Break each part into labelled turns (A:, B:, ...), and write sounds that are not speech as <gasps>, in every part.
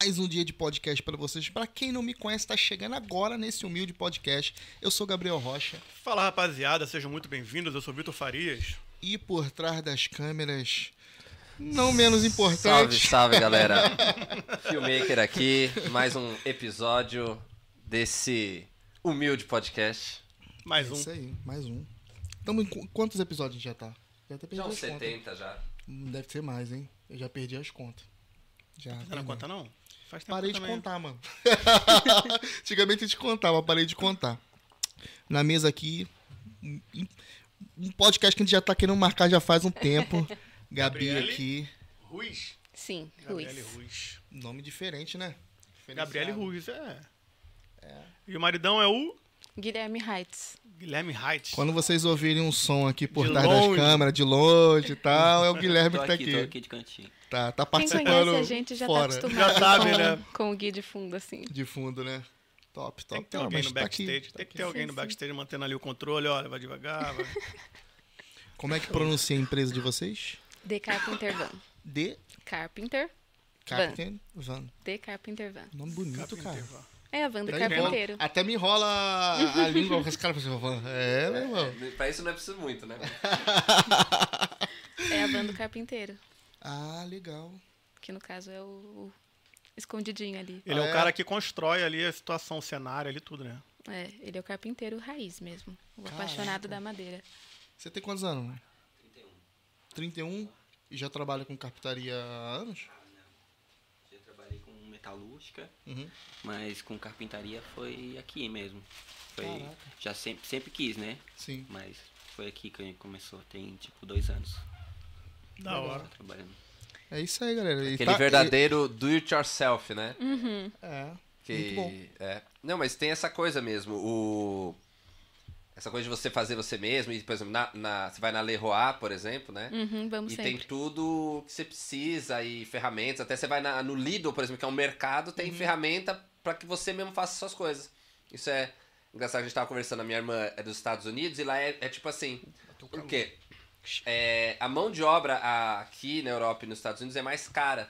A: Mais um dia de podcast para vocês. Para quem não me conhece, está chegando agora nesse humilde podcast. Eu sou Gabriel Rocha
B: Fala rapaziada, sejam muito bem-vindos. Eu sou Vitor Farias.
A: e por trás das câmeras, não menos
C: Salve,
A: importante,
C: salve,
A: <laughs>
C: galera. Filmmaker aqui, mais um episódio desse humilde podcast.
B: Mais
A: É
B: um.
A: Isso aí, mais um. Tamo em qu- quantos episódios a gente já tá? Já até perdi
C: Já uns
A: as contas.
C: 70 já.
A: Hum, Deve ser mais, hein? Eu já perdi as contas. Já.
B: Você não
A: perdi.
B: Tá conta, não? Faz tempo
A: Parei de
B: também.
A: contar, mano. <laughs> Antigamente eu te contava, parei de contar. Na mesa aqui, um- um podcast que a gente já tá querendo marcar já faz um
B: <laughs>
A: tempo. Gabi
B: Gabriele?
A: aqui.
B: Ruiz.
D: Sim,
B: Gabriele
D: Ruiz.
B: Ruiz.
A: Nome diferente, né?
B: Gabriele
A: Diferenciado.
B: Ruiz, é. E o maridão é o
D: Guilherme Heitz.
B: Guilherme Heitz.
A: Quando vocês ouvirem um som aqui por
B: De
A: trás das
B: longe.
A: câmeras, de longe e tal,
B: <laughs>
A: é o Guilherme
E: Tô
A: que tá
E: aqui, tô
A: aqui.
E: aqui de cantinho.
A: Tá, tá
D: Quem
A: participando
D: conhece a gente já
A: fora,
D: tá acostumado
B: Já sabe,
D: com,
B: né?
D: com o Gui de fundo, assim.
A: de fundo, né? Top, top.
B: Tem que ter
A: Não,
B: alguém
A: mas
B: no
A: tá aqui,
B: backstage.
A: tá
B: Tem que
A: aqui.
B: ter alguém no
D: Sim,
B: backstage mantendo ali o controle. Olha, vai
A: <laughs>
B: devagar. Vai.
A: Como é que pronuncia a empresa de vocês?
D: The Carpenter Van.
A: De
D: Carpenter?
A: Captain Van.
D: The Carpenter Van.
A: Nome bonito,
B: Capim
A: cara.
B: Intervalo.
D: É a van do
A: Até enrola-
D: carpinteiro.
A: Até me enrola a- a língua com esse cara. Você fala, É, meu irmão.
C: Pra isso não é preciso muito, né?
D: É a van do carpinteiro.
A: Ah, legal.
D: Que no caso é o, o escondidinho ali.
B: Ele é
A: É.
B: o cara que constrói ali a situação, o cenário ali, tudo, né?
D: É, ele é o carpinteiro raiz mesmo. O
A: Caraca.
D: apaixonado da madeira.
A: Você tem quantos anos? 31. 31? E já trabalha com carpintaria há anos?
E: Eu trabalhei com metalúrgica,
A: Uhum.
E: mas com carpintaria foi aqui mesmo. Foi,
A: Caraca.
E: já sempre, sempre quis, né?
A: Sim.
E: Mas foi aqui que a gente começou, tem tipo dois anos.
B: Da hora.
E: Tô trabalhando.
A: É isso aí, galera. E
C: Aquele
A: tá-
C: verdadeiro do it yourself, né?
A: e- é.
C: Que
A: Muito bom.
C: é. Não, mas tem essa coisa mesmo, o essa coisa de você fazer você mesmo, e por exemplo, na, na- você vai na Leroy, por exemplo, né?
D: Uhum, vamos
C: E tem
D: sempre.
C: tudo que você precisa e ferramentas. Até você vai na- no Lidl, por exemplo, que é um mercado, tem ferramenta pra que você mesmo faça suas coisas. Isso é engraçado. A gente tava conversando, a minha irmã é dos Estados Unidos e lá é, é tipo assim. Por quê? É, a mão de obra a- aqui na Europa e nos Estados Unidos é mais cara.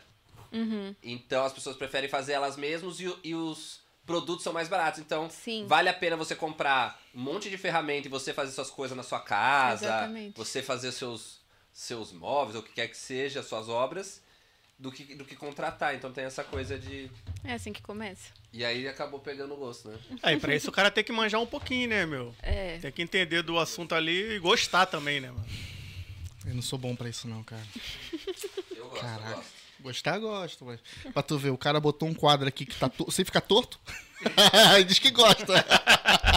C: Então as pessoas preferem fazer elas mesmas e, o- e os produtos são mais baratos. Então
D: Sim.
C: vale a pena você comprar um monte de ferramenta e você fazer suas coisas na sua casa,
D: Exatamente.
C: você fazer seus seus móveis ou o que quer que seja, suas obras, do que do que contratar. Então tem essa coisa de
D: É assim que começa.
C: e aí acabou pegando o gosto, né?
B: Aí, É, pra isso o cara tem que manjar um pouquinho, né, meu?
D: É.
B: Tem que entender do assunto ali e gostar também, né, mano?
A: Eu não sou bom pra isso, não, cara.
C: Eu gosto,
A: Caraca.
C: eu gosto.
A: Gostar, gosto, mas. Pra tu ver, o cara botou um quadro aqui que tá. To... Você fica torto? <laughs> Diz que gosta.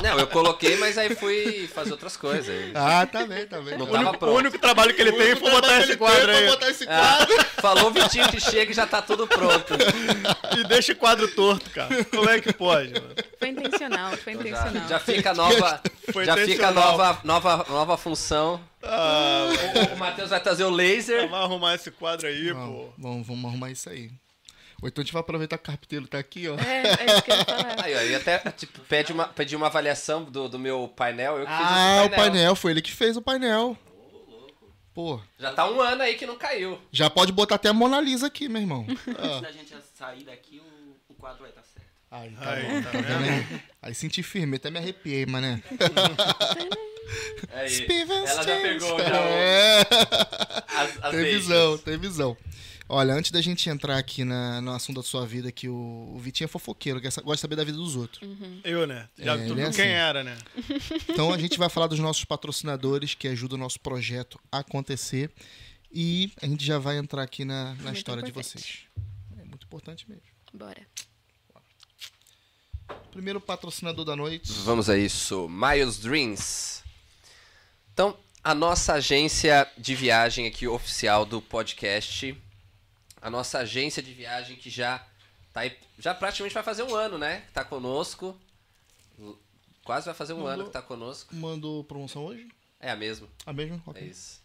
C: Não, eu coloquei, mas aí fui fazer outras coisas.
A: Ah, tá bem, tá bem.
C: Não
B: O
C: Tava
B: único,
C: pronto.
B: o único trabalho que ele tem foi botar esse quadro aí.
A: Vou botar esse quadro.
C: Ah, falou Vitinho que chega e já tá tudo pronto.
B: E deixa o quadro torto, cara. Como é que pode, mano?
D: Foi
C: <laughs>
D: intencional, foi
C: Então já,
D: intencional.
C: já fica a nova,
B: Foi
C: já fica a
B: intencional. Ah,
C: nova, nova, nova função. O- o Matheus vai trazer o laser.
B: Vamos arrumar esse quadro aí,
A: Vamos,
B: pô.
A: vamos, vamos arrumar isso aí. Ou então a gente vai aproveitar que o carpinteiro tá aqui, ó.
D: É, é isso que eu ia falar.
C: Aí, ó, e até tipo, pede uma, pedi uma avaliação do, do meu painel. Eu que fiz
A: Ah,
C: esse
A: o painel, foi ele que fez o painel. Pô,
C: Já tá um ano aí que não caiu.
A: já pode botar até a Mona Lisa aqui, meu irmão.
E: Antes da gente sair daqui, o, o quadro vai estar certo.
A: Aí, tá
B: Aí,
A: bom,
B: tá
A: tá
B: vendo?
A: vendo? Aí senti firme, até me arrepiei, mané.
C: Aí,
A: Steven
C: ela já
A: Stevenson.
C: pegou já o-
A: É,
C: as,
A: tem
C: as deixas.
A: visão, tem visão. Olha, antes da gente entrar aqui na, no assunto da sua vida, que o, o Vitinho é fofoqueiro, que sa- gosta de saber da vida dos outros.
B: Eu, né? Já
A: É,
B: tudo
A: ele é assim.
B: quem era, né?
A: Então a gente vai falar dos nossos patrocinadores que ajudam o nosso projeto a acontecer. E a gente já vai entrar aqui na, na
D: Muito
A: história de vocês.
D: importante.
A: É muito importante mesmo.
D: Bora.
A: Primeiro patrocinador da noite.
C: Vamos a isso. Miles Dreams. Então, a nossa agência de viagem aqui oficial do podcast. A nossa agência de viagem que já tá aí, já praticamente vai fazer um ano, né? Que tá conosco. Quase vai
A: Uhum.
C: fazer um ano que tá conosco.
A: Mandou promoção hoje?
C: É a mesma.
A: A mesma?
C: É
A: Ok.
C: isso.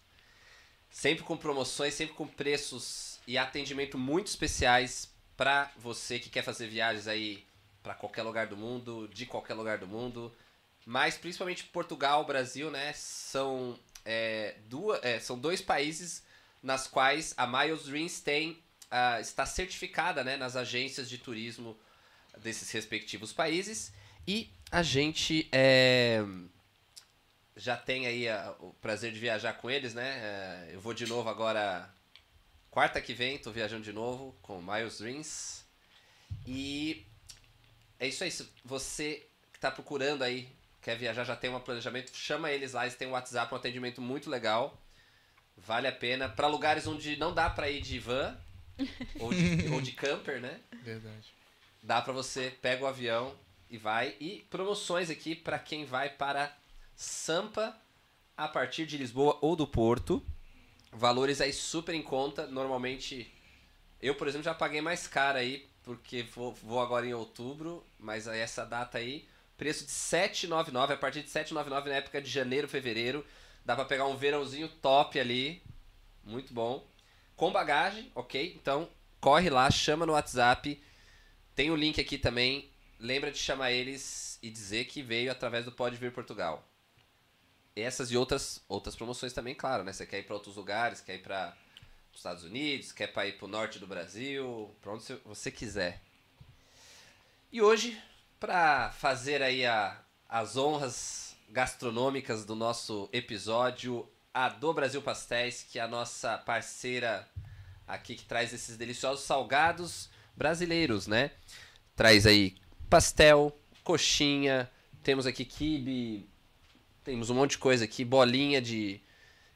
C: Sempre com promoções, sempre com preços e atendimento muito especiais pra você que quer fazer viagens aí pra qualquer lugar do mundo, de qualquer lugar do mundo. Mas principalmente Portugal, Brasil, né? São, é, duas, é, são dois países nas quais a Miles Dreams tem ah, está certificada né, nas agências de turismo desses respectivos países. E a gente é, já tem aí a- o prazer de viajar com eles, né? É, eu vou de novo agora, quarta que vem, tô viajando de novo com Miles Dreams. E é isso aí. Se você que tá procurando aí, quer viajar, já tem um planejamento, chama eles lá, eles têm um WhatsApp, um atendimento muito legal. Vale a pena. Pra lugares onde não dá pra ir de van ou de, ou de camper, né?
A: Verdade.
C: Dá pra você, pega o avião e vai. E promoções aqui pra quem vai para Sampa a partir de Lisboa ou do Porto. Valores aí super em conta. Normalmente, eu, por exemplo, já paguei mais caro aí, porque vou, vou agora em outubro, mas aí essa data aí, preço de 7,99. A partir de 7,99 na época de janeiro, fevereiro. Dá pra pegar um verãozinho top ali. Muito bom. Com bagagem, ok? Então, corre lá, chama no WhatsApp. Tem o link aqui também. Lembra de chamar eles e dizer que veio através do Pode Vir Portugal. Essas e outras, outras promoções também, claro, né? Você quer ir para outros lugares, quer ir para os Estados Unidos, quer para ir para o norte do Brasil, para onde você- você quiser. E hoje, para fazer aí a- as honras gastronômicas do nosso episódio, a do Brasil Pastéis, que é a nossa parceira aqui que traz esses deliciosos salgados brasileiros, né? Traz aí pastel, coxinha, temos aqui quibe, temos um monte de coisa aqui, bolinha de,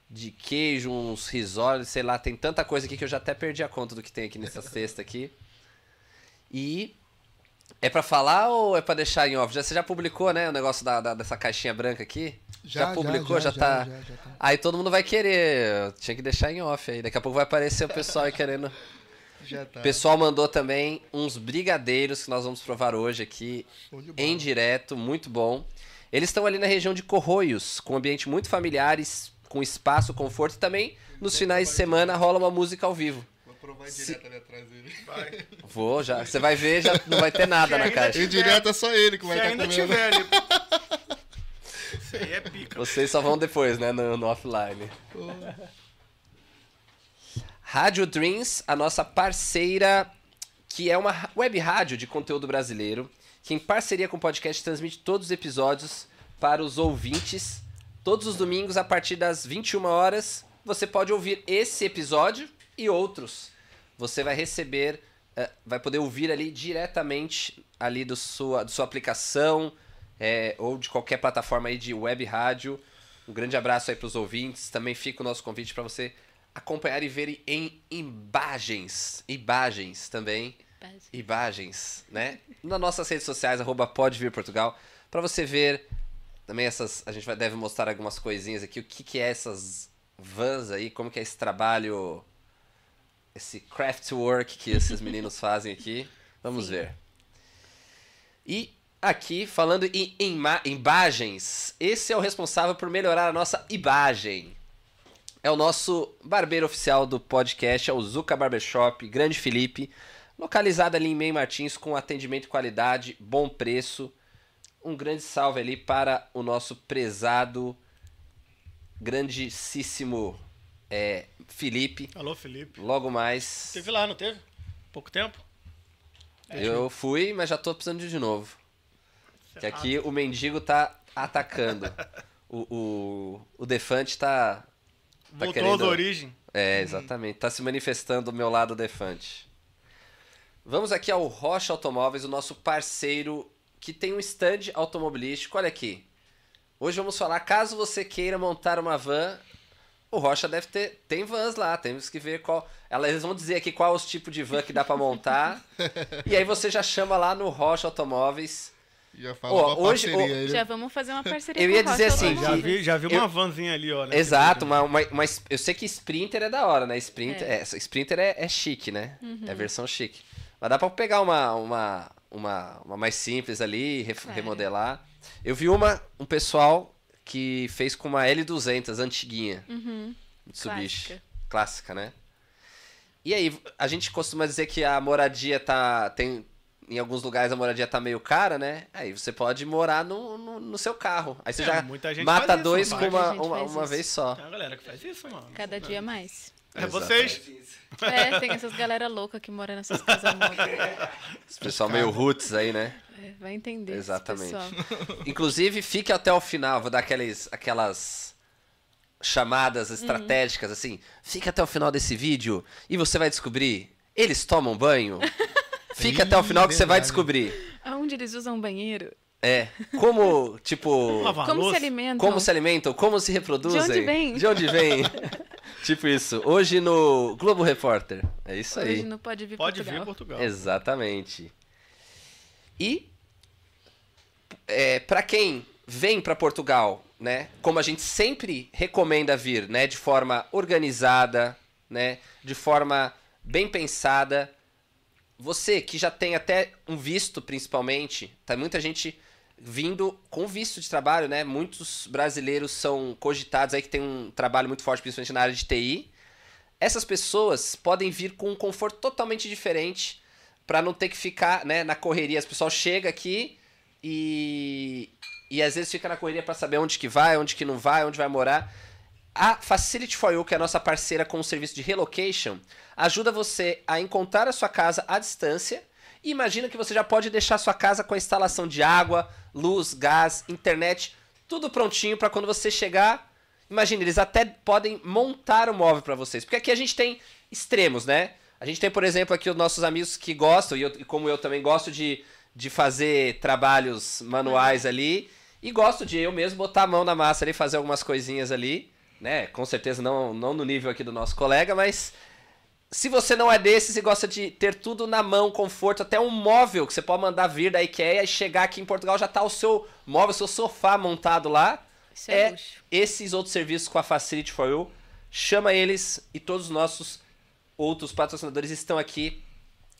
C: de queijo, uns risoles, sei lá, tem tanta coisa aqui que eu já até perdi a conta do que tem aqui <laughs> nessa cesta aqui. E é pra falar ou é pra deixar em off? Já, você já publicou, né, o negócio da, da- dessa caixinha branca aqui? Já, publicou, já, tá...
A: Já, já tá.
C: Aí todo mundo vai querer, tinha que deixar em off aí. Daqui a pouco vai aparecer o pessoal aí querendo...
A: Já tá.
C: O pessoal mandou também uns brigadeiros que nós vamos provar hoje aqui
A: Show de bola.
C: em direto, muito bom. Eles estão ali na região de Corroios, com um ambiente muito familiares, com espaço, conforto e também nos finais de semana rola uma música ao vivo.
A: Vou provar
C: Se-
A: direto ali atrás dele.
C: Vou já, você vai ver, já não vai ter nada na caixa.
A: Em direto é só ele que vai
B: Se
A: estar
B: ainda
A: comendo.
B: tiver ali. Isso aí é pica.
C: Vocês só vão depois, né, no, no offline. Rádio Dreams, a nossa parceira, que é uma ra- web rádio de conteúdo brasileiro, que em parceria com o podcast transmite todos os episódios para os ouvintes. Todos os domingos, a partir das 21 horas, você pode ouvir esse episódio e outros. Você vai receber, eh, vai poder ouvir ali diretamente ali do sua, do sua aplicação eh, ou de qualquer plataforma aí de web rádio. Um grande abraço aí para os ouvintes. Também fica o nosso convite para você acompanhar e ver em imagens. Imagens também.
D: Base.
C: Imagens, né? Nas nossas redes sociais, arroba pode vir Portugal, para você ver também essas. A gente vai, deve mostrar algumas coisinhas aqui. O que, que é essas vans aí? Como que é esse trabalho, esse craft work que esses meninos fazem aqui? Vamos ver. E aqui, falando em ima- imagens, esse é o responsável por melhorar a nossa imagem. É o nosso barbeiro oficial do podcast, é o Zuca Barbershop, Grande Felipe, localizado ali em Meio Martins, com atendimento e qualidade, bom preço. Um grande salve ali para o nosso prezado, grandíssimo é, Felipe.
B: Alô, Felipe.
C: Logo mais.
B: Teve um lá, não teve? Pouco tempo?
C: Eu fui, mas já tô precisando de ir de novo. Que aqui o mendigo tá
B: <laughs>
C: atacando. O, o, o Defante tá.
B: Voltou
C: querendo-
B: da origem.
C: É, exatamente. Tá se manifestando do meu lado, Defante. Vamos aqui ao Rocha Automóveis, o nosso parceiro que tem um stand automobilístico. Olha aqui. Hoje vamos falar, caso você queira montar uma van, o Rocha deve ter. Tem vans lá, temos que ver qual. ela- Eles vão dizer aqui qual os tipos de van que dá pra montar. e aí você já chama lá no Rocha Automóveis.
A: Já fala
C: Ó,
A: com a
C: hoje-
A: parceria.
C: ó,
A: ele-
D: Já vamos fazer uma parceria
C: Eu
D: com
C: ia
D: o Rocha
C: dizer assim,
B: Já
D: Automóveis.
B: vi, já vi
C: Eu-
B: uma vanzinha ali, ó. né?
C: Exato, uma, uma, uma es- eu sei que Sprinter é da hora, né? Sprinter é, Sprinter é, é chique, né?
D: Uhum.
C: É a versão chique. Mas dá pra pegar uma, uma, uma, uma mais simples ali, ref-
D: Claro.
C: remodelar. Eu vi uma, um pessoal que fez com uma L200, antiguinha.
D: Uhum.
C: Mitsubishi.
D: Clássica.
C: Clássica, né? E aí, a gente costuma dizer que a moradia tá. Tem, em alguns lugares a moradia tá meio cara, né? Aí você pode morar no, no, no seu carro. Aí você
B: É,
C: já
B: muita gente
C: mata
B: faz isso, né?
C: dois
B: não
C: com
B: faz?
C: uma,
D: Muita gente
C: uma,
D: faz
C: uma
D: isso.
C: vez só.
B: Tem uma galera que faz isso, mano. <laughs>
D: Cada dia mais.
B: É vocês.
D: É, tem essas galera louca que mora nessas casas móveis.
C: Esse pessoal
D: <laughs>
C: meio roots aí, né?
D: É, vai entender esse
C: Exatamente.
D: pessoal.
C: Inclusive, fique até o final. Vou dar aquelas, aquelas
D: Uhum.
C: chamadas estratégicas, assim. Fique até o final desse vídeo e você vai descobrir. Eles tomam
D: <laughs>
C: banho? Fique
A: Ih,
C: até o final que você vai
A: verdade.
C: descobrir.
D: Aonde eles usam banheiro?
C: É. Como, tipo...
B: Lavar
D: Como
B: louça.
D: se alimentam?
C: Como se alimentam? Como se reproduzem?
D: De onde vem?
C: De onde vem? <laughs> tipo isso. Hoje no Globo Repórter. É isso aí.
D: Hoje não pode vir
B: Pode vir
D: Portugal.
B: em Portugal.
C: Exatamente. E é, para quem vem para Portugal, né? Como a gente sempre recomenda vir, né? De forma organizada, né? De forma bem pensada. Você que já tem até um visto, principalmente, tá muita gente vindo com visto de trabalho, né? Muitos brasileiros são cogitados aí que tem um trabalho muito forte, principalmente na área de TI. Essas pessoas podem vir com um conforto totalmente diferente para não ter que ficar, né, na correria. As pessoas chega aqui e e às vezes fica na correria para saber onde que vai, onde que não vai, onde vai morar. A Facility for You, que é a nossa parceira com o serviço de relocation, ajuda você a encontrar a sua casa à distância. E imagina que você já pode deixar a sua casa com a instalação de água, luz, gás, internet, tudo prontinho para quando você chegar. Imagina, eles até podem montar o móvel para vocês. Porque aqui a gente tem extremos, né? A gente tem, por exemplo, aqui os nossos amigos que gostam, e, eu- e como eu também gosto de, de fazer trabalhos manuais ali, e gosto de eu mesmo botar a mão na massa ali, fazer algumas coisinhas ali, né? Com certeza não, não no nível aqui do nosso colega, mas se você não é desses e gosta de ter tudo na mão, conforto, até um móvel que você pode mandar vir da IKEA e chegar aqui em Portugal já tá o seu móvel, seu sofá montado lá.
D: Isso é,
C: É.
D: luxo.
C: Esses outros serviços com a Facility for You, chama eles e todos os nossos outros patrocinadores estão aqui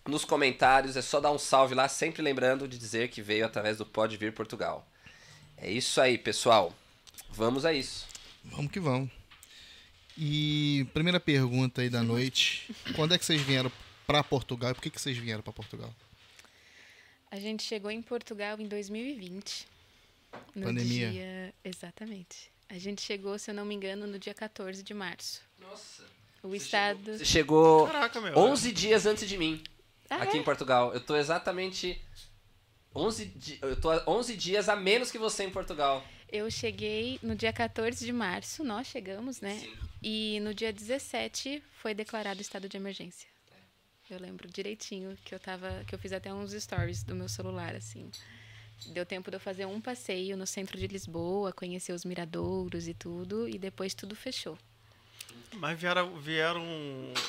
C: nos comentários. É só dar um salve lá, sempre lembrando de dizer que veio através do Pode Vir Portugal. É isso aí, pessoal. Vamos a isso.
A: Vamos que vamos. E primeira pergunta aí da noite. Quando é que vocês vieram pra Portugal e por que, que vocês vieram pra Portugal?
D: A gente chegou em Portugal em 2020. No
A: Pandemia.
D: Dia... Exatamente. A gente chegou, se eu não me engano, no dia 14 de março.
C: Nossa.
D: O estado.
C: Você chegou
B: Caraca, meu.
C: 11 dias antes de mim
D: Ah,
C: aqui
D: é?
C: em Portugal. Eu tô exatamente 11 di- eu tô a 11 dias a menos que você em Portugal.
D: Eu cheguei no dia 14 de março, nós chegamos, né? E no dia 17 foi declarado estado de emergência. Eu lembro direitinho que eu tava, que eu fiz até uns stories do meu celular assim. Deu tempo de eu fazer um passeio no centro de Lisboa, conhecer os miradouros e tudo, e depois tudo fechou.
B: Mas vieram, vieram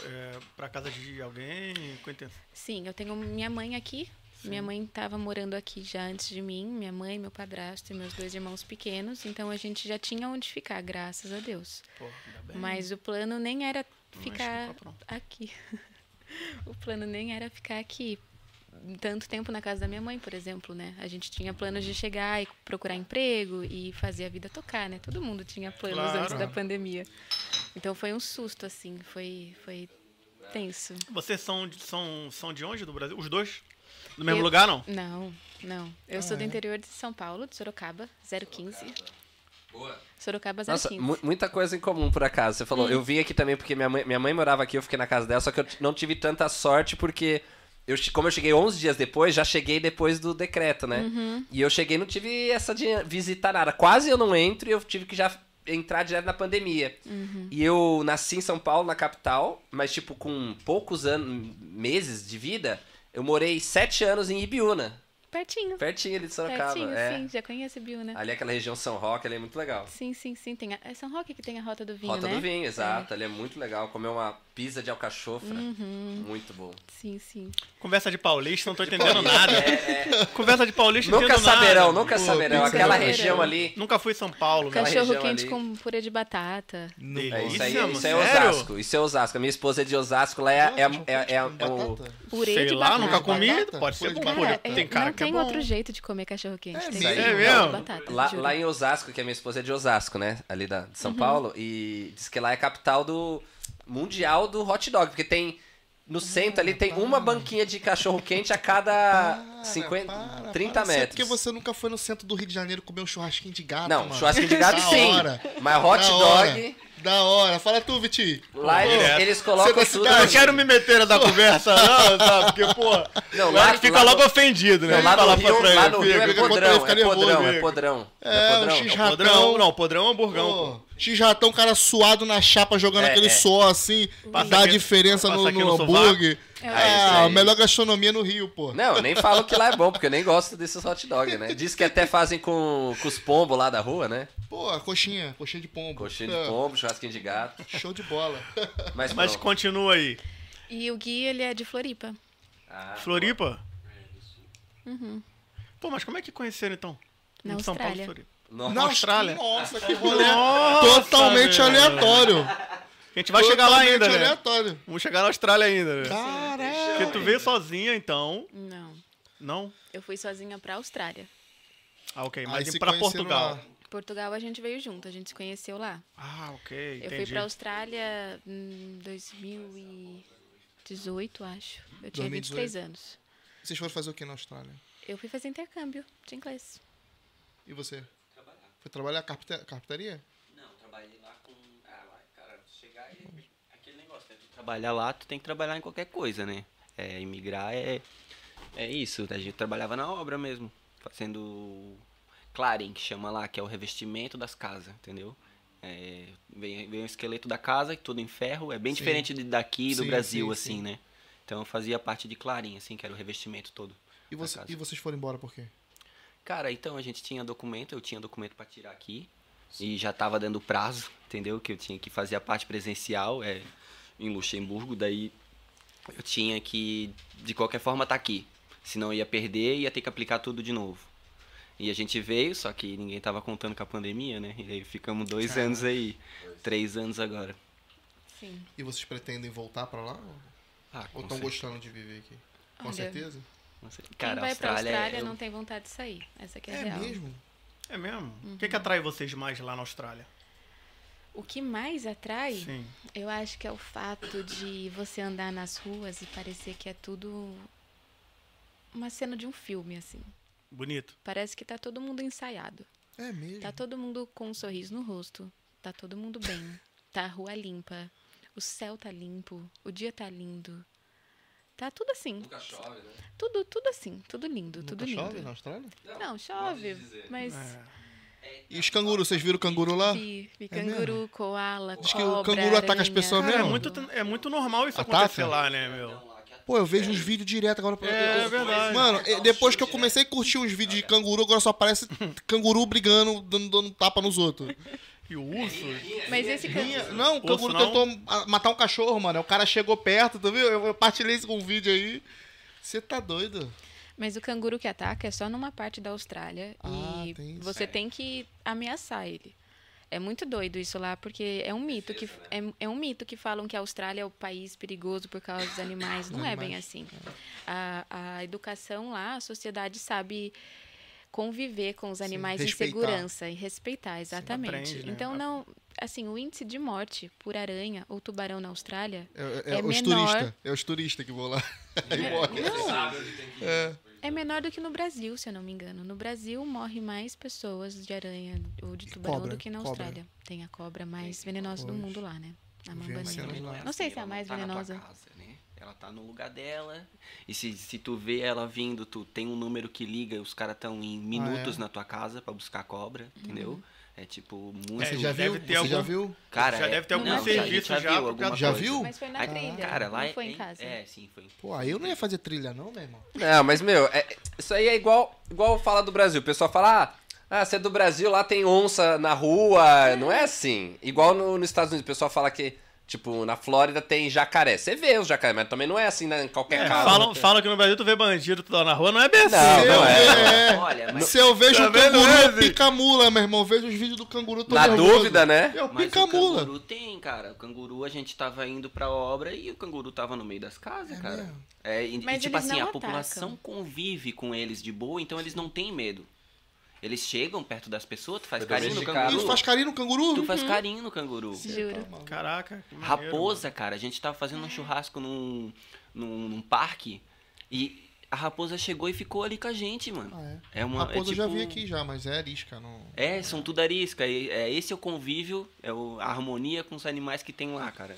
B: é, pra casa de alguém? com inten-
D: Sim, eu tenho minha mãe aqui. Minha mãe estava morando aqui já antes de mim, minha mãe, meu padrasto e meus dois irmãos pequenos, então a gente já tinha onde ficar, graças a Deus.
B: Pô, ainda bem.
D: Mas o plano nem era
B: É. Não enche
D: ficar
B: no papo,
D: aqui. <laughs> o plano nem era ficar aqui tanto tempo na casa da minha mãe, por exemplo, né? A gente tinha planos de chegar e procurar emprego e fazer a vida tocar, né? Todo mundo tinha planos
B: Claro.
D: antes da pandemia. Então foi um susto assim, foi foi tenso.
B: Vocês são, de- são, são de onde do Brasil? Os dois? No mesmo
D: Eu-
B: lugar, não?
D: Não, não. Eu sou do interior de São Paulo, de Sorocaba, 015.
C: Boa.
D: Sorocaba 015.
C: Nossa, mu- muita coisa em comum, por acaso. Você
D: Hum.
C: falou, eu vim aqui também porque minha mãe, minha mãe morava aqui, eu fiquei na casa dela, só que eu t- não tive tanta sorte porque, eu, che- como eu cheguei 11 dias depois, já cheguei depois do decreto, né?
D: Uhum.
C: E eu cheguei não tive essa de visitar nada. Quase eu não entro e eu tive que já entrar direto na pandemia.
D: Uhum.
C: E eu nasci em São Paulo, na capital, mas, tipo, com poucos anos, meses de vida, eu morei sete anos em Ibiúna,
D: Pertinho.
C: pertinho ali de Sorocaba.
D: Pertinho,
C: é.
D: sim. Já conhece Biu, né?
C: Ali aquela região São Roque, ali é muito legal.
D: Sim, sim, sim. Tem a... É São Roque que tem a Rota do Vinho,
C: Rota
D: né?
C: do vinho, exato. Ele é muito legal. Comer uma pizza de alcachofra.
A: Uhum.
C: Muito bom.
D: Sim, sim.
B: Conversa de paulista, não tô entendendo nada. Conversa de paulista, não
C: é, Nunca
B: entendo nada.
C: saberão, nunca
A: Pô,
C: saberão.
A: pizza
C: Aquela
D: de
C: região
D: alcachofra.
C: ali.
B: Nunca fui em São Paulo, né?
C: Aquela
B: velho.
D: Cachorro
C: região
D: quente
C: ali.
D: com purê de batata.
A: Não
B: Delícia.
C: É isso aí,
B: mano,
C: isso aí é
B: sério?
C: Osasco. Isso é Osasco. A minha esposa é de Osasco, lá é, é,
A: tipo
C: é, é, é o.
D: Purê
B: Sei
D: de
B: lá,
D: batata.
B: nunca comi.
A: Batata?
B: Pode ser
A: Purê de
B: bom.
D: Cara,
A: batata.
B: purê.
D: é,
B: Tem cara
D: não
B: que é
D: tem
B: bom.
D: outro jeito de comer cachorro quente.
A: É
D: tem
A: mesmo?
D: que
B: É
D: comer
B: mesmo?
D: de batata.
C: Lá,
D: juro.
C: lá em Osasco, que a minha esposa é de Osasco, né? Ali da, de São
A: Uhum.
C: Paulo. E diz que lá é a capital do mundial do hot dog. Porque tem. No
A: Ah,
C: centro ali tem uma banquinha de cachorro quente a cada
A: Para,
C: 50,
A: para,
C: 30
A: para. Isso é
C: metros.
A: porque você nunca foi no centro do Rio de Janeiro comer um churrasquinho de gato, <laughs>
C: Não,
A: mano.
C: churrasquinho de gato
A: Da
C: sim.
A: hora.
C: Mas hot
A: Da
C: dog.
A: Da hora. Fala tu, Viti.
C: Lá eles,
B: direto.
C: eles
A: Você é
C: colocam
A: da
C: tudo.
B: Eu não
A: cidade?
B: quero me meter na conversa, não, sabe? Porque, pô,
C: Não,
B: o
C: lá-
B: Eric fica
C: lá
B: logo
C: no-
B: ofendido, né?
C: Não, lá no
B: Fala pra
C: Rio,
B: pra
C: lá
B: ele,
C: no Rio é
A: fica- quando ele
C: podrão,
A: fica
C: é
A: nervoso,
C: podrão,
A: fica.
C: é podrão.
A: É,
C: É
A: um
C: podrão.
A: xixi.
B: Podrão, não, podrão é hamburgão, pô.
A: Pô, X ratão, um cara suado na chapa jogando
C: É,
A: aquele
C: é.
A: sol assim,
B: Passa
A: dá a
B: aqui-
A: diferença no,
B: passa aqui
A: no
B: no
A: hambúrguer.
C: isso
D: É,
A: É,
C: aí. Né?
A: a melhor gastronomia no Rio, pô.
C: Não, eu nem falo que lá é bom, porque eu nem gosto desses hot dog,
A: <laughs>
C: né? Diz que até fazem com, com os pombos lá da rua, né?
A: Pô, a coxinha, coxinha de pombo.
C: Coxinha
A: É,
C: de pombo, churrasquinho de gato.
A: Show de
B: <laughs>
A: bola.
C: Mas,
B: Mas
C: pronto.
B: continua aí.
D: E o Gui, ele é de Floripa.
C: Ah,
B: Floripa? Pô, mas como é que conheceram então?
D: Uhum. Na
B: Em São Paulo,
D: Austrália.
B: Floripa.
C: nossa.
A: Nossa,
B: Austrália.
A: Nossa,
B: <laughs>
A: que rolê.
B: Nossa,
A: Né? Totalmente
B: velho.
A: aleatório.
B: A gente vai chegar lá
A: Totalmente
B: ainda, né?
A: aleatório.
B: Vamos chegar na Austrália ainda, né?
A: Caraca.
B: Porque tu veio sozinha, então.
D: Não.
B: Não?
D: Eu fui sozinha pra Austrália.
B: Ah, ok.
A: Aí
B: Mas
A: se
B: e pra
A: conheceram
B: Portugal?
A: lá.
D: Portugal a gente veio junto, a gente se conheceu lá.
B: Ah, ok.
D: Eu fui
B: Entendi.
D: pra Austrália hum, em 2018, acho. Eu tinha
A: 2018.
D: 23 anos.
A: Vocês foram fazer o que na Austrália?
D: Eu fui fazer intercâmbio de inglês.
A: E você? Foi trabalhar carpinte- carpintaria?
E: Não, trabalhei lá com. Ah, lá, cara, chegar e. Aquele negócio, né? Tu Trabalhar lá, tu tem que trabalhar em qualquer coisa, né? É, imigrar é. É isso. A gente trabalhava na obra mesmo. Fazendo. Clarim, que chama lá, que é o revestimento das casas, entendeu? É, vem, vem o esqueleto da casa, tudo em ferro. É bem
A: Sim.
E: diferente de- daqui do
A: Sim,
E: Brasil,
A: sim,
E: assim,
A: sim.
E: né? Então eu fazia parte de clarim, assim, que era o revestimento todo.
A: E, você-
E: casa.
A: e vocês foram embora por quê?
E: Cara, então a gente tinha documento, eu tinha documento pra tirar aqui e já tava dando prazo, entendeu? Que eu tinha que fazer a parte presencial é, em Luxemburgo, daí eu tinha que de qualquer forma tá aqui, senão eu ia perder e ia ter que aplicar tudo de novo. E a gente veio, só que ninguém tava contando com a pandemia, né? E aí ficamos dois anos aí, três anos agora.
D: Sim.
A: E vocês pretendem voltar pra lá?
E: Ah,
A: Ou
E: com
A: estão
E: cer-
A: gostando de viver aqui? Com
D: Olha,
A: certeza?
E: com cer-
D: Quem
E: Cara,
D: vai
E: Austrália, é um
D: pra Austrália
E: eu-
D: não tem vontade de sair. Essa aqui é, a
A: É
D: real.
A: mesmo?
B: É mesmo? O que, que
D: Uhum.
B: atrai vocês mais lá na Austrália?
D: O que mais atrai,
B: Sim.
D: eu acho que é o fato de você andar nas ruas e parecer que é tudo uma cena de um filme, assim.
B: Bonito.
D: Parece que tá todo mundo ensaiado.
A: É mesmo.
D: Tá todo mundo com um sorriso no rosto. Tá todo mundo bem. Tá a rua limpa. O céu tá limpo. O dia tá lindo. Tá tudo assim.
C: Nunca chove, né?
D: Tudo, tudo assim. Tudo lindo,
A: Nunca
D: tudo lindo.
A: chove Tá na Austrália?
D: Não, chove, mas
B: É.
A: E os cangurus, vocês viram o canguru lá?
D: vi, vi
A: É mesmo?
D: canguru, coala,
A: Diz que o
D: cobra,
A: canguru ataca as
D: aranha.
A: pessoas
B: Cara, é
A: mesmo?
B: muito, é muito normal isso
A: Ataca?
B: acontecer lá, né, meu?
A: Pô, eu vejo uns vídeos direto agora pra
B: É,
A: eu-
B: verdade.
A: Mano, eh, depois que eu comecei a curtir uns vídeos de canguru, agora só aparece canguru brigando, dando, dando tapa nos outros.
B: E o urso?
D: Mas esse
A: Minha-
D: canguru,
A: Não, o canguru
B: não?
A: tentou ah, matar um cachorro, mano. O cara chegou perto, tu viu? Eu eu partilhei isso com um vídeo aí. Você tá doido?
D: mas o canguru que ataca é só numa parte da Austrália
A: Ah,
D: e
A: tem isso.
D: você tem que ameaçar ele. É muito doido isso lá, porque é um mito que é, é um mito que falam que a Austrália é o país perigoso por causa dos animais. Não é bem
A: Animais.
D: assim. A, a educação lá, a sociedade sabe conviver com os animais em
A: respeitar.
D: segurança e respeitar exatamente.
B: aprende, né?
D: Então não, assim, o índice de morte por aranha ou tubarão na Austrália
A: É, é,
D: É
A: os
D: menor.
A: turistas. É os turistas que vão lá. <laughs> Aí morre.
D: Não,
A: É.
D: é menor do que no Brasil, se eu não me engano. No Brasil, morre mais pessoas de aranha ou de tubarão
A: cobra,
D: do que na
A: cobra.
D: Austrália. Tem a cobra mais venenosa do
A: Pois.
D: mundo lá, né? A
A: Vem
D: mamba
A: as
D: negra.
A: cenas lá.
D: Não sei se é a
E: ela
D: mais
E: tá na tua
D: venenosa.
E: casa, né? Ela tá no lugar dela. E se, se tu vê ela vindo, tu tem um número que liga e os caras estão em
B: Ah,
E: minutos
B: é?
E: na tua casa pra buscar cobra,
D: Uhum.
E: entendeu? É tipo muito.
B: É,
A: Você já viu? Você
B: deve ter
A: já
B: algum-
A: viu?
E: Cara,
B: já
E: é-
B: deve ter algum
E: não,
B: serviço
E: já, a gente
B: já
E: já
B: pra-
E: viu alguma
A: Já
E: coisa.
A: viu?
D: Mas foi na
E: Aí,
D: trilha,
E: Cara, lá
D: não
E: é,
D: foi em
E: é-
D: casa.
E: É, sim, foi.
A: Pô, aí eu não ia fazer trilha não, meu irmão.
C: Não, mas, meu, é- isso aí é igual, igual falar do Brasil. O pessoal fala, ah, ah, você é do Brasil, lá tem onça na rua. Não é assim. Igual no- nos Estados Unidos, o pessoal fala que, tipo, na Flórida tem jacaré. Você vê os jacaré, mas também não é assim né, em qualquer
B: É,
C: casa.
B: falam, falam que no Brasil tu vê bandido, tu tá na rua, não é bem assim.
C: Não,
B: né?
A: Eu-
C: não é.
A: é.
E: Olha, mas
A: Se eu vejo
B: Tá
A: um
B: vendo,
A: canguru, eu
B: Eze?
A: pica a mula, meu irmão. Eu Vejo os vídeos do canguru todo
C: Na dúvida, né?
A: Eu
E: Mas
A: pica a
E: o
A: mula.
E: canguru tem, cara. O canguru a gente tava indo pra obra e o canguru tava no meio das casas,
A: É
E: cara.
A: mesmo?
E: É, e,
D: Mas
E: e, tipo
D: eles
E: assim,
D: não
E: a
D: atacam.
E: população convive com eles de boa, então eles não têm medo. Eles chegam perto das pessoas, tu faz
C: Foi
E: carinho no
C: domesticado.
E: canguru.
A: Isso faz carinho no canguru? Tá
E: Tu
D: Uhum.
E: faz carinho no canguru.
D: Juro.
B: Caraca. que maneiro,
D: É.
E: Raposa, cara, a gente tava fazendo um churrasco num, num, num parque e a raposa chegou e ficou ali com a gente, mano.
A: Ah, é.
E: É uma. é
A: Raposa eu já
E: tipo-
A: vi aqui já, mas é arisca. Não...
E: É, são tudo arisca. e- É, esse é o convívio, é o- a harmonia com os animais que tem lá, cara.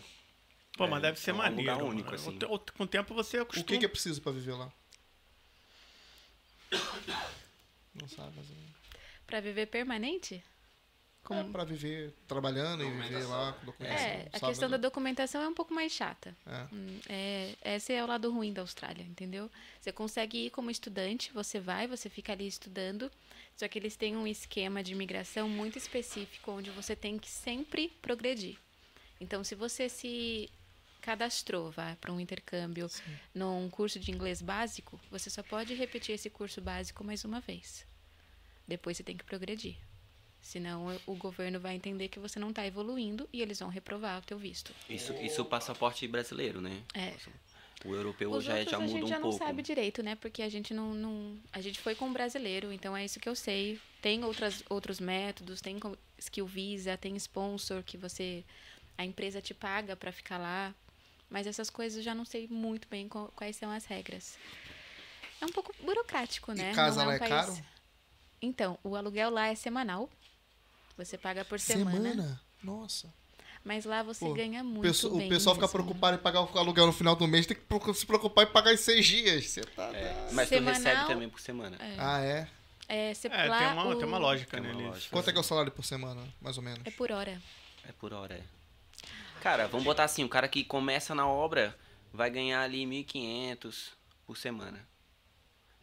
B: Pô,
E: É,
B: mas deve ser
E: é um lugar
B: maneiro. mano.
E: único,
B: O
E: assim.
B: te- o- Com o tempo você
A: O que,
B: acostuma.
A: que é preciso pra viver lá? Não sabe, mas... é
D: Pra viver permanente?
A: Como pra é viver trabalhando e viver
C: Documentação,
A: lá
C: né?
A: com documentação.
D: É, a
A: sabe,
D: questão da
A: né?
D: documentação é um pouco mais chata.
A: É.
D: Hum, é- esse é o lado ruim da Austrália, entendeu? Você consegue ir como estudante, você vai, você fica ali estudando, só que eles têm um esquema de imigração muito específico, onde você tem que sempre progredir. Então, se você se cadastrou para um intercâmbio num curso de inglês básico, você só pode repetir esse curso básico mais uma vez. Depois você tem que progredir. Senão o governo vai entender que você não está evoluindo e eles vão reprovar o teu visto.
E: Isso, isso é o passaporte brasileiro, né?
D: É.
E: O europeu
D: Os
E: já,
D: outros
E: já
D: a gente
E: muda um
D: já não
E: pouco.
D: sabe direito, né? Porque a gente não, não- A gente foi com um brasileiro, então é isso que eu sei. Tem outras, outros métodos, tem co- skill visa, tem sponsor que você. A empresa te paga pra ficar lá. Mas essas coisas eu já não sei muito bem qual- quais são as regras. É um pouco burocrático, né?
A: E casa
D: Não
A: lá
D: um
A: é
D: país-
A: caro?
D: Então, o aluguel lá é semanal. Você paga por semana.
A: Nossa.
D: Mas lá você
A: Pô,
D: ganha muito.
A: O pessoal-
D: bem
A: o pessoal fica
D: mesmo.
A: preocupado em pagar o aluguel no final do mês, tem que procu- se preocupar em pagar em seis dias. Você tá.
E: É, mas
D: Semanal-
E: tu recebe também por semana.
A: Ah, é?
D: É, você
B: É,
D: lá,
B: tem uma,
D: o-
B: tem uma lógica,
E: Tem uma
B: né? Eles-
E: lógica.
A: Quanto é que é o salário por semana, mais ou menos?
D: É por hora.
E: É por hora, é. Cara, vamos botar assim, o cara que começa na obra vai ganhar ali 1.500 por semana.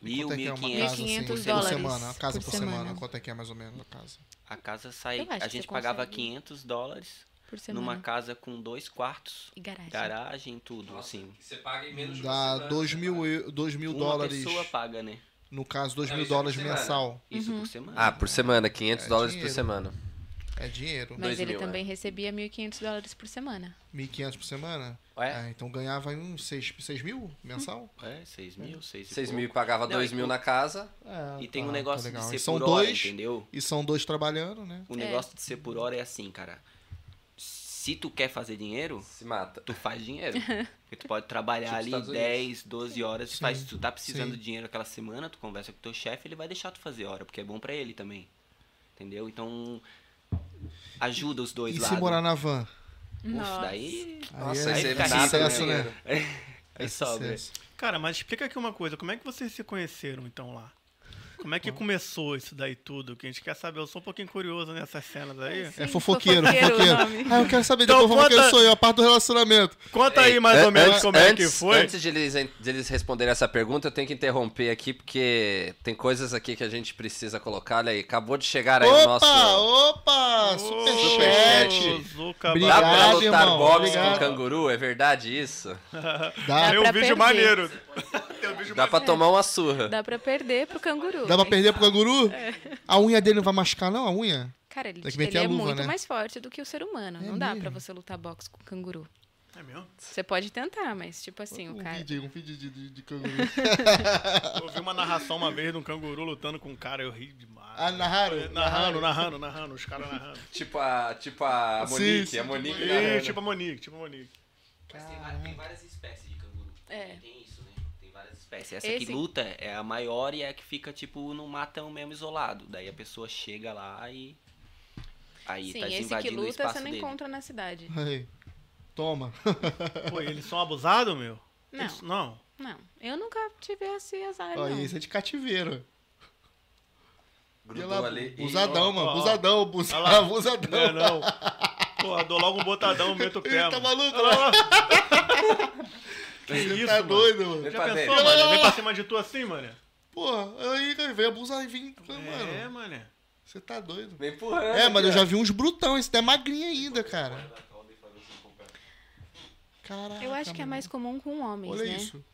A: E
E: Mil,
A: quanto é que é uma
E: 1.500.
A: casa,
D: 1.500
A: assim,
D: dólares
A: por semana? A casa
D: por
A: por, semana.
D: semana.
A: quanto é que é mais ou menos a casa?
E: A casa sai,
D: Eu acho
E: a
D: que
E: gente
D: você
E: pagava
D: consegue.
E: 500 dólares
D: Por semana. É.
E: numa casa com dois quartos,
D: E garagem.
E: garagem, tudo,
C: Nossa,
E: assim.
C: Você paga em menos de uma
A: Dá
C: semana,
A: 2
C: você
A: mil,
C: paga.
A: eu- dois mil
E: Uma
A: dólares,
E: pessoa paga, né?
A: no caso, 2
C: Não,
A: mil
C: isso é por
A: dólares
C: semana.
A: mensal.
E: Isso
D: Uhum.
E: por semana.
C: Ah, por semana, 500
A: É
C: dólares por
A: dinheiro.
C: semana.
A: É dinheiro.
D: Mas
C: Dois
D: ele
C: mil,
D: também
C: é.
D: recebia 1.500 dólares por semana.
A: 1.500 por semana?
C: Ué?
A: Ah, então ganhava uns 6, mil mensal?
E: É, 6 mil, 6
C: 6 mil Tipo, e
E: mil.
C: pagava
E: Não,
C: 2
E: e
C: mil
E: tu-
C: na casa.
A: É,
D: Hum.
E: E tem um
A: tá, tá
E: negócio
A: legal.
E: de
A: E
E: ser
A: são
E: por hora,
A: dois,
E: entendeu?
A: E são dois trabalhando, né?
E: O negócio de ser por hora é assim, cara. Se tu quer fazer dinheiro,
C: Se mata.
E: tu faz dinheiro. Porque tu pode trabalhar
C: Tipo
E: ali
C: Estados Unidos.
E: 10, 12 horas. Tu
A: Sim,
E: faz, se tu tá precisando
A: sim.
E: de dinheiro aquela semana, tu conversa com teu chefe, ele vai deixar tu fazer hora, porque é bom pra ele também. Entendeu? Então, ajuda os dois
A: E
E: lados.
A: se morar na van?
E: Uf, daí...
A: Aí
C: Nossa,
A: é
C: aí
E: aí
C: você
E: fica
C: nada,
A: sucesso,
C: né?
A: né?
E: Aí sobra.
A: sucesso.
B: Cara, mas explica aqui uma coisa. Como é que vocês se conheceram, então, lá? Como é que começou isso daí tudo? Que a gente quer saber. Eu sou um pouquinho curioso nessas cenas aí.
A: É fofoqueiro,
D: fofoqueiro o
A: fofoqueiro.
D: nome.
A: Ah, eu quero saber,
B: Então
A: depois fofoqueiro
B: conta-
A: sou eu, a parte do relacionamento.
B: Conta aí mais
C: An-
B: ou menos
C: antes-
B: como é que
C: antes-
B: foi.
C: Antes de eles, en- de eles responderem essa pergunta, eu tenho que interromper aqui, porque tem coisas aqui que a gente precisa colocar. Olha aí, acabou de chegar aí o nosso...
A: Opa, opa, superchat.
B: Zuca,
A: Bri-
C: Dá pra
A: Obrigado,
C: lutar
A: irmão,
C: boxe
A: obrigado.
C: com canguru? É verdade isso?
A: Dá,
B: Tem um vídeo
D: pra perder.
B: maneiro.
C: Dá pra tomar uma surra.
D: Dá pra perder pro canguru.
A: dá pra
D: hein?
A: perder pro canguru?
D: É.
A: A unha dele não vai machucar, não? A unha?
D: Cara, ele,
A: Tem que meter
D: ele
A: a
D: é
A: luva,
D: muito
A: né?
D: mais forte do que o ser humano.
A: É
D: não dá
A: mesmo?
D: pra você lutar boxe com canguru.
B: É mesmo?
D: Você pode tentar, mas tipo assim, o
C: tá
D: cara.
A: vídeo, um vídeo de, de- de canguru. <laughs>
B: Eu vi uma narração uma vez de um canguru lutando com um cara, eu ri demais.
A: Ah, narraram?
B: Narrando, narrando, narrando, os caras narrando.
C: Tipo a, tipo a
A: Sim,
C: Monique,
A: sim,
C: a Monique. né,
A: tipo
C: da-
B: Ih, tipo a Monique, tipo a Monique.
E: Mas tem, va- tem várias espécies de canguru.
D: É.
E: Tem isso, né? Tem várias espécies. Essa
D: Esse-
E: que luta é a maior e é a que fica, tipo, no matão mesmo isolado. Daí a pessoa chega lá e. Aí
D: Sim,
E: tá
D: esse que
E: invadindo o
D: luta
E: espaço
D: você não
E: dele.
D: encontra na cidade.
A: Aí, Toma.
B: Pô, e eles são abusados, meu?
D: Não.
B: Isso, não.
D: Não. Eu nunca tive esse azar, não.
A: Olha, isso é de cativeiro.
C: Grudou ali. e-
A: Busadão, mano.
B: ó.
A: Busadão,
B: Olha lá.
A: busadão,
B: Não é,
A: busadão.
B: não. Pô, dou logo um botadão, meto o pé.
A: Ih, tá
B: mano.
A: maluco?
B: Olha lá, olha lá. Que
A: Você
B: É isso,
A: tá
B: mano?
A: doido, mano.
C: Vem
B: Já
C: pra
B: pensou,
C: dentro.
B: mano? Vem pra cima de tu assim, mano?
A: Porra, aí, cara, veio abusar e vim.
B: É,
A: Mano,
B: mano.
A: você tá doido.
C: Vem empurrando.
A: É, mano, eu já vi uns brutão. Esse daí é magrinho ainda, cara. Caraca.
D: Eu acho que é
A: mano.
D: mais comum com homens,
A: Olha
D: né? É,
A: isso.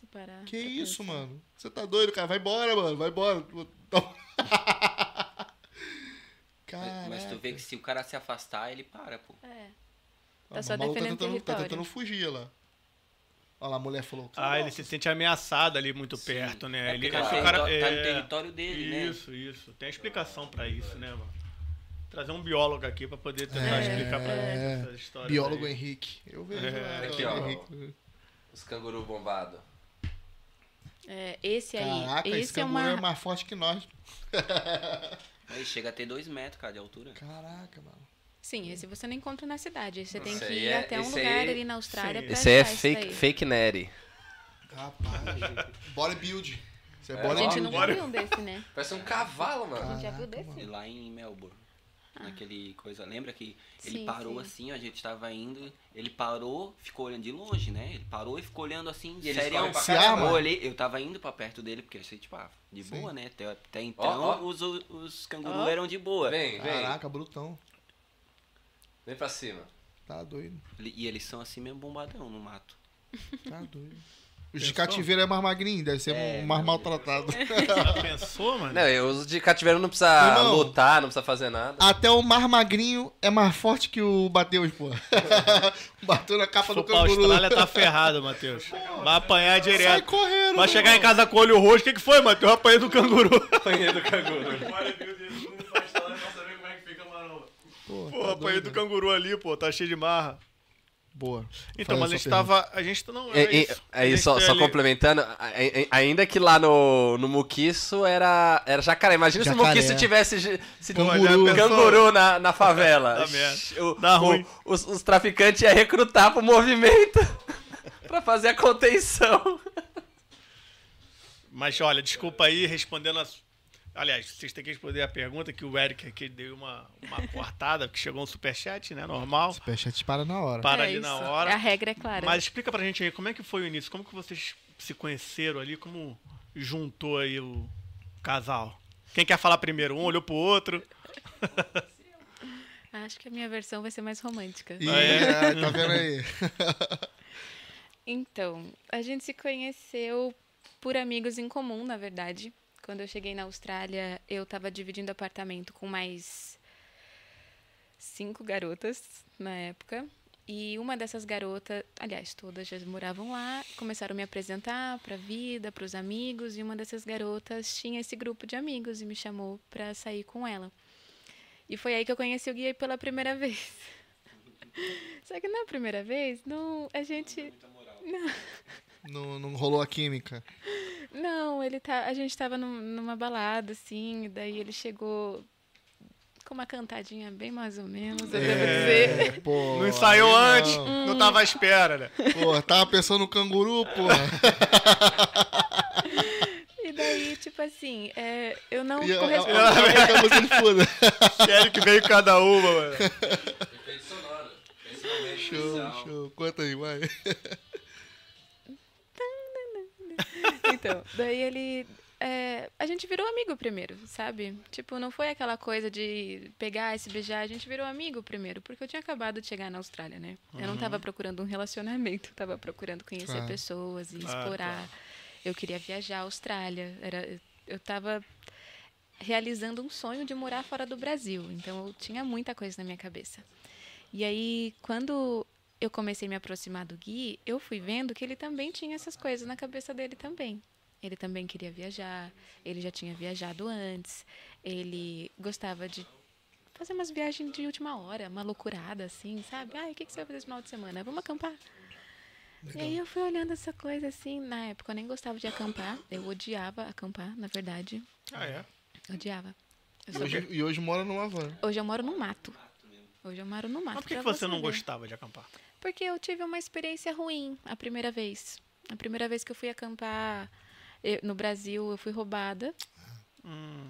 D: Se parar
A: Que
D: pra
A: isso,
D: pensar.
A: mano? Você tá doido, cara? Vai embora, mano. Vai embora. Tá Caraca.
E: Mas- Mas tu vê que se o cara se afastar, ele para, pô.
D: É.
A: Ah,
D: tá
A: mas
D: só
A: o maluco
D: defendendo
A: tentando, Tá
D: território.
A: tentando fugir lá. Olha lá, a mulher falou.
B: Ah, ele
A: "Nossa,
B: se sente ameaçado ali muito
E: Sim.
B: perto, né?
E: É
B: ele,
E: porque tá,
B: o
E: no
B: cara-
E: território- tá no
B: é,
E: território dele, né?
B: Isso, isso. Tem explicação pra isso, né, mano? Trazer um biólogo aqui pra poder tentar
A: É.
B: explicar pra gente
A: É.
B: essas histórias.
A: Biólogo
B: aí.
A: Henrique. Eu vejo.
B: É,
A: lá,
C: aqui,
A: o
C: ó.
A: Henrique.
C: Os canguru bombado.
D: É, esse aí.
A: Caraca, esse,
D: esse é
A: canguru
D: uma.
A: é mais forte que nós.
E: Aí chega a ter dois metros, cara, de altura.
A: Caraca, mano.
D: Sim, esse você não encontra na cidade. Esse Você tem
C: Esse
D: que
C: aí
D: ir
C: é-
D: até um
C: esse
D: lugar
C: aí-
D: ali na Austrália
B: Sim.
D: pra
C: Esse aí é
D: achar esse
C: fake,
D: daí.
C: fake Nery.
A: Rapaz.
B: <laughs>
A: bodybuild. Você é
C: É,
D: A gente
A: bodybuild.
D: nunca viu um desse, né?
C: Parece um cavalo,
D: A
C: mano.
D: gente já viu
A: Caraca,
D: desse.
E: E lá em Melbourne. Naquele coisa. Lembra que ele
D: Ah. Sim,
E: parou
D: sim.
E: assim, a gente tava indo, ele parou, ficou olhando de longe, né? Ele parou e ficou olhando assim,
C: E eles
E: serião.
C: correm pra
A: Se
C: caramba.
E: Eu
A: arma.
E: olhei, eu tava indo pra perto dele, porque eu achei, tipo, ah, de
A: Sim.
E: boa, né? Até, até então,
C: Ó, ó.
E: os, os cangurus
D: Ó.
E: eram de boa.
C: Vem, vem.
A: Caraca, brutão.
C: Vem pra cima.
A: Tá doido.
E: Ele- E eles são assim mesmo bombadão no mato.
A: Tá doido. Os de cativeiro é mais magrinho, deve ser um
E: É,
A: mais
E: meu
B: <laughs>
A: maltratado.
B: Já pensou, mano?
C: Não, eu uso de cativeiro não precisa
A: Irmão.
C: lutar, não precisa fazer nada.
A: Até o mais magrinho é mais forte que o Bateus,
B: <laughs>
A: pô. Bateu na
B: Se
A: capa
B: for
A: do
B: pra
A: canguru.
B: Austrália, tá ferrado, Matheus. Vai apanhar
A: Sai
B: direto.
A: correndo.
B: Vai chegar em casa com o olho roxo. O que, que foi, Matheus? Eu apanhei do canguru.
C: Apanhei do canguru.
A: Pô, tá
B: Porra, apanhei do
A: doido.
B: canguru ali, pô. Tá cheio de marra.
A: Boa.
B: Então,
A: Faz
B: mas a
A: essa
B: gente
A: pergunta.
B: tava. A gente não. É,
C: É,
B: isso. A
C: é
B: gente
C: isso, só,
B: tá
C: só
B: ali.
C: complementando, a- a- ainda que lá no, no Muquiço era, era jacaré. Imagina se o
A: Jacaré. é.
C: Muquiço tivesse ge- se-
A: Canguru.
C: canguru na, na favela.
B: <laughs> Dá merda.
C: O-
B: Dá
C: o-
B: ruim.
C: os, os traficantes iam recrutar pro movimento <laughs> pra fazer a contenção.
B: Mas olha, desculpa aí, respondendo a. su- Aliás, vocês têm que responder a pergunta que o Eric aqui deu uma, uma cortada, porque chegou um superchat, né? Normal.
A: Superchat para na hora.
B: Para
D: É
B: ali na
D: isso.
B: hora.
D: A regra é clara.
B: Mas explica pra gente aí, como é que foi o início? Como que vocês se conheceram ali? Como juntou aí o casal? Quem quer falar primeiro? Um olhou pro outro.
D: Acho que a minha versão vai ser mais romântica.
A: Ih,
B: Ah, é?
A: é, tá vendo aí?
D: Então, a gente se conheceu por amigos em comum, na verdade. Quando eu cheguei na Austrália, eu tava dividindo apartamento com mais cinco garotas na época. E uma dessas garotas, aliás, todas já moravam lá, começaram a me apresentar pra vida, pros amigos, e uma dessas garotas tinha esse grupo de amigos e me chamou pra sair com ela. E foi aí que eu conheci o Gui pela primeira <laughs> vez. Só que na primeira vez, não, a gente
A: Não, não rolou a química.
D: Não, ele tá, a gente tava num- numa balada, assim, e daí ele chegou com uma cantadinha bem mais ou menos, eu devo dizer.
A: É, pô.
B: não ensaiou
A: aí
B: antes,
A: não.
B: não tava à espera, né?
A: Pô, tava pensando no canguru, pô.
D: E daí, tipo assim, é, eu não
A: E eu- eu-
D: correspondi.
A: eu- eu- eu- você me foda.
B: Eric veio cada uma, mano.
A: Show, show. Conta aí, vai.
D: Então, daí ele. é, a gente virou amigo primeiro, sabe? Tipo, não foi aquela coisa de pegar e se beijar, a gente virou amigo primeiro, porque eu tinha acabado de chegar na Austrália, né? Eu não tava procurando um relacionamento, eu tava procurando conhecer
A: Uhum. Claro.
D: pessoas e
B: Claro,
D: explorar. Eu queria viajar à Austrália, era, eu tava realizando um sonho de morar fora do Brasil, então eu tinha muita coisa na minha cabeça. E aí, quando eu comecei a me aproximar do Gui, eu fui vendo que ele também tinha essas coisas na cabeça dele também. Ele também queria viajar, ele já tinha viajado antes, ele gostava de fazer umas viagens de última hora, uma loucurada assim, sabe? Ai, o que, que você vai fazer esse final de semana? Vamos acampar. E aí eu fui olhando essa coisa assim, na época eu nem gostava de acampar, eu odiava acampar, na verdade,
B: Ah, é?
D: odiava. Eu
A: E
D: sou-
A: hoje, e hoje mora numa van.
D: Hoje eu moro no mato. Hoje eu moro no mato.
B: Mas por que,
D: pra né?
B: que você não
D: ver.
B: gostava de acampar?
D: Porque eu tive uma experiência ruim a primeira vez. A primeira vez que eu fui acampar eu- no Brasil, eu fui roubada
B: Hum,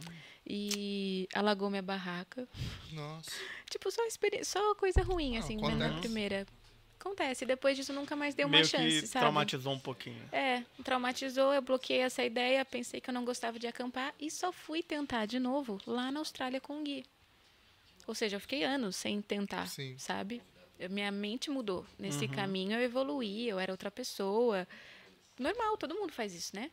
D: e alagou minha barraca.
A: Nossa.
D: Tipo, só, experi- só coisa ruim,
A: Ah,
D: assim,
A: acontece.
D: na primeira. Acontece. E depois disso nunca mais deu uma
B: meio
D: chance,
B: que
D: sabe?
B: traumatizou um
D: <laughs>
B: pouquinho.
D: É, traumatizou, eu bloqueei essa ideia, pensei que eu não gostava de acampar e só fui tentar de novo lá na Austrália com o Gui. Ou seja, eu fiquei anos sem tentar,
A: Sim. Uhum.
D: sabe? Eu- minha mente mudou. Nesse caminho eu evoluí, eu era outra pessoa. Normal, todo mundo faz isso, né?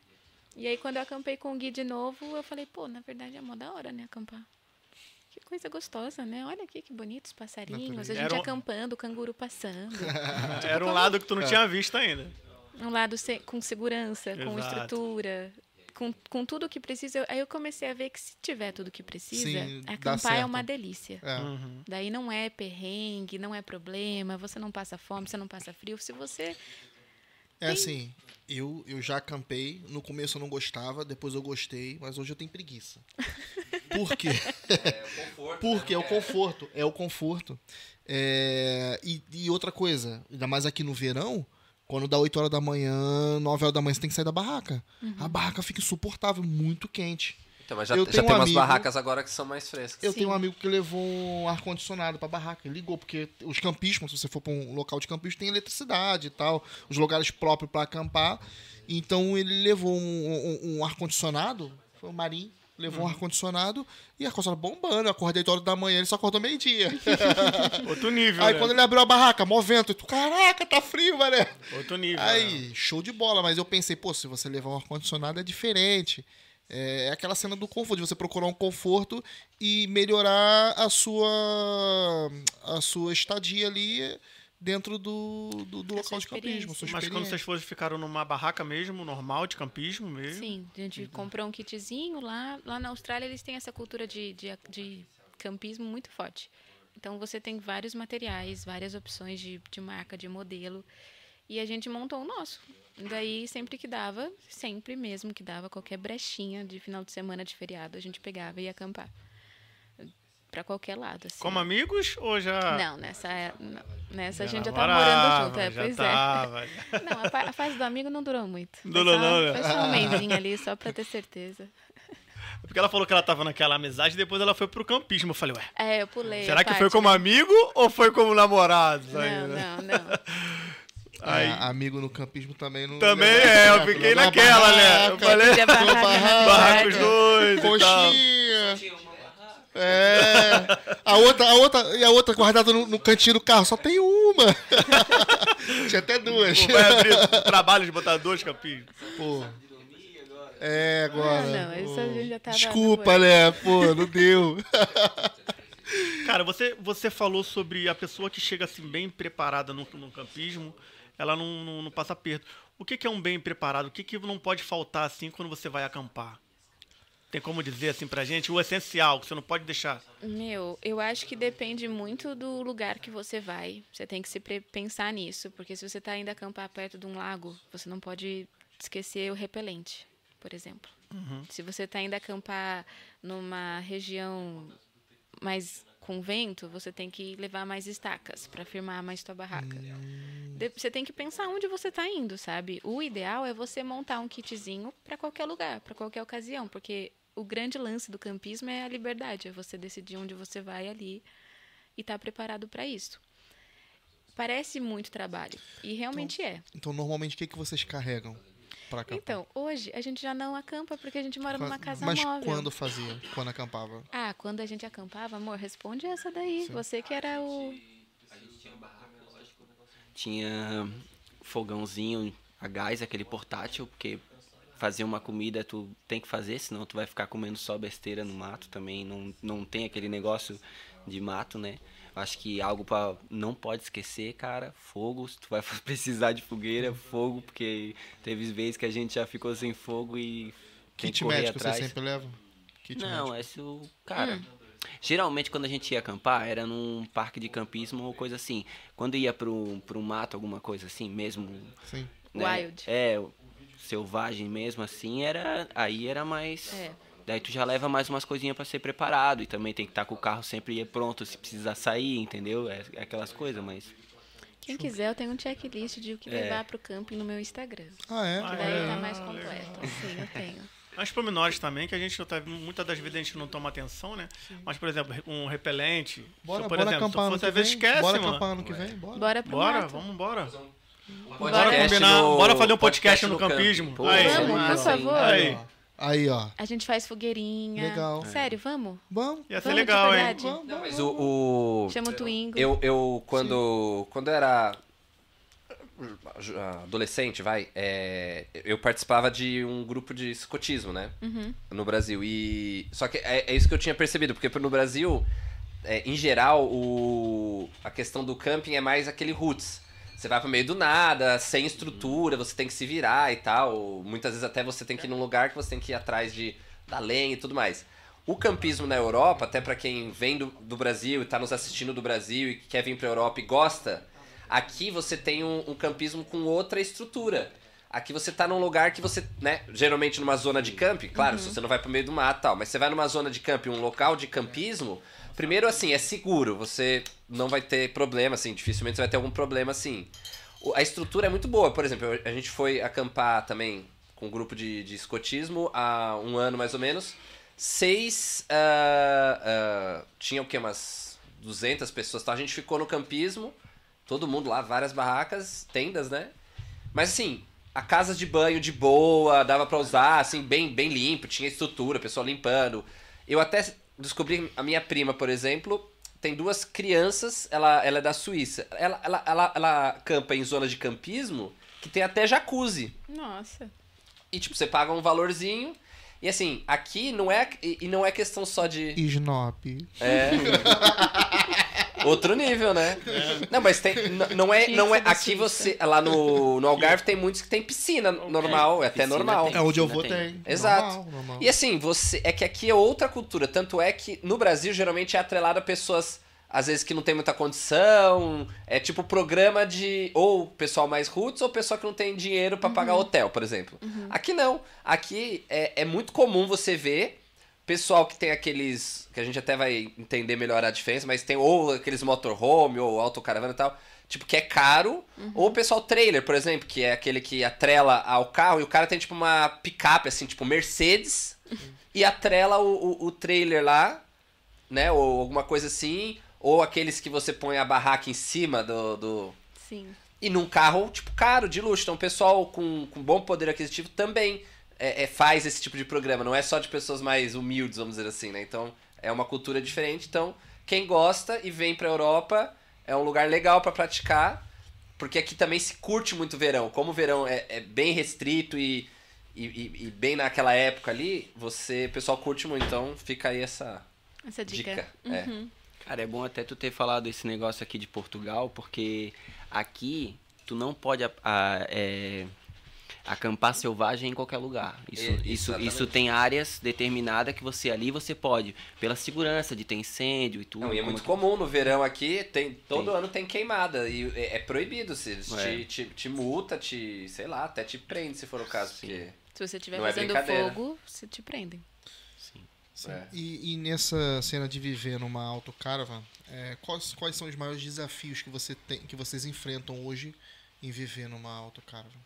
D: E aí quando eu acampei com o Gui de novo, eu falei, pô, na verdade é mó da hora, né, acampar. Que coisa gostosa, né? Olha aqui que bonitos passarinhos,
A: Natureza.
D: a gente
B: Era um-
D: acampando, o canguru passando. Tipo,
B: Era um lado que tu não
A: É.
B: tinha visto
A: <laughs>
B: ainda.
D: um lado se- com segurança, com
B: Exato.
D: estrutura, com, com tudo o que precisa. Eu- Aí eu comecei a ver que se tiver tudo o que precisa,
A: Sim, dá
D: acampar é
A: certo.
D: uma delícia.
A: É.
D: Daí não é perrengue, não é problema, você não passa fome, você não passa frio. Se você
A: É assim, eu, eu já acampei, no começo eu não gostava, depois eu gostei, mas hoje eu tenho preguiça. Por quê?
C: É, o
A: <laughs>
C: conforto.
A: Porque
C: né?
A: é o conforto, é o conforto. É, e, e outra coisa, ainda mais aqui no verão, quando dá 8 horas da manhã, 9 horas da manhã, você tem que sair da barraca.
C: Uhum.
A: A barraca fica insuportável, muito quente.
C: Então, mas já,
A: Eu
C: já
A: tenho
C: tem
A: um
C: umas
A: amigo-
C: barracas agora que são mais frescas.
A: Eu
D: Sim.
A: tenho um amigo que levou um ar-condicionado pra barraca, ele ligou, porque os campismos, se você for pra um local de campismo, tem eletricidade e tal, os lugares próprios pra acampar. Então ele levou um, um- um ar-condicionado, foi o Marim, levou um ar-condicionado e a condicionado bombando. Eu acordei 8 horas da manhã, ele só acordou meio-dia.
B: Outro nível,
A: Aí
B: né?
A: quando ele abriu a barraca, mó vento, tu, caraca, tá frio, mané.
B: Outro nível. né?
A: Aí, show de bola, mas eu pensei, pô, se você levar um ar-condicionado é diferente. É é aquela cena do conforto, de você procurar um conforto e melhorar a sua, a sua estadia ali dentro do, do, do
D: A
A: local
D: sua
A: de campismo. Sua
B: Mas quando vocês
A: experiência.
B: foram, ficaram numa barraca mesmo, normal, de campismo mesmo?
D: Sim, a
B: Uhum.
D: gente comprou um kitzinho lá. Lá na Austrália eles têm essa cultura de, de, de campismo muito forte. Então você tem vários materiais, várias opções de, de marca, de modelo. E a gente montou o nosso. Daí, sempre que dava, sempre mesmo que dava, qualquer brechinha de final de semana, de feriado, a gente pegava e ia acampar. Pra qualquer lado. Assim.
B: Como amigos ou já.
D: Não, nessa, nessa a gente já tava morando
B: namorava,
D: junto. É,
B: já tá
D: pois é.
B: tava.
D: Não, a, pa- a fase do amigo não durou muito. Foi
B: Durou
D: só-
B: não, né?
D: Foi só um mêsinho ali, só pra ter certeza.
B: <laughs> Porque ela falou que ela tava naquela amizade e depois ela foi pro campismo. Eu falei, ué,
D: É, eu pulei.
B: será
D: a
B: que
D: parte,
B: foi como
D: né?
B: amigo ou foi como namorado?
D: Não,
B: Aí, né?
D: não, não.
B: Aí-
A: É, amigo no campismo também não.
B: Também
A: leva
B: é, eu
A: tempo,
B: fiquei
A: leva uma
B: naquela, né? Eu
A: barraca,
B: falei,
D: Dividir a barraca
A: barraca.
D: na
B: Barraca os
D: barraca.
B: dois. e tal.
A: Coxinha. É. A outra, a outra, e a outra guardada no, no cantinho do carro, só tem
B: <laughs>
A: uma. Tinha até duas.
B: Pô, Vai abrir trabalho de botar dois campismo.
A: Pô. É, agora.
D: Ah, não, isso a gente já tava
A: Desculpa, né? Pô, não deu.
B: Cara, você, você falou sobre a pessoa que chega assim bem preparada no, no campismo, ela não, não, não passa perto. O que, que é um bem preparado? O que, que não pode faltar assim quando você vai acampar? Tem como dizer assim pra gente? O essencial, que você não pode deixar.
D: Meu, eu acho que depende muito do lugar que você vai. Você tem que se pre- pensar nisso, porque se você tá indo acampar perto de um lago, você não pode esquecer o repelente, por exemplo.
B: Uhum.
D: Se você tá indo acampar numa região mais com vento, você tem que levar mais estacas para firmar mais tua barraca. De- Você tem que pensar onde você está indo, sabe? O ideal é você montar um kitzinho para qualquer lugar, para qualquer ocasião, porque o grande lance do campismo é a liberdade, é você decidir onde você vai ali e estar preparado para isso. Parece muito trabalho e realmente é.
A: Então, normalmente, o que, que vocês carregam pra acampar?
D: Então, hoje a gente já não acampa porque a gente mora numa casa
A: Mas
D: móvel.
A: quando fazia? Quando acampava?
D: Ah, quando a gente acampava, amor, responde essa daí. Você que era o
E: Tinha fogãozinho a gás, aquele portátil, porque fazer uma comida tu tem que fazer, senão tu vai ficar comendo só besteira no mato também. Não, não tem aquele negócio de mato, né? Acho que algo pra não pode esquecer, cara, fogo. Se tu vai <laughs> precisar de fogueira, fogo, porque teve vezes que a gente já ficou sem fogo e. tem que
A: Kit
E: correr
A: médico
E: atrás.
A: vocês sempre levam? Kit
E: Não, é se o. Cara.
D: Hum.
E: Geralmente quando a gente ia acampar era num parque de campismo ou coisa assim. Quando ia pro, pro mato, alguma coisa assim, mesmo.
B: é.
A: Sim.
E: né,
D: Wild.
E: É, selvagem mesmo assim, era. Aí era mais.
D: É.
E: Daí tu já leva mais umas coisinhas pra ser preparado e também tem que estar com o carro sempre pronto se precisar sair, entendeu? É, é aquelas coisas, mas.
D: Quem quiser, eu tenho um checklist de o que
E: É.
D: levar pro camping no meu Instagram.
A: Ah, é?
B: Ah,
D: Daí tá
B: é.
D: mais completo. Sim, eu tenho.
B: Mas pormenores também, que a gente não tá. Muitas das vezes a gente não toma atenção, né? Mas, por exemplo, um repelente. se,
A: Bora,
B: por
A: bora
B: exemplo,
A: acampar
B: se
A: ano
B: fosse
A: que
B: às
A: vem.
B: vezes esquece,
A: bora
B: mano.
A: acampar ano que vem? Bora.
D: Bora pro
B: Bora,
D: mato.
B: vamos embora.
C: Um
B: Bora
C: podcast
B: combinar,
C: no-
B: bora fazer um podcast, no campismo.
E: Pô,
B: Aí,
D: Vamos,
E: massa,
D: por favor.
B: aí.
A: Aí, ó.
D: A gente faz fogueirinha.
A: Legal.
D: Sério, vamos?
A: Vamos.
B: Ia ser
D: Vamos de
B: legal, hein?
D: verdade.
A: Vamos,
C: Não,
A: vamos.
C: mas o- o...
D: Chama o Twingo.
C: Eu, eu quando, quando eu era ju- adolescente, vai, é, eu participava de um grupo de escotismo, né? No Brasil. E só que é, é isso que eu tinha percebido, porque no Brasil, é, em geral, o, a questão do camping é mais aquele roots. Você vai pro meio do nada, sem estrutura, você tem que se virar e tal. Muitas vezes até você tem que ir num lugar que você tem que ir atrás de, da lenha e tudo mais. O campismo na Europa, até pra quem vem do, do Brasil e tá nos assistindo do Brasil e quer vir pra Europa e gosta, Aqui você tem um, um campismo com outra estrutura. Aqui você tá num lugar que você, né, geralmente numa zona de camp, claro, se você não vai pro meio do mato e tal, mas você vai numa zona de camp, um local de campismo, primeiro assim, é seguro, você não vai ter problema, assim, dificilmente você vai ter algum problema, assim. O- A estrutura é muito boa, por exemplo, eu- a gente foi acampar também com um grupo de, de escotismo há um ano mais ou menos, seis, ah, ah, tinha o que, umas 200 pessoas, então a gente ficou no campismo, todo mundo lá, várias barracas, tendas, né? Mas assim, a casa de banho de boa, dava pra usar, assim, bem, bem limpo, tinha estrutura, pessoal limpando. Eu até descobri, a minha prima, por exemplo, tem duas crianças, ela, ela é da Suíça. Ela, ela, ela, ela campa em zona de campismo que tem até jacuzzi.
D: Nossa.
C: E tipo, você paga um valorzinho. E assim, aqui não é. E e não é questão só de. é,
A: Snob.
E: <laughs>
C: Outro nível, né?
E: É.
C: Não, mas tem. n- Não é.
D: Isso
C: Não é
D: da
C: aqui
D: Suíça.
C: você. Lá no, no Algarve tem muitos que tem piscina normal, é até
E: piscina
C: normal.
E: tem.
A: É onde eu
E: Ainda
A: vou,
E: tem.
A: tem.
C: Exato.
A: Normal, normal.
C: E assim, você é que aqui é outra cultura, tanto é que no Brasil geralmente é atrelado a pessoas às vezes que não tem muita condição, é tipo programa de ou pessoal mais roots ou pessoal que não tem dinheiro pra pagar hotel, por exemplo. Aqui não, aqui é, é muito comum você ver pessoal que tem aqueles que a gente até vai entender melhor a diferença, mas tem ou aqueles motorhome ou autocaravana e tal, tipo que é caro, ou o pessoal trailer, por exemplo, que é aquele que atrela ao carro e o cara tem tipo uma picape assim, tipo Mercedes, e atrela o, o, o trailer lá, né? Ou alguma coisa assim. Ou aqueles que você põe a barraca em cima do. do...
D: Sim.
C: E num carro, tipo, caro, de luxo. Então, o pessoal com, com bom poder aquisitivo também é, é, faz esse tipo de programa. Não é só de pessoas mais humildes, vamos dizer assim, né? Então, é uma cultura diferente. Então, quem gosta e vem pra Europa, é um lugar legal pra praticar. Porque aqui também se curte muito o verão. Como o verão é, é bem restrito e, e, e- e bem naquela época ali, você, o pessoal curte muito. Então, fica aí essa
D: Essa dica. Uhum.
C: dica. É.
E: Cara, é bom até tu ter falado esse negócio aqui de Portugal, porque aqui tu não pode a- a- é, acampar selvagem em qualquer lugar. Isso,
C: E-
E: isso,
C: É, exatamente.
E: isso tem áreas determinadas que você ali você pode, pela segurança de ter incêndio e tudo.
C: Não, e é
E: como
C: muito
E: tu-
C: comum no verão aqui, tem, todo
E: Tem.
C: ano tem queimada. E é, é proibido, se eles
E: É.
C: te, te, te multa, te. sei lá, até te prende se for o caso. Porque,
D: Se você estiver
C: Não é
D: fazendo
C: brincadeira.
D: fogo, você te prendem.
A: Sim.
C: É.
A: E, e nessa cena de viver numa autocaravan, é, quais, quais são os maiores desafios que, você tem, que vocês enfrentam hoje em viver numa autocaravan?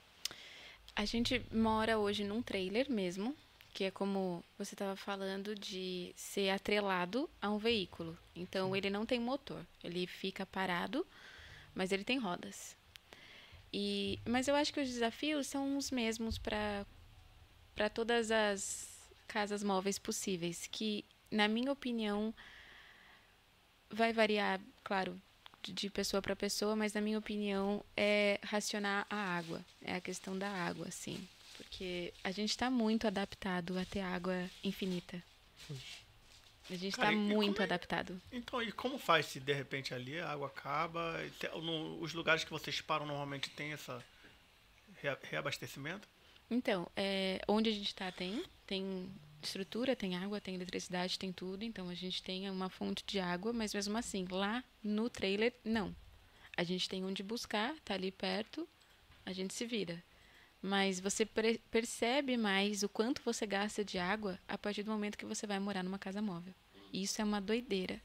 D: A gente mora hoje num trailer mesmo, que é como você estava falando de ser atrelado a um veículo. Então ele não tem motor, ele fica parado, mas ele tem rodas. E mas eu acho que os desafios são os mesmos para para todas as casas móveis possíveis, que na minha opinião vai variar, claro, de- de pessoa para pessoa, mas na minha opinião é racionar a água. É a questão da água, sim. Porque a gente está muito adaptado a ter água infinita. A gente está
B: Cara, e- e
D: muito
B: como é-
D: adaptado.
B: Então, e como faz se de repente ali a água acaba? E te- no- os lugares que vocês param normalmente tem essa rea- reabastecimento?
D: Então, é, onde a gente está tem, tem estrutura, tem água, tem eletricidade, tem tudo. Então a gente tem uma fonte de água, mas mesmo assim, lá no trailer, não. A gente tem onde buscar, tá ali perto, a gente se vira. Mas você pre- percebe mais o quanto você gasta de água a partir do momento que você vai morar numa casa móvel. E Isso é uma doideira.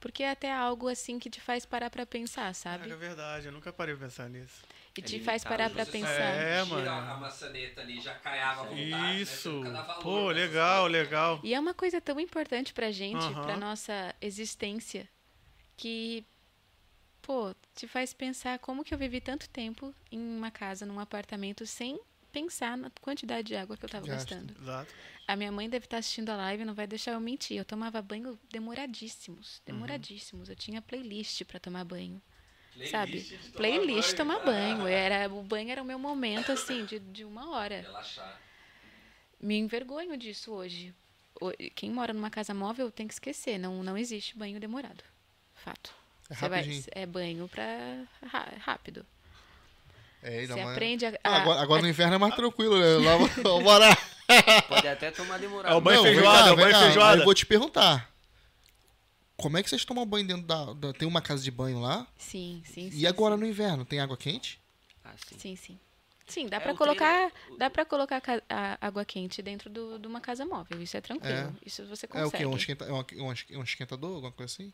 D: Porque é até algo assim que te faz parar pra pensar,
B: É,
D: sabe?
B: é verdade, eu nunca parei de pensar nisso.
D: E
E: É
D: te faz
E: limitado,
D: parar
E: às
D: pra
E: vezes.
D: pensar.
B: É,
C: Tira
B: mano.
C: a maçaneta ali, já caiava à vontade.
B: Isso.
C: Né? Você nunca dá valor
B: Pô,
C: nessas
B: legal,
C: coisas.
B: legal.
D: E é uma coisa tão importante pra gente,
B: Aham.
D: pra nossa existência, que, pô, te faz pensar como que eu vivi tanto tempo em uma casa, num apartamento, sem pensar na quantidade de água que eu tava
A: Gasto.
D: gastando.
B: Exato.
D: A minha mãe deve estar assistindo a live, não vai deixar eu mentir. Eu tomava banho
C: Uhum.
D: demoradíssimos, demoradíssimos. Eu tinha playlist pra tomar banho, sabe?
C: de tomar
D: playlist
C: banho. né?
D: tomar
C: <laughs>
D: banho. é. Era, o banho era o meu momento, assim, de, de uma hora
C: Relaxar.
D: me envergonho disso hoje. O- Quem mora numa casa móvel tem que esquecer, não, não existe banho demorado. Fato.
A: É
D: Você vai-
A: rapidinho.
D: é banho pra ra- rápido.
A: É, ainda
D: Você
A: mais-
D: aprende a,
A: Ah,
D: a-
A: agora, agora no inverno é mais tranquilo, né? <laughs> Lá, bora.
E: Pode até tomar demorado.
B: É o banho
A: Não,
B: feijoada,
A: vem cá,
B: banho
A: vem cá.
B: feijoada.
A: Aí eu vou te perguntar. Como é que vocês tomam banho dentro da, da- Tem uma casa de banho lá?
D: Sim, sim, sim.
A: E agora no inverno, tem água quente?
E: Ah, sim.
D: Sim, sim. Sim, dá
E: É,
D: pra
E: o
D: colocar,
E: treino-
D: dá para colocar ca- a água quente dentro do- de uma casa móvel. Isso é tranquilo.
A: É.
D: Isso você
A: É o quê?
D: consegue.
A: Um, esquenta, é um, um esque- um esquentador, alguma coisa assim?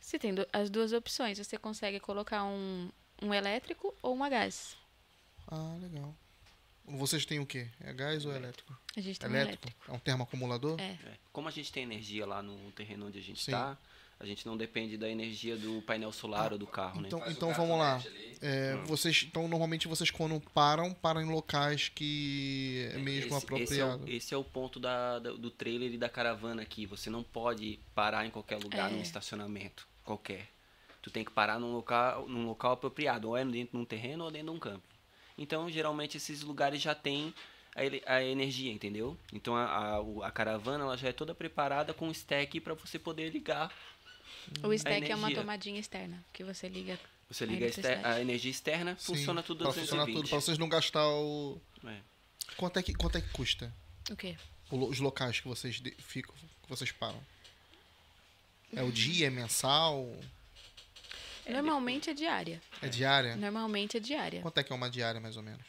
D: Você tem du- as duas opções. Você consegue colocar um, um elétrico ou um a gás.
A: Ah, legal. Vocês têm o quê? É gás ou elétrico?
D: A gente tem um
A: Elétrico? É
D: elétrico.
A: um termoacumulador?
D: É.
E: É. Como a gente tem energia lá no terreno onde a gente
A: Sim.
E: está, a gente não depende da energia do painel solar ou do carro, né?
A: Então,
C: Faz o
A: então
C: gato
A: vamos lá.
C: LED ali.
A: É, vocês, então, normalmente vocês quando param, param em locais que é mesmo
E: esse, esse é
A: apropriado.
E: o, esse é o ponto da- da- do trailer e da caravana aqui. Você não pode parar em qualquer lugar,
D: É.
E: num estacionamento qualquer. Tu tem que parar num local, num local apropriado, ou é dentro de um terreno ou dentro de um campo. Então, geralmente, esses lugares já têm a, ele- a energia, entendeu? Então, a, a- o- a caravana ela já é toda preparada com stack para você poder ligar.
D: O stack é uma
E: energia.
D: tomadinha externa que você liga.
E: Você
D: A
E: liga a, exter-
D: eletricidade.
E: a energia externa,
A: Sim,
E: funciona tudo
A: pra funcionar
E: 220.
A: tudo, pra vocês não gastar o.
E: É.
A: Quanto é que, quanto é que custa
D: O quê?
A: o lo- os locais que vocês de- ficam, que vocês param? É o dia, é mensal?
D: Normalmente é diária.
A: É diária?
D: Normalmente é diária.
A: Quanto é que é uma diária, mais ou menos?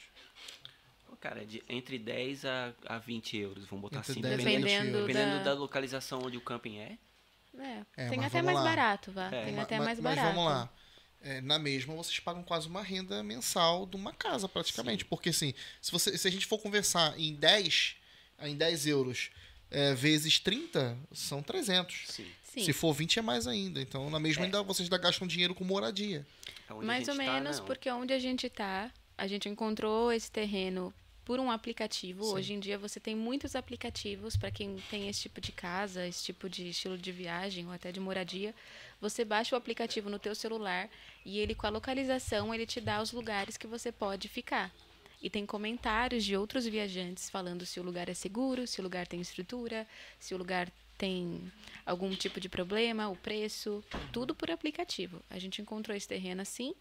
E: Pô, Cara, de, entre 10 a, a 20 euros, vamos botar
A: Entre
E: assim,
A: 10 e
E: dependendo,
A: 20
D: Dependendo,
A: euros.
E: dependendo da
D: da...
E: localização onde o camping é.
D: É,
A: É,
D: tem
A: mas
D: até
A: vamos
D: mais
A: lá.
D: barato, vá.
E: É,
D: tem
A: Ma-
D: até
A: ma-
D: mais
A: mas
D: barato.
A: vamos lá. É, na mesma, vocês pagam quase uma renda mensal de uma casa, praticamente. Porque, assim, se, você, se a gente for conversar em 10, em 10 euros é, vezes 30, são 300.
E: Sim.
D: Sim. É.
A: Se for 20, é mais ainda. Então, na mesma, ainda vocês ainda gastam dinheiro com moradia.
E: Onde a
D: Mais ou
E: gente tá,
D: menos,
E: não.
D: porque onde a gente tá, a gente encontrou esse terreno por um aplicativo.
A: Sim.
D: Hoje em dia você tem muitos aplicativos para quem tem esse tipo de casa, esse tipo de estilo de viagem ou até de moradia. Você baixa o aplicativo no teu celular e ele com a localização, ele te dá os lugares que você pode ficar. E tem comentários de outros viajantes falando se o lugar é seguro, se o lugar tem estrutura, se o lugar tem algum tipo de problema, o preço, tudo por aplicativo. A gente encontrou esse terreno assim,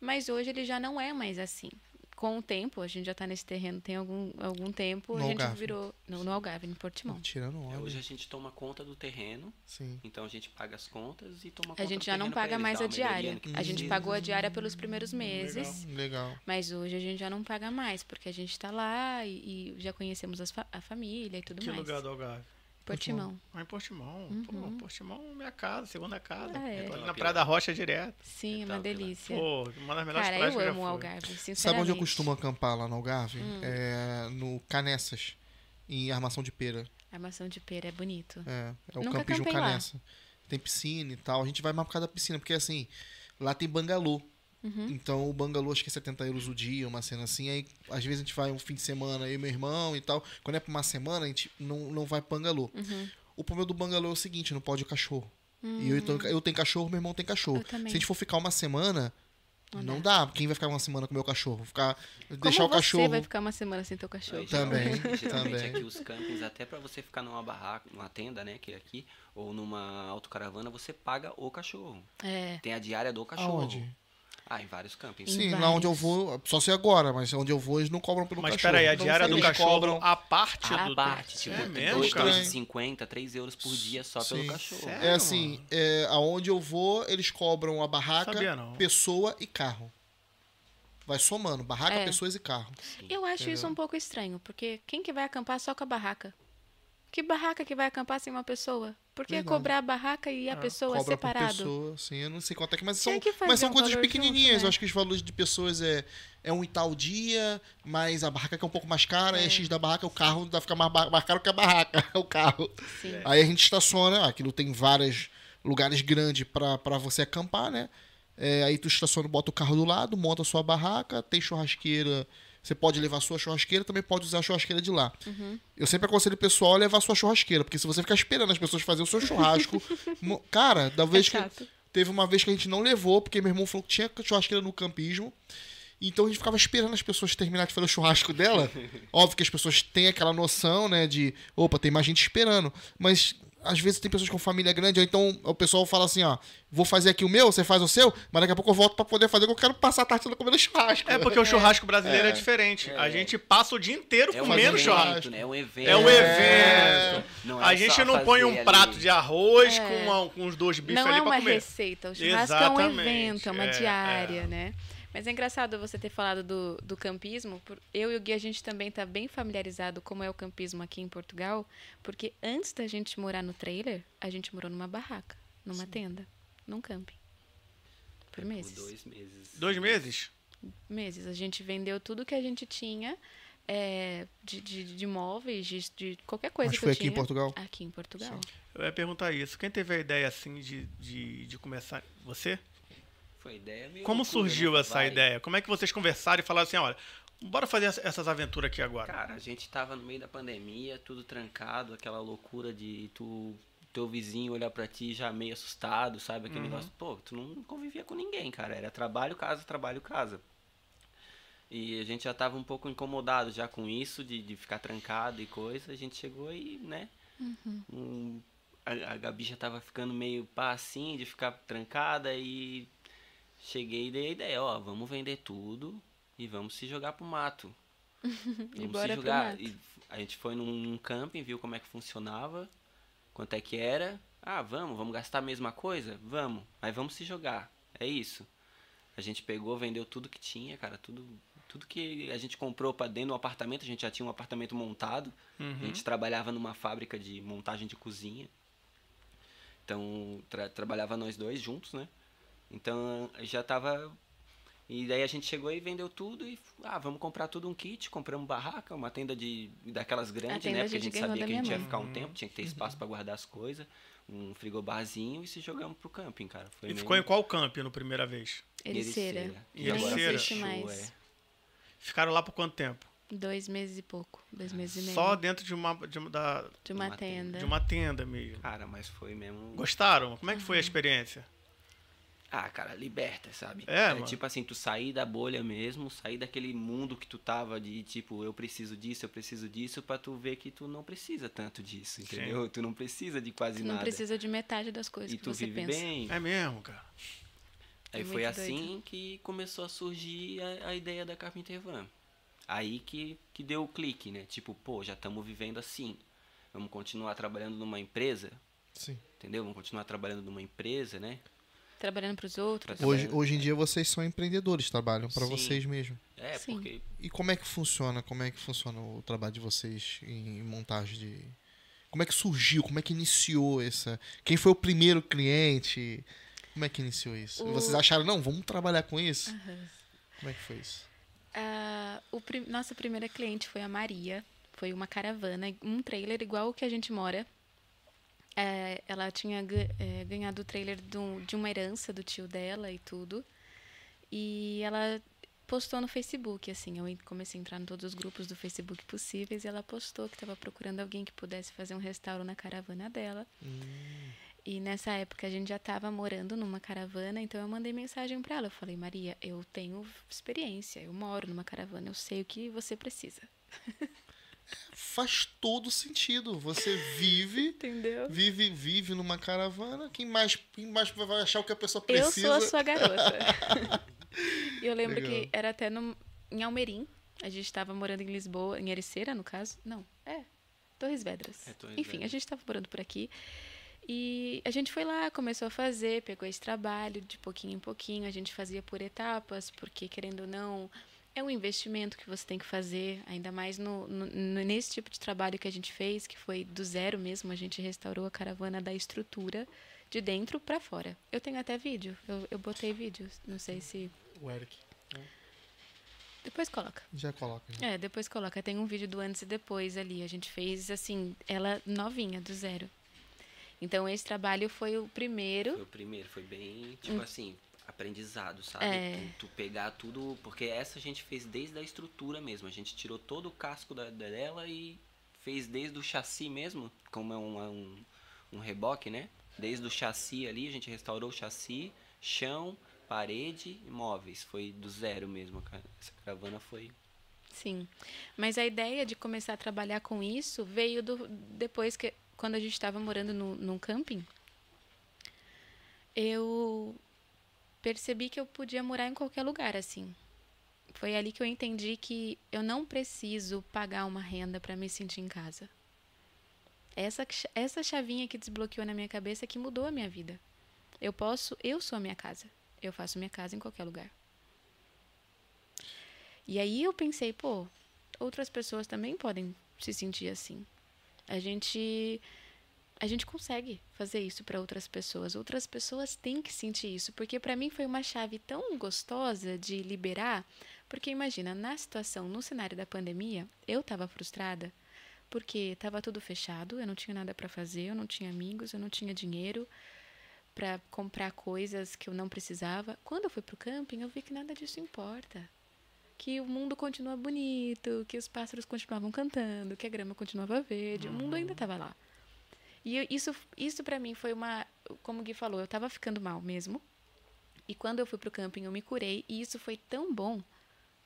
D: mas hoje ele já não é mais assim. Com o tempo, a gente já está nesse terreno tem algum, algum tempo,
A: No
D: a gente
A: Algarve.
D: virou. No, no Algarve, em Portimão.
A: Tá Tirando
E: É,
A: óleo.
E: Hoje a gente toma conta do terreno,
A: Sim.
E: então a gente paga as contas e toma conta
D: A gente
E: do
D: já não
E: terreno pra
D: paga
E: eles,
D: mais
E: dá
D: a
E: uma melhoria
D: diária.
E: no que
D: A gente
E: precisa.
D: pagou a diária pelos primeiros meses.
A: Legal.
D: Mas hoje a gente já não paga mais, porque a gente tá lá e, e já conhecemos as fa- a família e tudo
B: Que
D: mais.
B: lugar do Algarve?
D: Portimão.
B: Ah, em Portimão. Pô, Portimão é minha casa, segunda casa.
D: Ah, Uhum.
B: Tô
D: é.
B: ali
E: Top
B: na
E: lá.
B: Praia da Rocha direto.
D: Sim, é
E: Legal,
D: uma
E: que legal.
D: delícia.
B: Pô, uma das melhores
D: Cara,
B: praias
D: eu
B: que eu já
D: amo o
B: fui.
D: Algarve, sinceramente. Hum.
A: Sabe onde eu costumo acampar lá no Algarve? É, no Canessas, em Armação de Pera.
D: Armação de pera é bonito.
A: É, é o
D: Nunca
A: Campismo
D: acampei lá.
A: Canessa. Tem piscina e tal. A gente vai mais por causa da piscina, porque assim, lá tem bangalô.
D: Hum? Uhum,
A: Então o bangalô acho que é 70 euros o dia, uma cena assim. Aí às vezes a gente vai um fim de semana, eu e meu irmão e tal. Quando é pra uma semana, a gente não, não vai pro bangalô.
D: uhum.
A: O problema do bangalô é o seguinte: não pode o cachorro. E eu, então, eu tenho cachorro, meu irmão tem cachorro.
D: Eu também.
A: Se a gente for ficar uma semana, não, dá. Quem vai ficar uma semana com o meu cachorro? Ficar, deixar
D: Como
A: o cachorro.
D: você vai ficar uma semana sem teu cachorro?
E: Aí, geralmente-
A: Também,
E: Geralmente
A: também.
E: aqui os campings, até pra você ficar numa barraca, numa tenda, né, que é aqui, ou numa autocaravana, você paga o cachorro.
D: É.
E: Tem a diária do cachorro.
A: Aonde?
E: Ah, em vários campings.
D: Em
A: Sim, lá
D: vários.
A: onde eu vou, só se agora, mas onde eu vou eles não cobram pelo
B: Mas
A: cachorro.
B: peraí, a
A: Então,
B: diária do
A: eles
B: cachorro,
A: cobram-
B: a parte
E: A
B: do...
E: parte, tipo,
B: É
E: é
B: mesmo, cara?
E: 2,50, 3 euros por dia só
A: Sim.
E: pelo cachorro.
B: Sério?
A: É assim,
B: mano.
A: é, aonde eu vou, eles cobram a barraca,
B: Sabia não.
A: pessoa e carro. Vai somando, barraca,
D: É.
A: pessoas e carro.
D: Eu acho isso um pouco estranho, porque quem que vai acampar só com a barraca? Que barraca que vai acampar sem uma pessoa? Por que
A: Verdade.
D: cobrar a barraca e
B: Ah,
D: a pessoa é
A: Cobra por
D: separado?
A: pessoa, assim, eu não sei quanto é que, mas
D: Tinha
A: são,
D: que fazer
A: mas são
D: um
A: coisas
D: valor
A: pequenininhas.
D: junto, né?
A: Eu acho que os valores de pessoas é, é um e tal dia, mas a barraca que é um pouco mais cara, é, X da barraca, o carro vai ficar mais, ba- mais caro que a barraca, <laughs> o carro.
D: Sim.
A: Aí a gente estaciona, aquilo tem vários lugares grandes pra pra você acampar, né? É, aí tu estaciona, bota o carro do lado, monta a sua barraca, tem churrasqueira. Você pode levar a sua churrasqueira, também pode usar a churrasqueira de lá. Eu sempre aconselho o pessoal a levar a sua churrasqueira, porque se você ficar esperando as pessoas fazerem o seu churrasco. mo- cara, da vez que.
D: chato.
A: Teve uma vez que a gente não levou, porque meu irmão falou que tinha churrasqueira no campismo. Então a gente ficava esperando as pessoas terminar de fazer o churrasco <laughs> dela. Óbvio que as pessoas têm aquela noção, né, de opa, tem mais gente esperando. Mas às vezes tem pessoas com família grande, ou então o pessoal fala assim, ó, vou fazer aqui o meu, você faz o seu, mas daqui a pouco eu volto pra poder fazer, porque eu quero passar a tarde toda comendo churrasco.
B: É porque o churrasco brasileiro é, diferente. A gente passa o dia inteiro
E: É um
B: comendo
E: evento,
B: churrasco.
E: né? É um evento.
B: É um evento.
E: Não Não
B: A
E: é
B: gente
E: só
B: não põe
E: fazer
B: um
E: ali-
B: prato de arroz
D: É.
B: com, uma- com uns dois bifes
D: Não
B: ali
D: é
B: pra
D: uma
B: comer.
D: receita, o churrasco é um
B: Exatamente,
D: evento, é uma
B: é,
D: diária,
B: é.
D: né? Mas é engraçado você ter falado do, do campismo. por- Eu e o Gui, a gente também tá bem familiarizado como é o campismo aqui em Portugal, porque antes da gente morar no trailer, a gente morou numa barraca, numa tenda, num camping.
B: É,
D: Por
E: Por
D: meses.
E: dois meses.
B: Dois meses?
D: meses. A gente vendeu tudo que a gente tinha é, de, de, de móveis, de, de qualquer coisa
A: Mas
D: que
A: foi
D: eu
A: aqui em
D: tinha.
A: Portugal?
D: Aqui em Portugal.
B: Eu ia perguntar isso. Quem teve a ideia assim de, de, de começar? Você?
E: Foi ideia meio
B: Como
E: loucura,
B: surgiu
E: né?
B: essa
E: Vai.
B: ideia? Como é que vocês conversaram e falaram assim, olha, bora fazer essa- essas aventuras aqui agora?
E: Cara, a gente tava no meio da pandemia, tudo trancado, aquela loucura de tu teu vizinho olhar pra ti já meio assustado, sabe?
B: Uhum.
E: Aquele negócio, pô, tu não convivia com ninguém, cara. Era trabalho, casa, trabalho, casa. E a gente já tava um pouco incomodado já com isso, de, de ficar trancado e coisa. A gente chegou e, né? um- a, a Gabi já tava ficando meio pá assim, de ficar trancada e cheguei e dei a ideia, ó, vamos vender tudo e vamos se jogar
D: <laughs>
E: pro mato. Vamos
D: bora
E: se
D: pro
E: jogar.
D: mato.
E: E a gente foi num, num camping, viu como é que funcionava, quanto é que era. Ah, vamos, vamos gastar a mesma coisa? Vamos, mas vamos se jogar. É isso. A gente pegou, vendeu tudo que tinha, cara, tudo tudo que a gente comprou pra dentro do apartamento, a gente já tinha um apartamento montado. A
B: Uhum.
E: gente trabalhava numa fábrica de montagem de cozinha. Então, tra- trabalhava nós dois juntos, né? Então, já tava... E daí a gente chegou e vendeu tudo e... Ah, vamos comprar tudo um kit. Compramos barraca, uma tenda de daquelas grandes,
D: tenda
E: né?
D: a
E: Porque a
D: gente
E: gente
D: ganhou
E: sabia
D: da
E: que a gente
D: minha
E: ia
D: mãe.
E: ficar um tempo. Tinha que ter
B: Uhum.
E: espaço pra guardar as coisas. Um frigobarzinho e se jogamos pro camping, cara. Foi
B: E
E: meio-
B: ficou em qual camp na primeira vez?
D: Ericeira.
E: Ericeira.
B: E
E: agora
B: Ericeira. Nem
D: existe
E: fechou,
D: mais.
E: é.
B: Ficaram lá por quanto tempo?
D: Dois meses e pouco. Dois meses e meio. Né?
B: Só dentro de uma, de, uma- da,
D: de uma,
E: uma tenda.
D: tenda.
B: de uma tenda mesmo.
E: Cara, mas foi mesmo...
B: Gostaram? Como é que foi a experiência?
E: Ah, cara, liberta, sabe?
B: É, mano.
E: tipo assim, tu sair da bolha mesmo, sair daquele mundo que tu tava de tipo, eu preciso disso, eu preciso disso, pra tu ver que tu não precisa tanto disso, entendeu? Tu não precisa de quase
D: Tu não
E: nada.
D: precisa de metade das coisas
E: e
D: que
E: tu
D: você
E: vive
D: pensa.
E: bem.
B: É mesmo, cara.
E: Aí
D: É
E: foi
D: muito doido.
E: assim que começou a surgir a, a ideia da Carpenter Van. Aí que, que deu o clique, né? Tipo, pô, já estamos vivendo assim. Vamos continuar trabalhando numa empresa,
A: Sim.
E: entendeu? Vamos continuar trabalhando numa empresa, né?
D: Trabalhando pros outros.
E: Pra-
A: Hoje, hoje em dia vocês são empreendedores, trabalham para
E: Sim.
A: vocês mesmo.
E: É,
D: Sim.
E: porque
A: E como é que funciona? Como é que funciona o trabalho de vocês em montagem de. Como é que surgiu? Como é que iniciou essa. Quem foi o primeiro cliente? Como é que iniciou isso?
D: O-
A: Vocês acharam, não, vamos trabalhar com isso?
D: Aham.
A: Como é que foi isso?
D: Ah, o prim- Nossa primeira cliente foi a Maria. Foi uma caravana, um trailer igual o que a gente mora. É, ela tinha ga- é, ganhado o trailer de um- de uma herança do tio dela e tudo. E ela postou no Facebook, assim. Eu en- comecei a entrar em todos os grupos do Facebook possíveis e ela postou que estava procurando alguém que pudesse fazer um restauro na caravana dela. E nessa época a gente já estava morando numa caravana, então eu mandei mensagem para ela. Eu falei, Maria, eu tenho experiência, eu moro numa caravana, eu sei o que você precisa.
A: Faz todo sentido. Você vive,
D: Entendeu?
A: vive, vive numa caravana. Quem mais, quem mais vai achar o que a pessoa
D: Eu
A: precisa?
D: sou a
A: <laughs>
D: sua garota. E eu lembro
A: Legal.
D: que era até no, em Almerim. A gente estava morando em Lisboa, em Ericeira, no caso. Não, é. Torres Vedras.
E: É, Torres
D: Enfim, a
E: Vedras.
D: gente estava morando por aqui. E a gente foi lá, começou a fazer, pegou esse trabalho de pouquinho em pouquinho. A gente fazia por etapas, porque querendo ou não, é um investimento que você tem que fazer, ainda mais no, no- no- nesse tipo de trabalho que a gente fez, que foi do zero mesmo. A gente restaurou a caravana da estrutura de dentro para fora. Eu tenho até vídeo, eu, eu botei vídeo, não sei se.
A: O Eric.
D: Depois coloca.
A: Já coloca. né? já.
D: É, depois coloca. Tem um vídeo do antes e depois ali. A gente fez, assim, ela novinha, do zero. Então, esse trabalho foi o primeiro.
E: Foi o primeiro, foi bem, tipo assim, aprendizado, sabe?
D: Hum. É.
E: Tu, tu pegar tudo, porque essa a gente fez desde a estrutura mesmo. A gente tirou todo o casco da, da- dela e fez desde o chassi mesmo, como é um, é um, um reboque, né? Desde o chassi ali, a gente restaurou o chassi, chão, parede e móveis. Foi do zero mesmo, cara. Essa caravana foi
D: Sim. Mas a ideia de começar a trabalhar com isso veio do, depois que. Quando a gente estava morando no, num camping, eu percebi que eu podia morar em qualquer lugar, assim. Foi ali que eu entendi que eu não preciso pagar uma renda para me sentir em casa. Essa, cha- essa chavinha que desbloqueou na minha cabeça que mudou a minha vida. Eu posso, eu sou a minha casa. Eu faço minha casa em qualquer lugar. E aí eu pensei, pô, outras pessoas também podem se sentir assim. A gente a gente consegue fazer isso para outras pessoas. Outras pessoas têm que sentir isso, porque para mim foi uma chave tão gostosa de liberar, porque imagina, na situação, no cenário da pandemia, eu estava frustrada porque estava tudo fechado, eu não tinha nada para fazer, eu não tinha amigos, eu não tinha dinheiro para comprar coisas que eu não precisava. Quando eu fui pro camping, eu vi que nada disso importa. Que o mundo continua bonito, que os pássaros continuavam cantando, que a grama continuava verde, o mundo ainda estava lá. E eu- isso, isso para mim foi uma. Como o Gui falou, eu tava ficando mal mesmo. E quando eu fui pro camping, eu me curei. E isso foi tão bom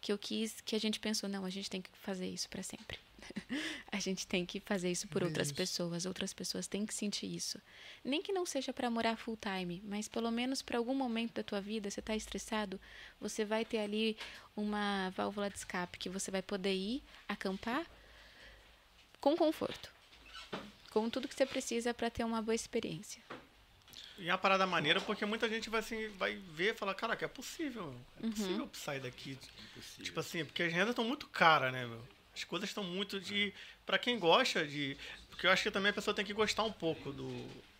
D: que eu quis. Que a gente pensou: não, a gente tem que fazer isso para sempre. <laughs> a gente tem que fazer isso por
A: Bem
D: outras
A: isso.
D: pessoas. Outras pessoas têm que sentir isso. Nem que não seja para morar full time, mas pelo menos para algum momento da tua vida, você tá estressado, você vai ter ali uma válvula de escape que você vai poder ir acampar com conforto com tudo que você precisa para ter uma boa experiência.
B: E é uma parada maneira, porque muita gente vai, assim, vai ver e falar, caraca, é possível, é
D: Uhum.
B: possível sair daqui. Tipo assim, porque as rendas estão muito caras, né, meu? As coisas estão muito de... Pra quem gosta de... Porque eu acho que também a pessoa tem que gostar um pouco do...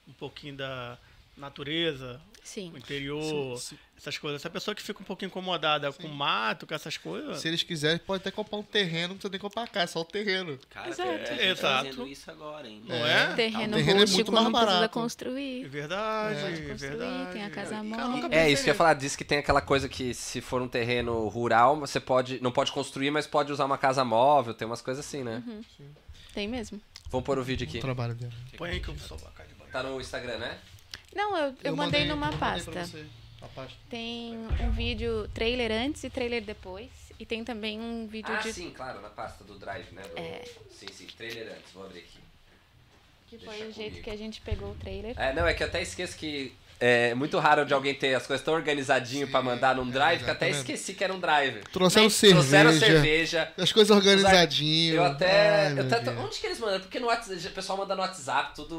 B: Um pouquinho da natureza,
D: Sim.
B: o interior,
A: Se- se-
B: essas coisas. Essa pessoa que fica um pouco incomodada com o mato, com essas coisas...
A: Se eles quiserem, pode até comprar um terreno, não precisa nem comprar a casa, só o terreno.
E: Cara,
D: Exato.
E: tem gente
B: Exato.
E: fazendo isso agora, hein?
B: Não é?
D: Terreno,
A: terreno é
D: rústico
A: muito mais
D: não precisa
A: barato.
B: É
D: construir.
B: verdade,
D: Pode
B: é
D: construir,
B: verdade.
D: tem a casa
B: Cara,
D: móvel.
B: nunca
C: É
B: pensei
C: isso que eu ia
B: nisso.
C: falar, diz que tem aquela coisa que se for um terreno rural, você pode, não pode construir, mas pode usar uma casa móvel, tem umas coisas assim, né?
D: Uhum. Tem mesmo.
C: Vamos pôr o vídeo aqui.
A: O trabalho dela.
B: Põe aí que eu vou sovar a cara de banho.
C: Tá no Instagram, né?
D: Não, eu, eu, mandei, numa
A: eu mandei pra
D: pasta.
A: você, a pasta.
D: Tem um vídeo trailer antes e trailer depois. E tem também um vídeo
C: Ah,
D: de.
C: sim, claro, na pasta do Drive, né? Do-
D: É.
C: Sim, sim, trailer antes, vou abrir aqui.
D: Que
C: Deixa
D: foi o jeito
C: comigo.
D: que a gente pegou o trailer.
C: É, não, é que eu até esqueço que é muito raro de alguém ter as coisas tão organizadinho pra mandar num drive, que eu até
A: é, exatamente.
C: esqueci que era um drive.
A: Trouxeram
D: Mas
A: cerveja.
C: Trouxeram cerveja.
A: As coisas organizadinhas.
C: Eu até.
A: Ai,
C: eu
A: meu
C: até-
A: Deus.
C: onde que eles mandam? Porque no WhatsApp, o pessoal manda no WhatsApp tudo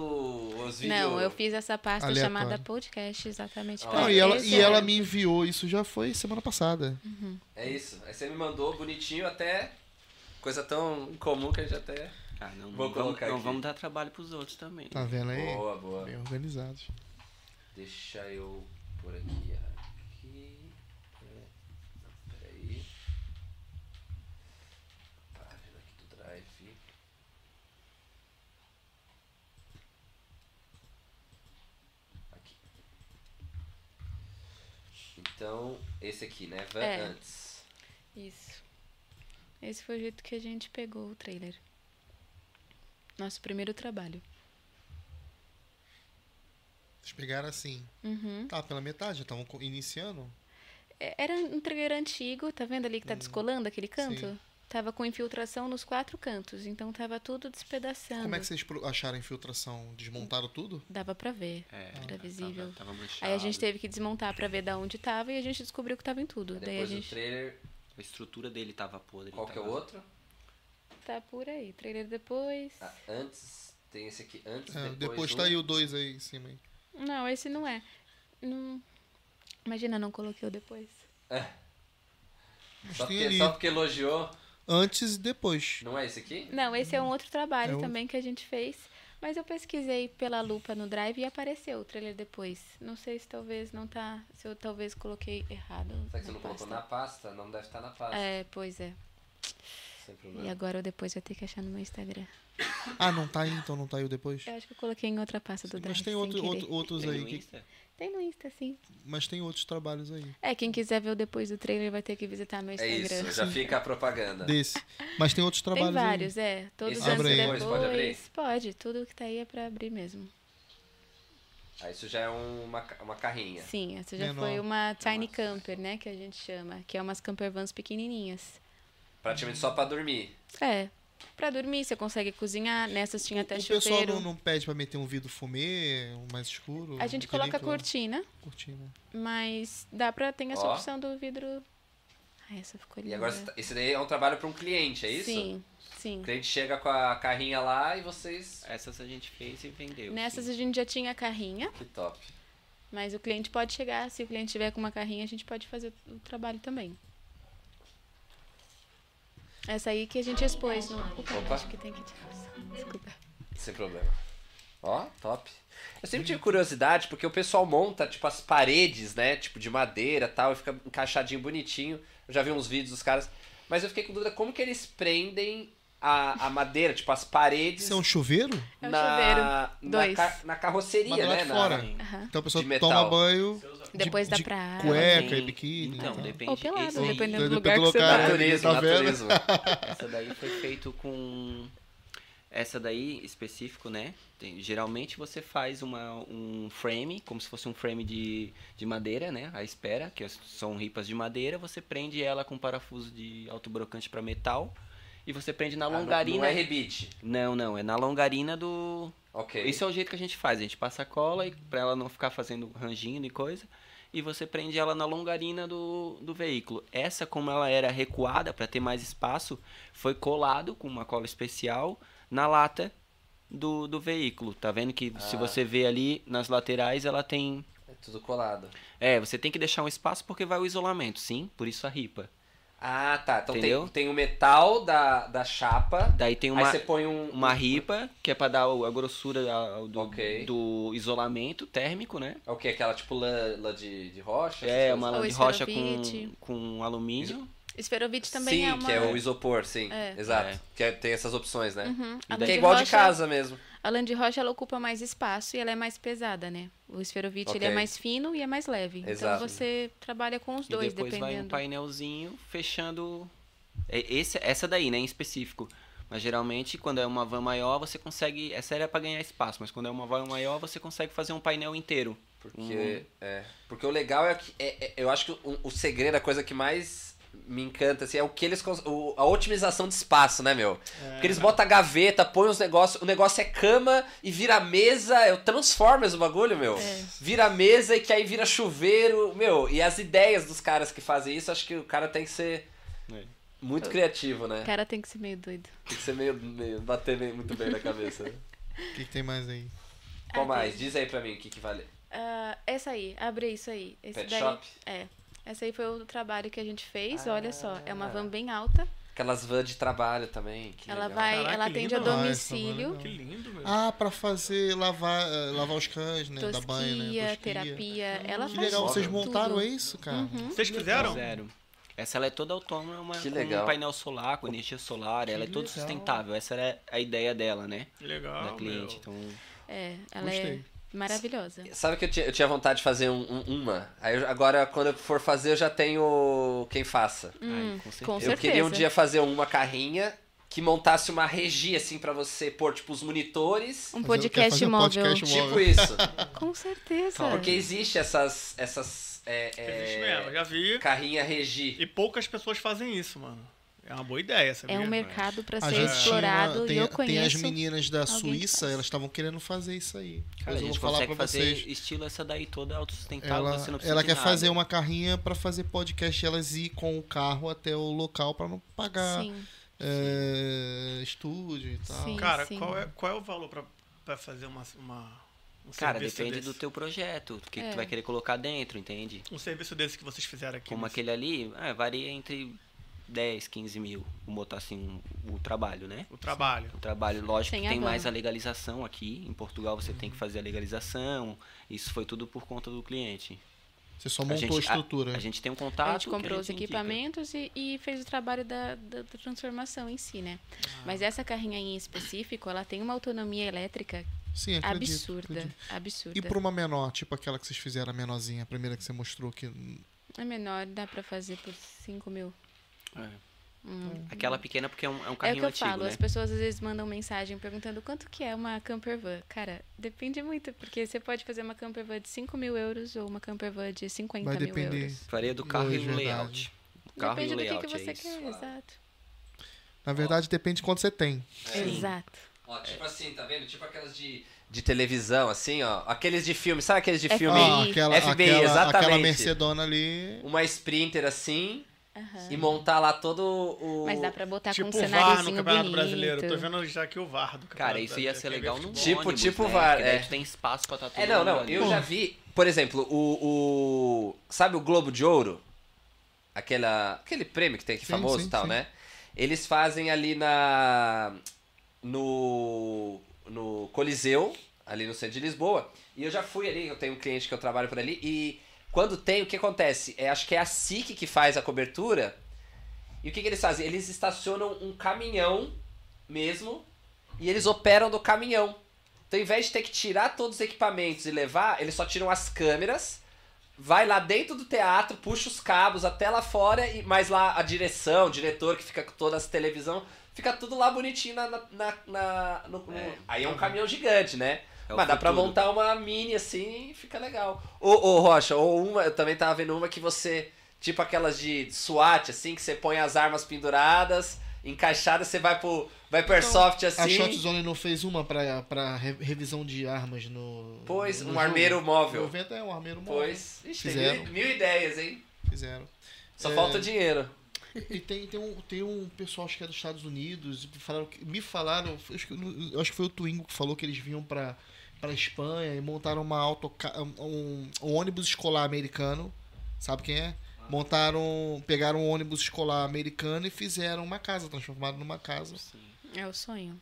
C: os vídeos.
D: Não, eu fiz essa pasta
A: Aleatório.
D: chamada podcast exatamente
C: Ó.
D: pra
A: Não, e ela,
D: esse
A: e ela
D: ano.
A: me enviou isso já foi semana passada.
C: É isso. Aí você me mandou bonitinho até. Coisa tão incomum que a gente até.
E: Ah, não,
C: Vou
E: não vamos,
C: colocar
E: não
C: aqui.
E: vamos dar trabalho pros outros também.
A: Tá vendo aí?
C: Boa, boa.
A: Bem organizados.
C: Deixa eu por aqui. Aqui. É, não, Peraí. Página aqui do Drive. Aqui. Então, esse aqui, né? Van
D: É.
C: antes.
D: Isso. Esse foi o jeito que a gente pegou o trailer. Nosso primeiro trabalho.
A: Eles pegaram assim.
D: Uhum.
A: Tá, pela metade, estavam co- iniciando.
D: É, Era um trailer antigo, tá vendo ali que tá descolando aquele canto?
A: Hum. Sim.
D: Tava com infiltração nos quatro cantos, então tava tudo despedaçando.
A: Como é que vocês pro- acharam a infiltração? Desmontaram tudo?
D: Dava pra ver.
E: É,
D: Era
E: tava-
D: visível.
E: Tava, manchado.
D: Aí a gente teve que desmontar pra ver da onde tava e a gente descobriu que tava em tudo. Daí a
C: Depois
D: gente
C: do trailer,
E: A estrutura dele tava podre.
C: qual que é o
E: tava-
C: outro?
D: tá por aí. Trailer depois.
A: Tá.
C: Ah, antes, tem esse aqui. Antes,
A: É,
C: depois.
A: depois
C: do-
A: tá aí o 2 aí em cima. Aí.
D: Não, esse não é. Não... Imagina, não coloquei o depois.
A: Mas
C: Só
A: tem
C: porque,
A: ali.
C: só porque elogiou.
A: Antes e depois.
C: Não é esse aqui?
D: Não, esse é um outro trabalho
A: É o-
D: também que a gente fez. Mas eu pesquisei pela lupa no Drive e apareceu o trailer depois. Não sei se talvez não tá. Se eu talvez coloquei errado.
C: Será que você
D: na
C: não colocou
D: pasta.
C: na pasta? Não deve estar na pasta. Né?
D: É, pois é.
C: Sem
D: E
C: problema.
D: agora ou depois eu tenho que achar no meu Instagram.
A: Ah, não tá aí então, não tá aí o depois?
D: Eu acho que eu coloquei em outra pasta do Drive.
A: Mas tem
D: sem
A: outro-
D: querer.
A: outro- outros
E: Tem
A: aí.
E: no
A: que-
E: Insta?
D: Tem no Insta, sim.
A: mas tem outros trabalhos aí.
D: É, quem quiser ver o depois do trailer vai ter que visitar meu
C: É
D: Instagram.
C: isso, já fica a
E: Tá.
C: propaganda.
A: Desse. Mas tem outros trabalhos
D: Tem
A: aí.
D: vários, é. Todos
C: Esse
D: os anos
A: abre aí.
D: depois.
C: Depois pode abrir?
D: Pode, tudo que tá aí é pra abrir mesmo.
C: Aí isso já é uma, ca- uma carrinha.
D: Sim, essa já
A: Menor. É
D: foi uma tiny camper, né? Que a gente chama. Que é umas camper vans pequenininhas.
C: Praticamente só pra dormir.
D: É. Pra dormir, você consegue cozinhar. Nessas tinha até
A: o pessoal
D: Tá chuveiro.
A: não, não pede pra meter um vidro fumê, um mais escuro.
D: A gente
A: que né? nem
D: coloca a
A: colo-
D: cortina,
A: cortina.
D: mas dá pra. Tem essa
C: Ó.
D: opção do vidro Ah, essa ficou linda.
C: E agora, você tá- esse daí é um trabalho para um cliente, é isso?
D: Sim, sim.
C: O cliente chega com a carrinha lá e vocês.
E: Essas a gente fez e vendeu.
D: Nessas
E: sim.
D: a gente já tinha a carrinha,
C: Que top.
D: mas o cliente pode chegar. Se o cliente tiver com uma carrinha, a gente pode fazer o trabalho também. Essa aí que a gente expôs no. Opa,
C: Opa.
D: acho que tem que tirar. Desculpa.
C: Sem problema. Ó, top. Eu sempre tive curiosidade, porque o pessoal monta, tipo, as paredes, né? Tipo, de madeira e tal, e fica encaixadinho, bonitinho. Eu já vi uns vídeos dos caras. Mas eu fiquei com dúvida como que eles prendem a, a madeira, tipo, as paredes
A: Isso é um chuveiro?
D: É o chuveiro.
C: na, na,
D: Dois.
C: ca- na carroceria,
A: Mas lá
C: né?
A: de
C: Na-
A: fora.
D: Aham.
A: Então a pessoa
C: De metal.
A: toma banho
D: Depois
A: de,
D: da
A: de
D: praia.
A: cueca
E: Tem-
A: e biquíni.
E: Então,
A: tá?
E: depende.
D: Ou pelado,
E: esse aí-
D: dependendo do
A: Depende
D: lugar
A: do
D: que você
A: lugar,
D: tá.
A: né?
C: Naturismo,
A: Tá vendo?
C: naturismo.
E: Essa daí foi feito com. Essa daí específico, né? Tem- geralmente você faz uma, um frame, como se fosse um frame de, de madeira, né? A espera, que as- são ripas de madeira, você prende ela com parafuso de alto brocante para metal e você prende
C: <laughs>
E: na
C: Ah, não-
E: longarina.
C: Não é rebite.
E: não, não, é na longarina do.
C: Ok.
E: Esse é o jeito que a gente faz, a gente passa a cola e para ela não ficar fazendo rangindo e coisa. E você prende ela na longarina do, do veículo. Essa, como ela era recuada para ter mais espaço, foi colado com uma cola especial na lata do, do veículo. Tá vendo que se
C: Ah.
E: você vê ali nas laterais, ela tem.
C: É tudo colado.
E: É, você tem que deixar um espaço porque vai o isolamento, sim, por isso a ripa.
C: Ah, tá. Então tem,
E: Entendeu?
C: tem o metal da, da chapa.
E: Daí tem
C: Aí
E: uma,
C: você põe um.
E: uma ripa, que é pra dar o- a grossura da- do,
C: Ok.
E: do isolamento térmico, né?
C: É o que? Aquela tipo lã, lã de, de rocha?
E: É, uma
D: Ou
E: lã de rocha com,
D: esferovite.
E: com alumínio.
D: Esferovite também
C: Sim,
D: é uma.
C: que é o isopor, sim.
D: É.
C: Exato.
E: É.
C: Que é- tem essas opções, né?
D: Uhum. A
E: E
D: lã
C: Que é igual de
D: rocha-
C: casa mesmo.
D: A lã de rocha ela ocupa mais espaço e ela é mais pesada, né? O esferovite ele é
C: Ok.
D: mais fino e é mais leve.
C: Exato.
D: Então você trabalha com os
E: E
D: dois,
E: depois vai um
D: dependendo.
E: painelzinho fechando. é- Esse, essa daí, né, em específico. Mas geralmente, quando é uma van maior, você consegue. Essa era pra ganhar espaço, mas quando é uma van maior, você consegue fazer um painel inteiro.
C: Porque, é, porque o legal é que. é- é- eu acho que o, o segredo, a coisa que mais me encanta, assim, é o que eles. cons- o- a otimização de espaço, né, meu? Porque eles botam a gaveta, põem os negócios. O negócio é cama e vira mesa. É o Transformers o bagulho, meu.
D: É.
C: Vira mesa e que aí vira chuveiro. Meu, e as ideias dos caras que fazem isso, acho que o cara tem que ser.
E: É.
C: Muito criativo, né?
D: O cara tem que ser meio doido.
C: Tem que ser meio, meio- bater meio- muito bem na cabeça. né?
A: O que, que tem mais aí?
C: Qual
D: Ah,
C: mais?
D: tem-
C: Diz aí pra mim o que, que vale.
D: Ah, essa aí, abre isso aí. Esse
C: Pet
D: daí-
C: shop?
D: É. Essa aí foi o trabalho que a gente fez. Olha só, é uma
C: Ah.
D: van bem alta.
C: Aquelas vans de trabalho também. que
D: Ela
C: legal.
D: vai,
B: Caraca,
D: ela
B: que
D: atende a
B: lindo.
A: Ah,
D: domicílio,
A: essa
B: Que lindo, meu.
A: Ah, pra fazer lavar, eh, lavar os cães, né?
D: tosquia,
A: Dar banho, né? Tosquia.
D: terapia. Ela
A: Que
D: faz
A: legal, vocês
D: tudo. Uhum.
A: montaram é isso, cara?
B: Vocês fizeram?
E: Zero. Essa ela é toda autônoma,
C: Que
E: com
C: legal.
E: um painel solar, com energia solar, ela é
A: Que
E: toda
A: legal. Ah,
E: sustentável. Essa era a ideia dela, né? da
B: Legal,
E: cliente.
B: meu.
E: Então,
D: É, ela
A: Gostei.
D: é maravilhosa.
C: Sabe que eu tinha, eu tinha vontade de fazer um- um- uma? Aí eu- agora, quando eu for fazer, eu já tenho quem faça.
D: Hum,
E: com certeza.
D: com
C: eu
D: certeza.
C: queria um dia fazer uma carrinha que montasse uma regia, assim, pra você pôr, tipo, os monitores.
D: Um
A: Fazer- quer
D: podcast
A: fazer um
D: móvel.
A: podcast
C: Tipo
A: móvel.
D: <laughs>
C: isso.
D: Com certeza.
E: Tá,
C: Porque existe essas. essas é, é,
B: Existe mesmo, já vi.
C: Carrinha regi.
B: E poucas pessoas fazem isso, mano. É uma boa ideia, sabia?
D: É um mercado pra
A: A
D: ser
A: gente tinha
D: explorado
A: uma- tem,
D: e eu
A: tem as
D: conheço.
A: meninas da
D: alguém que
A: Suíça,
D: faz.
A: elas estavam querendo fazer isso aí.
E: Cara,
A: Mas
E: a
A: eu vou
E: gente
A: falar
E: consegue
A: pra
E: fazer
A: vocês.
E: estilo essa daí toda autossustentável,
A: Ela,
E: você não precisa
A: ela
E: de
A: quer
E: nada.
A: fazer uma carrinha pra fazer podcast e elas ir com o carro até o local pra não pagar
D: Sim.
A: eh, estúdio e tal.
D: Sim.
B: Cara, qual é, qual é o valor pra, pra fazer uma, uma, um
E: Cara,
B: serviço
E: depende
B: desse?
E: do teu projeto, o que, que
D: É.
E: tu vai querer colocar dentro, entende?
B: Um serviço desse que vocês fizeram aqui.
E: Como
B: nesse-
E: aquele ali, é, varia entre 10, 15 mil, vamos botar assim, o o trabalho, né?
B: O trabalho.
E: O trabalho, lógico,
D: Sem
E: que tem
D: agora.
E: mais a legalização aqui, em Portugal você tem que fazer a legalização, isso foi tudo por conta do cliente.
A: Você só
E: a
A: montou
E: gente,
A: a estrutura.
E: A, gente tem um
D: A
E: contato,
D: gente
E: que
D: comprou os
E: indica.
D: equipamentos e, e fez o trabalho da, da- da transformação em si, né?
A: Ah.
D: Mas essa carrinha aí em específico, ela tem uma autonomia elétrica
A: Sim, acredito,
D: absurda.
A: acredito.
D: Absurda.
A: E pra uma menor, tipo aquela que vocês fizeram, a menorzinha, a primeira que você mostrou que
D: A menor dá pra fazer por 5 mil.
E: Aquela pequena porque é um, é
D: É
E: um
D: o
E: carrinho
D: que eu
E: antigo,
D: falo,
E: né?
D: as pessoas às vezes mandam mensagem perguntando quanto que é uma camper van. Cara, depende muito, porque você pode fazer uma camper van de 5 mil euros ou uma camper van de 50
A: vai
D: mil
A: depender.
D: euros.
E: Varia do carro
A: Hoje,
E: e
C: é
E: do
A: verdade.
E: layout. O carro
D: depende
E: e o layout,
D: do que, que você
E: é isso.
D: quer, exato.
A: Na verdade, depende de quanto você tem.
C: É.
D: Exato.
C: Ó, tipo assim, tá vendo? Tipo aquelas de, de televisão, assim, ó. Aqueles de filme, sabe aqueles de
D: É
C: filme?
D: filme.
A: Ah, aquela,
C: FBI,
A: aquela, aquela
C: exatamente.
A: Mercedona ali.
C: Uma sprinter assim, e montar lá todo o.
D: Mas dá pra botar
B: Tipo
D: com um
B: o VAR no
D: cenáriozinho
B: Campeonato
D: bonito.
B: Brasileiro. Tô vendo já aqui o VAR do Campeonato
E: Cara, isso ia
B: Brasileiro. é
E: ser
B: Quem vê
E: legal no
B: futebol.
C: Tipo-
E: ônibus,
C: tipo
E: né?
C: VAR,
E: Porque daí
C: é.
E: tu tem espaço pra tá todo
C: É, não, não.
E: mundo
C: Eu
E: ali.
C: já vi, por exemplo, o, o- Sabe o Globo de Ouro? Aquela, aquele prêmio que tem aqui
A: Sim,
C: famoso
A: sim,
C: e tal,
A: sim.
C: né? Eles fazem ali na. No. No Coliseu, ali no centro de Lisboa. E eu já fui ali, eu tenho um cliente que eu trabalho por ali. E quando tem, o que acontece? É, acho que é a SIC que faz a cobertura. E o que, que eles fazem? Eles estacionam um caminhão mesmo e eles operam do caminhão. Então, ao invés de ter que tirar todos os equipamentos e levar, eles só tiram as câmeras, vai lá dentro do teatro, puxa os cabos até lá fora, e mas lá a direção, o diretor que fica com todas as televisão, fica tudo lá bonitinho na, na, na- na- no- no-
E: É.
C: Aí é um caminhão gigante, né?
E: É o
C: Mas dá pra
E: futuro.
C: montar uma mini assim e fica legal. Ô, ô, Rocha, ou uma, eu também tava vendo uma que você. Tipo aquelas de SWAT, assim, que você põe as armas penduradas, encaixadas, você vai pro. Vai
A: Então,
C: pro airsoft assim.
A: A Shot Zone não fez uma pra, pra re- revisão de armas no.
C: Pois,
A: no
C: um
A: jogo.
C: armeiro móvel.
A: O evento é um armeiro móvel.
C: Pois. Ixi, tem
A: Fizeram.
C: mil, mil ideias, hein?
A: Fizeram.
C: Só
A: É.
C: falta dinheiro.
A: E tem, tem, um, tem um pessoal, acho que é dos Estados Unidos, e falaram, que- me falaram, eu acho, que, eu acho que foi o Twingo que falou que eles vinham pra, pra Espanha e montaram uma autoca um, um ônibus escolar americano, sabe quem é?
E: Ah.
A: Montaram, pegaram um ônibus escolar americano e fizeram uma casa, transformaram numa casa.
D: É o sonho.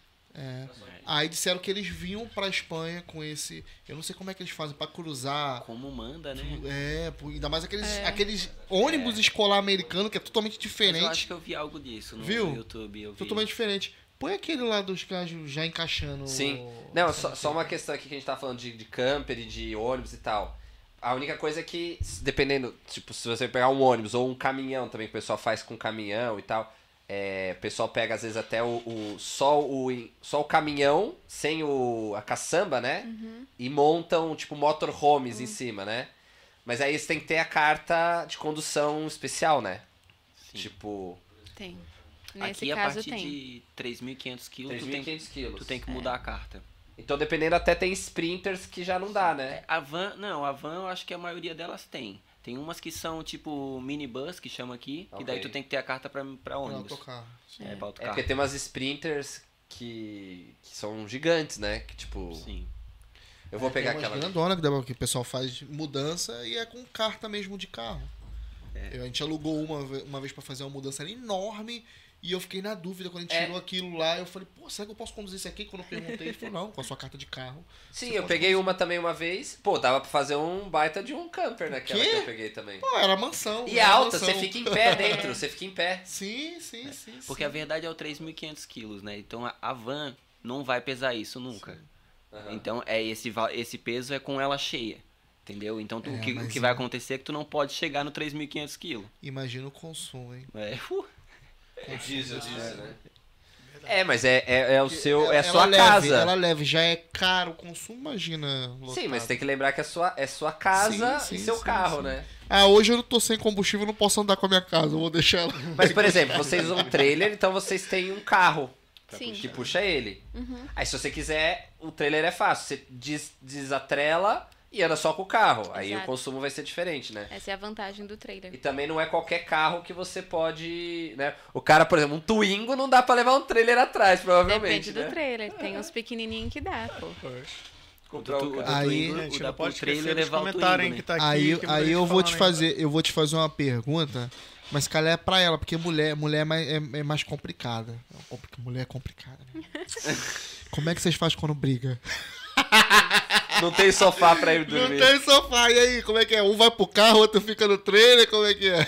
A: Aí disseram que eles vinham pra Espanha com esse, eu não sei como é que eles fazem, pra cruzar...
E: Como manda, né?
A: É, pô, ainda mais aqueles, aqueles ônibus escolar americano que é totalmente
E: Mas
A: diferente.
E: eu acho que eu vi algo disso no
A: Viu?
E: YouTube. Eu vi.
A: Totalmente diferente. Põe aquele lá dos cajos já encaixando.
C: Sim. Não, só, só uma questão aqui que a gente tá falando de, de camper e de ônibus e tal. A única coisa é que, s- dependendo, tipo, se você pegar um ônibus ou um caminhão também, que o pessoal faz com caminhão e tal, é, o pessoal pega às vezes até o, o- só, o só o caminhão, sem o, a caçamba, né? E montam, tipo, motorhomes em cima, né? Mas aí você tem que ter a carta de condução especial, né?
E: Sim.
C: Tipo,
D: Tem. Nesse
E: Aqui, é a
D: caso
E: partir
D: tem.
E: de 3.500 quilos, tu tem,
C: 3.500 quilos.
E: tu tem que mudar a carta.
C: Então, dependendo, até tem sprinters que já não dá, né?
E: É, A van, não, a van eu acho que a maioria delas tem. Tem umas que são tipo minibus, que chama aqui, que daí
C: Ok.
E: tu tem que ter a carta pra, pra
C: um
A: Pra
E: ônibus.
A: tocar.
E: É, pra
C: É
A: Tá.
E: autocarro.
C: porque tem umas sprinters que, que são gigantes, né? Que tipo,
E: Sim.
C: eu vou pegar
A: É, Tem umas
C: aquela.
A: grandona que, dá- que o pessoal faz mudança e é com carta mesmo de carro.
C: É.
A: Eu- A gente alugou uma, ve- uma vez pra fazer uma mudança era enorme e eu fiquei na dúvida quando a gente
C: É.
A: tirou aquilo lá. Eu falei, pô, será que eu posso conduzir isso aqui? Quando eu perguntei, ele falou, não, com a sua carta de carro.
C: Sim,
A: Você
C: eu
A: pode
C: peguei uma também uma vez. Pô, dava pra fazer um baita de um camper naquela
A: quê?
C: que eu peguei também.
A: Pô, era mansão. né?
C: E é
A: era
C: alta,
A: mansão.
C: você fica em
A: <laughs>
C: pé dentro, você fica em pé.
A: Sim, sim, sim.
E: Porque a verdade é o 3.500 quilos, né? Então a, a van não vai pesar isso nunca.
C: Aham.
E: Então é esse, va- esse peso é com ela cheia. Entendeu? Então tu-
A: É,
E: o, que, o
A: mas
E: que
A: é.
E: vai acontecer é que tu não pode chegar no 3.500 quilos.
A: sim. Imagina o consumo, hein?
E: É, uh,
C: Diesel, diesel, né? É, mas é, é, é o seu. É
A: Ela
C: a sua
A: leve,
C: casa.
A: Ela leve, já é caro o consumo, imagina.
C: Sim,
A: lotado.
C: mas tem que lembrar que é sua, é sua casa
A: Sim,
C: e
A: sim,
C: seu
A: sim,
C: carro,
A: sim. <laughs>
C: né?
A: Ah, hoje eu tô sem combustível, não posso andar com a minha casa, eu vou deixar ela.
C: Mas, por exemplo, vocês usam um trailer, então vocês têm um carro.
D: Sim.
C: que puxa ele.
D: Uhum.
C: Aí se você quiser, o trailer é fácil. Você des desatrela e anda só com o carro. Aí o
D: Exato.
C: consumo vai ser diferente, né?
D: Essa é a vantagem do trailer.
C: E também não é qualquer carro que você pode, né? O cara, por exemplo, um Twingo não dá pra levar um trailer atrás, provavelmente,
D: Depende do
C: né?
D: trailer. Tem uns pequenininhos que dá, pô.
E: o
C: Comprar
E: do,
C: um
E: tu- o do
C: carro.
A: Aí-
E: Twingo,
B: Gente,
E: o
B: não
E: da pro
B: pode esquecer
E: trailer
B: dos
E: levar o Twingo,
B: comentários hein,
E: né?
B: que tá aqui.
A: aí
B: que muita
A: aí
B: gente
A: eu vou te
B: falando, hein.
A: fazer, eu vou te fazer uma pergunta, mas se calhar é pra ela, porque mulher, mulher é mais, é- é mais complicada. É compli- Mulher é complicada. né? Como é que vocês fazem quando briga?
C: Não tem sofá pra ir
A: Não
C: dormir.
A: tem sofá, e aí, como é que é? Um vai pro carro, outro fica no trailer, como é que é?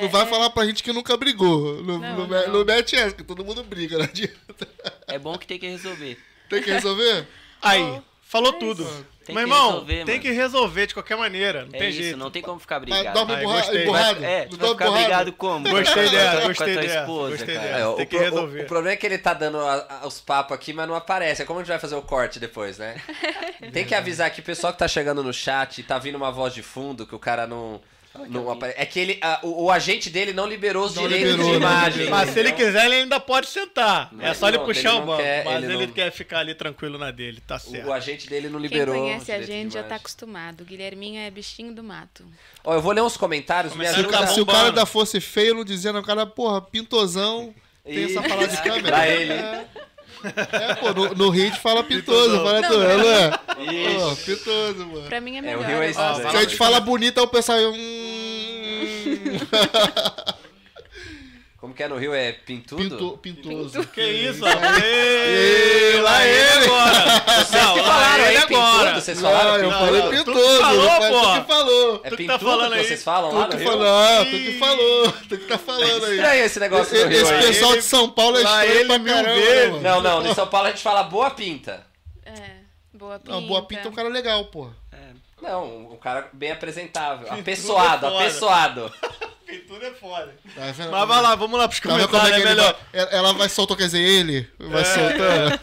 A: Não vai falar pra gente que nunca brigou. Não,
D: Não,
A: não me-
D: não.
A: não mete essa, que todo mundo briga, não adianta.
E: É bom que tem que resolver.
A: Tem que resolver?
B: Aí, falou
D: É
B: tudo.
E: Tem
B: Meu
E: que
B: irmão,
E: resolver,
B: tem
E: mano.
B: que resolver de qualquer maneira. Não
E: É
B: tem
E: isso,
B: jeito.
E: não tem como ficar
A: Mas
E: brigado.
A: dorme
B: Ai,
A: emburra-
B: gostei.
A: emburrado.
E: É, tu
A: Não
E: vai
A: dorme
E: ficar
A: emburrado.
E: brigado como?
B: Gostei
E: Vai
B: dela,
E: ficar
B: gostei
E: com a tua
B: dela,
E: esposa,
B: gostei
E: cara.
B: dela.
C: É, o,
B: Tem que
C: pro- o-
B: resolver.
C: o problema é que ele tá dando a- a- os papos aqui, mas não aparece. É como a gente vai fazer o corte depois,
D: <laughs>
C: né?
B: É.
C: Tem que avisar que o pessoal que tá chegando no chat e tá vindo uma voz de fundo que o cara não. Não apare- É que ele, ah, o, o agente dele não liberou os
A: Não
C: direitos
A: liberou,
C: de
A: não
C: imagem.
A: liberou.
B: né? Mas se ele quiser, ele ainda pode sentar.
C: Então- Não,
B: é só ele
C: não,
B: puxar
C: ele
B: o
C: não
B: banco.
C: quer,
B: mas
C: ele
B: ele,
C: não-
B: quer ficar ali tranquilo na dele, tá certo.
C: O, o agente dele não
D: Quem
C: liberou. um os
D: conhece a
C: direitos de
D: gente já tá
C: imagem.
D: acostumado. Guilherminha é bichinho do mato.
C: Ó, eu vou ler uns comentários,
B: Comentário
C: me
B: tá
C: ajuda.
A: Se o
B: bombando.
A: cara ainda fosse feio, eu não dizendo, o cara, porra, pintosão. Tem essa
C: Ih,
A: parada de câmera.
C: Pra ele.
A: É, É, pô, no, no Rio a gente fala pintoso, fala tu, é, não é? Pô, pintoso, mano.
D: Pra mim é
C: É,
D: melhor.
C: o Rio é
D: eu
C: isso,
D: gosto.
C: né?
A: Se a gente fala bonito, aí o pessoal. Hum,
C: Como que é no Rio? É pintudo?
A: pinto, pintoso.
B: Que isso, aê! Lá ele agora!
C: Vocês que
B: Não,
C: falaram
B: lá
C: aí,
B: ele
C: pintudo?
B: agora!
C: Vocês
A: Não,
C: falaram
A: eu
C: pintudo?
A: falei
B: não, tu que
A: pintoso.
B: falou,
A: eu falei, tu
B: porra.
A: que falou.
C: É
B: Tu que
C: pintudo
B: tá falando
C: que
B: aí.
C: vocês falam
A: Tu
C: lá no
A: que
C: Rio? É
A: falou, tu que falou, tu que tá falando aí.
C: Estranho esse negócio do
A: Esse,
C: Rio
A: esse
C: aí.
A: pessoal de São Paulo é
B: lá
A: estranho
B: ele
A: pra
B: mil
A: caramba, né,
B: vezes.
A: mano?
C: Não,
A: <laughs>
C: não, em São Paulo a gente fala boa pinta.
D: É, boa pinta.
A: Não, Boa Pinta é um cara legal, pô.
C: Não, um cara
A: <laughs>
C: bem apresentável.
B: Pintudo
C: Apessoado,
B: é foda.
C: apessoado.
B: Pintura é foda.
A: Tá vendo?
B: Mas vai lá, vamos lá pros
A: Tá vendo como é
B: comentários,
A: que
B: é
A: ele
B: melhor.
A: vai- ela- Ela vai soltando, quer dizer, ele vai soltando.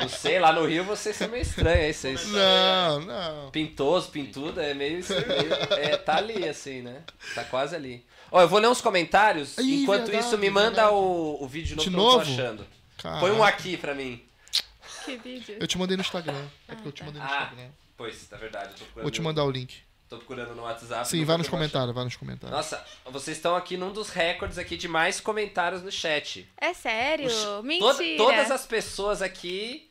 C: Não sei, lá no Rio vocês são meio estranhos, aí vocês.
A: <laughs> Não, não.
C: Pintoso, pintudo, é meio. meio- é, tá ali, assim, né? Tá quase ali. Ó, eu vou ler uns comentários.
A: Ih,
C: Enquanto
A: verdade,
C: isso, me manda
A: verdade.
C: o, o vídeo novo
A: De
C: que eu não tô
A: novo? Ah.
C: achando.
A: Cara,
C: Põe um aqui pra mim.
D: Que vídeo.
A: Eu te mandei no Instagram. É porque eu te mandei no
C: Ah,
A: Instagram.
C: pois, tá verdade. Eu tô procurando,
A: Vou te mandar o link.
C: tô procurando no WhatsApp.
A: Sim,
C: não
A: vai
C: tô
A: nos comentários, vai nos comentários.
C: achando. Nossa, vocês estão aqui num dos recordes aqui de mais comentários no chat.
D: É sério? Mentira.
C: Toda- todas as pessoas aqui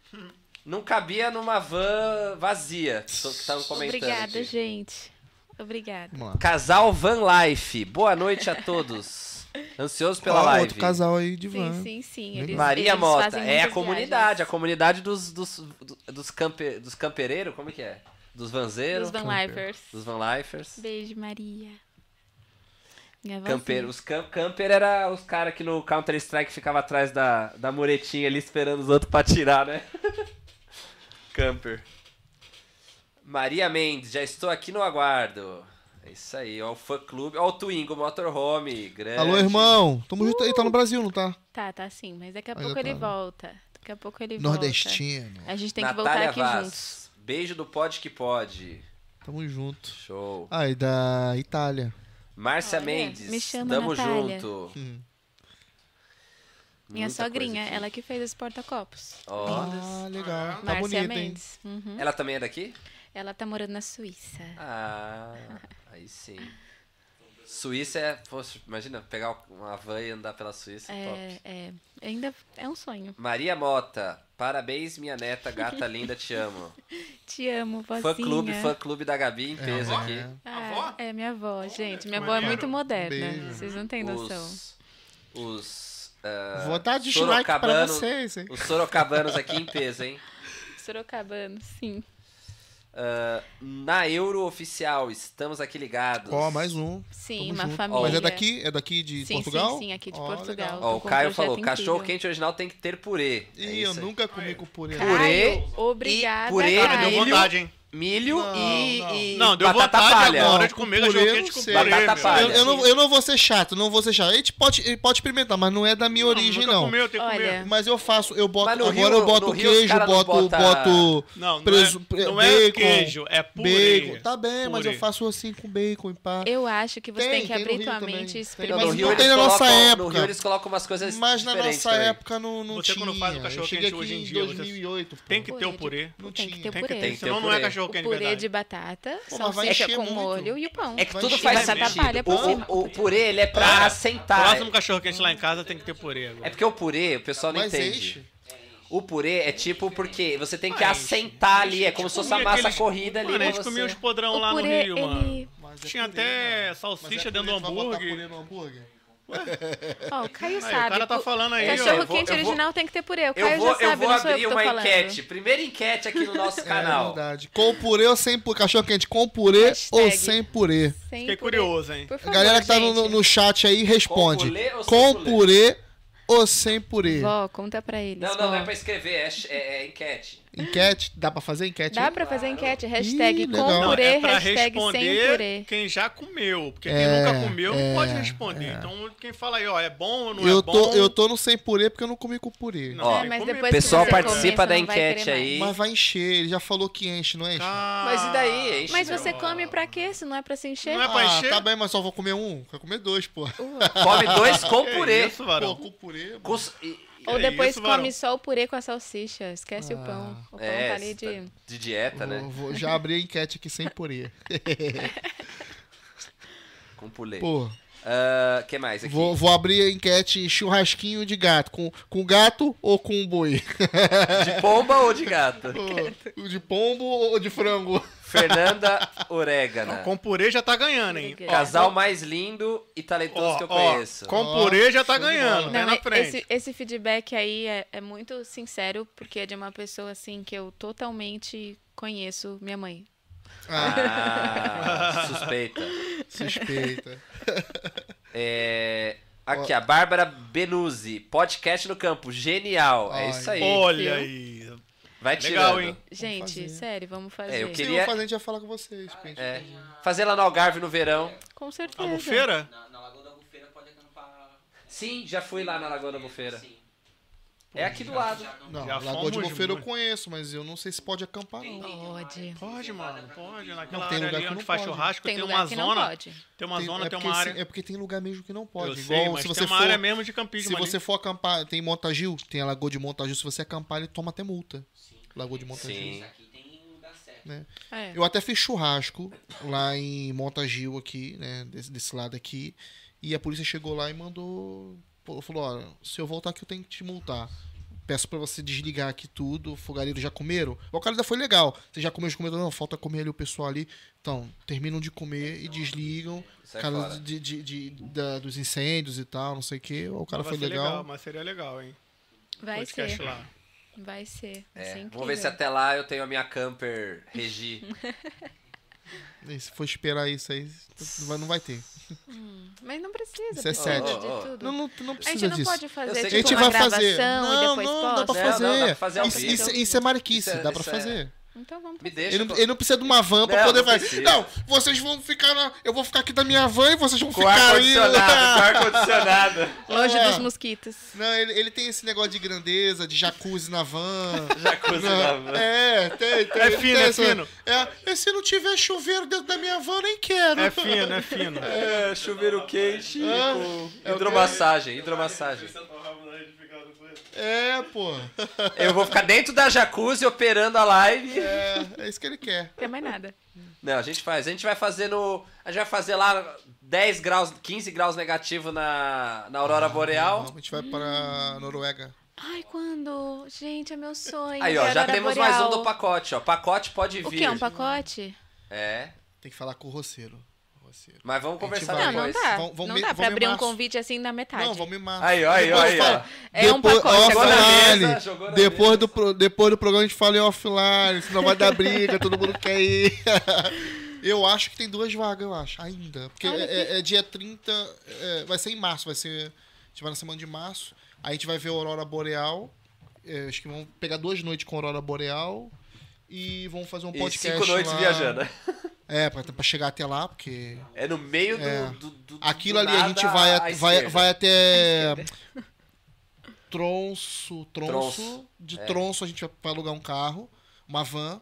C: não cabia numa van vazia. so- que Estavam comentando.
D: Obrigada,
C: aqui.
D: gente. Obrigada.
A: Vamos lá.
C: Casal Van Life. Boa noite a todos. Ansioso pela
A: Ó,
C: live.
A: Outro casal aí de van.
D: Sim, sim, sim. Eles,
C: Maria
D: eles
C: Mota,
D: fazem
C: é a
D: muitas
C: comunidade, a
D: viagens.
C: comunidade dos dos, dos, campe, dos campereiros, como que é? Dos vanzeiros,
D: Dos Van Lifers.
C: dos van lifers.
D: Beijo, Maria. Minha vozinha.
C: Campeiro, os cam camper era os caras que no Counter Strike ficava atrás da, da muretinha ali esperando os outros pra tirar, né? <laughs> camper. Maria Mendes, já estou aqui no aguardo. É isso aí, ó o fã clube, ó o Twingo Motorhome, grande.
A: Alô, irmão. Tamo junto
D: Uh!
A: aí, tá no Brasil, não tá?
D: Tá, tá sim, mas daqui a
A: Mas
D: pouco
A: já tá,
D: ele
A: né?
D: volta. Daqui a pouco ele
A: Nordestino.
D: volta. A gente tem
C: Natália
D: que voltar aqui
C: Vaz,
D: juntos.
C: Beijo do Pod que Pode.
A: Tamo junto.
C: Show.
A: Ah, e da Itália.
C: Márcia
D: Olha,
C: Mendes,
D: me chama
C: tamo
D: Natália.
C: junto.
A: Hum.
D: Minha
C: Muita
D: sogrinha,
C: coisa aqui.
D: ela é que fez esse porta-copos.
C: Ó.
A: Ah, legal. Tá
D: Márcia
A: bonito, hein?
D: Mendes. Uhum.
C: Ela também é daqui?
D: Ela tá morando na Suíça.
C: Ah, aí sim. Suíça é. Poxa, imagina pegar uma van e andar pela Suíça.
D: é,
C: Top.
D: é, ainda é um sonho.
C: Maria Mota, parabéns, minha neta, gata linda, te
D: <laughs>
C: amo.
D: Te amo, vozinha.
C: Fã clube, fã clube da Gabi em peso aqui.
A: É.
D: Ah,
B: Avó?
D: é minha avó, gente. Minha
B: que
D: avó é
B: maneiro.
D: muito moderna.
A: Beijo.
D: Vocês não têm noção.
C: Os. Os. ah,
A: Vou dar dislike pra
C: sorocabano-
A: vocês, hein?
C: Os sorocabanos aqui em peso, hein?
D: Sorocabano, sim.
C: Ah, na Euro Oficial, estamos aqui ligados.
A: Ó, mais um.
D: Sim,
A: Tamo
D: uma
A: junto.
D: família.
A: Mas é daqui? É daqui de
D: Sim,
A: Portugal?
D: sim, sim, aqui de
A: Ó,
D: Portugal.
A: legal.
C: Ó, o
D: Tô com um
C: Caio
D: projeto
C: falou:
D: incrível.
C: cachorro quente original tem que ter purê. É
A: Ih, eu
C: isso aí.
A: nunca comi com purê.
C: Cara, Purê
D: Caio, obrigada,
C: purê,
B: Cara, Ah, deu
D: Caio.
B: vontade, hein?
C: Milho
A: Não,
C: e,
A: não.
C: e
B: Não, deu
C: batata
B: vontade
C: palha.
B: agora de
A: Não,
B: comer
A: purê,
B: cachorro
A: eu
B: quente
A: não
B: com
A: sei.
B: purê,
C: Batata
B: meu.
C: palha.
A: Eu, eu não, eu não vou ser chato, não vou ser chato. A gente pode, ele pode experimentar, mas não é da minha origem,
B: nunca
A: não. É.
B: comeu, eu tenho que comer.
D: Olha,
A: Mas eu faço, eu boto.
C: Mas no
A: Agora
C: Rio-
A: eu
C: no
A: boto
C: Rio os
A: queijo,
C: cara não
A: boto,
C: bota-
A: boto.
B: Não, não,
A: presu-
B: é,
A: pre-
B: não é
A: bacon,
B: queijo, é purê.
A: Bacon. Tá bem, mas eu
B: Purê.
A: faço assim com bacon e pá.
D: eu acho que
A: Tem,
D: você tem, que
A: tem no
D: abrir
A: Rio
D: tua
A: também.
D: mente e
A: Tem no
D: experimentar.
A: Rio,
C: no Rio
A: não
C: eles
A: tem na nossa
C: colocam- No
A: época.
C: Rio eles colocam umas coisas
A: Mas na
C: diferentes
A: nossa
C: É também.
A: época não, não
B: Você
A: tinha.
B: quando faz o cachorro
A: eu cheguei
B: quente
A: aqui
B: hoje em
A: em
B: dia, você-
A: 2008. pô.
B: Tem que ter o
D: Purê
B: purê.
A: Não
D: Tem que
A: tinha.
D: ter o
B: Tem que
D: purê.
B: ter,
C: Tem que ter
B: senão
C: o
B: não é
C: purê.
B: cachorro
D: O
B: quente,
D: purê de
B: verdade. tá
D: batata,
A: Pô, mas vai
D: salsicha
A: encher
D: com
A: muito.
D: molho e o pão.
C: É que
A: Vai
C: tudo
A: encher.
C: faz
A: Vai
C: sentido.
A: batata
D: palha por é cima.
C: o, o, o purê, ele é pra assentar.
B: Próximo cachorro quente lá em casa tem que ter purê
C: É
B: agora.
C: porque o purê, o pessoal não
A: Mas
C: entende.
A: enche.
C: O purê é tipo porque você tem que
B: Ah, enche.
C: assentar ali, é como se
A: Tipo
C: fosse a
B: Comia
C: massa
B: aqueles-
C: corrida ali.
B: Mano, a
C: pra
B: gente
C: você.
B: comia uns podrão
D: O
B: lá no
D: purê,
B: Rio,
D: ele-
B: mano.
A: Mas é
B: Tinha
A: purê,
B: até
A: né?
B: salsicha
A: Mas é
B: dentro do
A: purê, tu vai botar
B: hambúrguer.
A: purê no hambúrguer?
D: Ó, o
B: Aí,
D: Caio
B: o
D: sabe.
B: cara tá falando aí, ó.
D: Cachorro
C: Eu vou-
D: quente
C: eu vou-
D: original tem que ter purê. O Caio
C: Eu vou,
D: já
C: eu
D: sabe,
C: vou
D: não sou eu
C: abrir
D: que tô
C: uma
D: falando.
C: enquete. Primeira enquete aqui
A: <laughs>
C: no nosso
A: É
C: canal.
A: verdade. Com purê ou sem purê? Cachorro quente com purê
D: Hashtag.
A: ou sem purê?
D: Sem
B: Fiquei
D: purê.
B: curioso, hein?
D: Por
A: A
D: favor,
A: galera que tá no- no,
D: gente.
A: no chat aí responde.
C: Com purê ou sem
A: Com
C: purê?
A: purê ou sem purê?
D: Vó, conta pra eles.
C: Não, não, não
D: vó.
C: é pra escrever, é, ch- é- é enquete.
A: Enquete? Dá pra fazer enquete?
D: Dá
A: aí?
D: pra fazer enquete, hashtag
A: Ih,
D: com
A: legal. Não,
B: Não,
D: purê,
B: é pra
D: hashtag sem
B: responder
D: purê.
B: quem já comeu. Porque
A: É,
B: quem nunca comeu não pode
A: é,
B: responder. Então, quem fala aí, ó, é bom ou não
A: eu,
B: é
A: tô,
B: bom?
A: eu tô no sem purê porque eu não comi com purê.
B: Não,
C: Ó,
B: tem
D: É, mas
B: como
D: depois
B: ir.
C: Pessoal,
D: você come,
C: participa
D: você
C: da
D: não vai querer
C: enquete
D: mais.
C: aí.
A: Mas vai encher, ele já falou que enche, não enche?
B: Ah,
C: Mas e daí? Enche
D: Mas
C: meu-
D: você come pra quê se não é pra se encher?
B: Não é pra
A: ah,
B: encher?
A: tá bem, mas só vou comer um. Quero comer dois, pô.
D: Uh,
C: <laughs> Come
A: <laughs>
C: dois com
B: que
C: purê.
B: É Isso, varão.
A: Pô, com purê.
C: Com s- e- e-
D: Ou
B: É
D: depois
B: isso, varão.
D: come só o purê com a salsicha. Esquece
A: Ah.
D: o pão. O pão
C: É,
D: tá ali
C: cê
D: de...
C: tá de
A: Vou-
C: dieta, né?
A: vou- já abri a enquete aqui sem purê.
C: Com purê.
A: Pô,
C: Ah, que mais aqui?
A: vou, vou abrir a enquete churrasquinho de gato. Com, com gato ou com boi?
C: De pomba ou de gato?
B: <laughs>
A: O de pombo ou de frango?
C: Fernanda Orégana.
B: Com purê já tá ganhando, hein?
D: Purê.
B: Ó,
C: Casal mais lindo e talentoso
B: ó,
C: que eu
B: ó,
C: conheço.
B: Com
A: Ó,
B: purê já tá
A: show de
B: ganhando,
A: bola.
B: né?
D: Não,
B: Na
D: mas
B: frente.
D: esse, esse feedback aí é, é muito sincero, porque é de uma pessoa assim que eu totalmente conheço minha mãe.
A: Ah,
B: <laughs>
C: Ah, suspeita.
A: <laughs> suspeita.
C: É, Aqui, a Bárbara Benuzzi. Podcast no campo. Genial. É isso aí.
B: Olha
D: Viu?
B: aí.
C: Vai
B: Legal,
C: tirando.
B: hein?
D: Gente,
A: fazer.
D: sério,
C: É,
D: vamos fazer.
C: eu
A: Se
C: queria-
A: eu fazer, a gente vai falar com vocês. porque a gente-
C: É. Fazer lá no Algarve no verão.
D: Com
B: A
D: certeza.
B: bufeira?
E: Na, na Lagoa da Bufeira pode acampar.
C: Sim, já fui lá na Lagoa da Bufeira.
E: Sim.
C: É aqui do lado.
A: Não,
B: Já
A: Lagoa de
B: fomos
A: Bofeira eu
B: muito.
A: conheço, mas eu não sei se pode acampar, não.
D: Pode.
B: Pode, mano. Pode. Naquela
A: tem
B: área
A: lugar
B: ali
A: que
B: onde
A: não
B: faz
A: pode.
B: churrasco, tem,
D: Tem lugar
B: uma
D: que não
B: zona.
D: pode.
B: Tem uma zona, tem
A: porque,
B: uma
A: se-
B: área.
A: é porque tem lugar mesmo que não pode.
B: Eu
A: Igual
B: sei, mas
A: se
B: tem
A: você
B: uma
A: for.
B: área mesmo de
A: se
B: campismo ali.
A: você for acampar, tem Montagil, tem a Lagoa de Montagil. Se você acampar, ele toma até multa. Lagoa de Montagil.
C: Sim.
E: Isso aqui tem lugar certo.
D: É.
A: Eu até fiz churrasco lá em Montagil aqui, né? Desse, desse lado aqui. E a polícia chegou lá e mandou. pô, Falou, olha, se eu voltar aqui eu tenho que te multar. Peço pra você desligar aqui tudo. Fogareiro, já comeram? O cara ainda foi legal. Você já comeu, já comeu? Não, falta comer ali o pessoal ali. Então, terminam de comer e desligam.
C: Sai é fora.
A: Cara de, de, de- da- dos incêndios e tal, não sei o que. O cara
B: Vai
A: foi
B: ser
A: legal.
B: Mas seria legal, hein?
D: Vai
B: Podcast
D: ser. <laughs>
B: lá.
D: Vai ser. assim Vai ser
C: É,
D: incrível.
C: vamos ver se até lá eu tenho a minha camper Regi.
B: <laughs>
A: E Se for esperar isso aí, não vai- não vai ter.
D: Mas não precisa.
A: Isso é
D: precisa
A: sério.
D: de
C: Ó, ó, ó.
D: tudo.
A: Não, não, não
D: a
A: precisa
D: gente não
A: disso.
D: pode
C: Eu sei
D: fazer
C: que
A: a
D: tipo,
A: gente
D: uma
A: vai
D: gravação
A: fazer.
D: e
A: não,
D: depois
A: não, dá pra
D: posta.
C: Não,
A: fazer.
C: não, dá pra fazer ao
A: isso,
C: vivo.
A: isso, isso é marquice,
C: Isso é-
A: dá pra
C: isso é-
A: fazer.
D: Então vamos
C: Me
D: fazer.
C: deixa.
A: Ele,
C: pô.
A: não- ele não precisa de uma van pra
C: Não,
A: poder
C: não
A: fazer.
C: precisa.
A: Não, vocês vão ficar na. Eu vou ficar aqui da minha van e vocês vão
C: Com
A: ficar aí.
C: ar-condicionado, com ar-condicionado.
B: <laughs>
D: Longe
A: É.
D: dos mosquitos.
A: Não, ele, ele tem esse negócio de grandeza, de jacuzzi na van.
C: Jacuzzi na van.
A: É, tem, tem.
B: É
A: ele
B: fino,
A: tem
B: é
A: essa-
B: fino.
A: É, e se não tiver chuveiro dentro da minha van, eu nem quero.
B: É
A: <laughs>
B: fino, é fino.
C: É, chuveiro quente
A: Ah,
C: com hidromassagem, hidromassagem.
A: É, pô.
C: Eu vou ficar dentro da jacuzzi operando a live.
A: É, é isso que ele quer.
D: Não tem mais nada.
C: Não, a gente faz. A gente vai fazer no. A gente vai fazer lá 10 graus, 15 graus negativo na, na
A: Ah.
C: Aurora
A: Não,
C: Boreal.
A: a gente vai pra Noruega.
D: Ai, quando? Gente, é meu sonho.
C: Aí,
D: ver
C: ó,
D: a
C: já
D: aurora
C: temos mais um
D: boreal.
C: do pacote, ó. Pacote pode vir.
D: O que? É um pacote?
C: É,
A: Tem que falar com o roceiro. Roceiro.
C: mas vamos
A: A gente
C: conversar
A: vai.
D: Não, não
C: depois.
D: dá.
A: Vão- vão
D: não
A: me-
D: dá
A: vão
D: pra
A: me
D: abrir um
A: março.
D: convite assim na metade.
A: Não, vão me matar.
C: Aí, ó, aí, ó,
A: Depois
C: aí,
A: eu falo.
C: ó.
D: É um
A: Depois- né?
D: pacote
C: Jogou na
A: Offline.
C: mesa, jogou na
A: Depois do, pro- depois do programa a gente fala em offline, senão vai dar briga, todo mundo quer ir. <laughs> Eu acho que tem duas vagas, eu acho, ainda. Porque
D: Olha
A: é,
D: que-
A: é- é dia 30, é, vai ser em março, vai ser. A gente vai na semana de março. Aí a gente vai ver a Aurora Boreal. É, acho que vão pegar duas noites com a Aurora Boreal. E vão fazer um
C: E
A: podcast.
C: cinco noites
A: lá.
C: viajando.
A: É, pra, pra chegar até lá, porque.
C: É no meio do.
A: É.
C: do, do- do
A: Aquilo ali
C: nada
A: a gente vai,
C: à
A: at- vai,
C: esquerda.
A: vai até. Tronço, tronço,
C: Tronço, é.
A: De tronço a gente vai pra alugar um carro, uma van,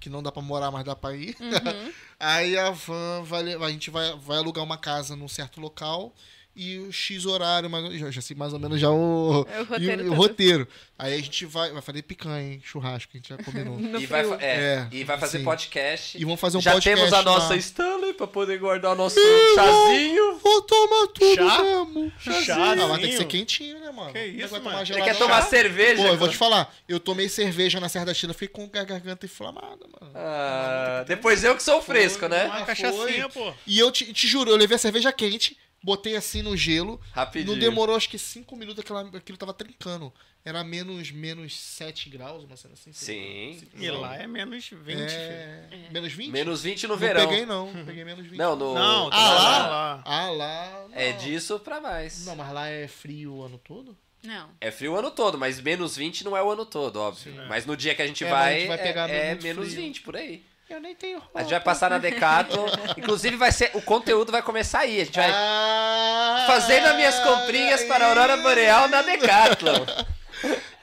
A: que não dá pra morar, mas dá pra ir.
D: Uhum.
A: <laughs> Aí a van vai. le- A gente vai, vai alugar uma casa num certo local. E o X horário, mas já, já sei mais ou menos já o,
D: É o
A: e
D: roteiro
A: o
D: todo.
A: roteiro. Aí a gente vai, vai fazer picanha, hein? Churrasco, que a gente já
D: <laughs>
A: combinou.
D: No
C: E vai,
D: frio.
C: fa- é,
A: É,
C: e vai fazer
A: sim.
C: podcast.
A: e vamos fazer um
C: Já
A: podcast.
C: temos a nossa
A: lá.
C: Stanley pra poder guardar o nosso chazinho.
A: Vou tomar tudo
B: Chá?
A: mesmo.
B: Chá,
A: Ah, mas tem que ser
B: Zinho.
A: quentinho, né, mano?
B: Que
A: Como é
B: isso,
A: vai
B: mano?
C: Ele
A: gelado,
C: quer
A: não?
C: tomar
A: Chá?
C: cerveja.
A: Pô, eu vou
C: cara.
A: te falar. Eu tomei cerveja na Serra da China, fiquei com a garganta inflamada, mano.
C: Ah, depois eu que sou fresco, né?
B: Uma cachaçinha, pô.
A: E eu te, te juro, eu levei a cerveja quente, botei assim no gelo.
C: Rapidinho.
A: Não demorou acho que 5 minutos, aquela, aquilo tava trincando. Era menos, menos 7 graus, uma cena assim. sei
C: Sim.
A: lá.
B: E lá é menos 20, filho.
A: É... Menos 20?
C: Menos 20 no
A: não
C: verão.
A: peguei, não.
B: <laughs>
A: Peguei menos 20.
C: Não, no.
B: Não,
A: Ah,
B: tá
A: lá?
B: lá.
A: Ah, lá.
C: É
A: não.
C: disso pra mais.
A: Não, mas lá é frio o ano todo?
D: Não.
C: É frio o ano todo, mas menos 20 não é o ano todo, óbvio. Mas no dia que a gente
A: É, mas
C: vai,
A: a gente vai
C: é-
A: pegar
C: é,
A: muito
C: menos
A: frio. tá-
C: 20 por aí.
A: Eu nem tenho
C: A gente vai passar na Decathlon.
A: <laughs>
C: Inclusive, vai ser, o conteúdo vai começar aí. A gente vai
A: Ah,
C: fazendo as minhas comprinhas para a Aurora Boreal né? na Decathlon.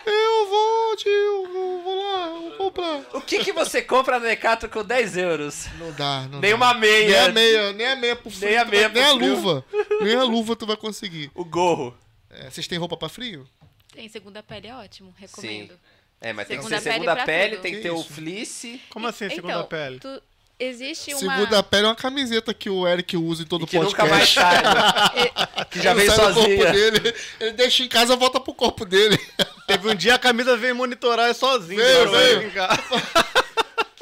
A: Eu vou, tio. Vou, vou lá, eu vou comprar.
C: O que, que você compra na Decathlon com 10 euros?
A: Não dá, não
C: Nem
A: dá.
C: uma
A: Nem
C: meia.
A: a meia, nem a meia por frio.
C: Nem a
A: tu
C: meia
A: vai- nem
C: pro
A: a
C: frio.
A: luva. Nem a luva tu vai conseguir.
C: O gorro.
A: É, vocês têm roupa pra frio?
D: Tem segunda pele, é ótimo, recomendo.
C: É, mas tem que
D: Segunda
C: ser
D: pele
C: segunda
D: pra
C: pele,
D: tudo.
C: tem que
A: Que
C: ter o
A: isso?
C: fleece.
B: Como assim, segunda
D: então,
B: pele?
D: tu- existe uma.
A: Segunda pele é uma camiseta que o Eric usa em todo
C: E que
A: podcast.
C: nunca mais sai. né?
A: <laughs>
C: que já
A: Ele
C: veio
A: sai do corpo
C: sozinha.
A: dele, ele deixa em casa, volta pro corpo dele. <laughs>
B: Teve um dia a camisa veio monitorar eu sozinho.
A: Veio,
B: cara, vai
A: veio.
B: brincar.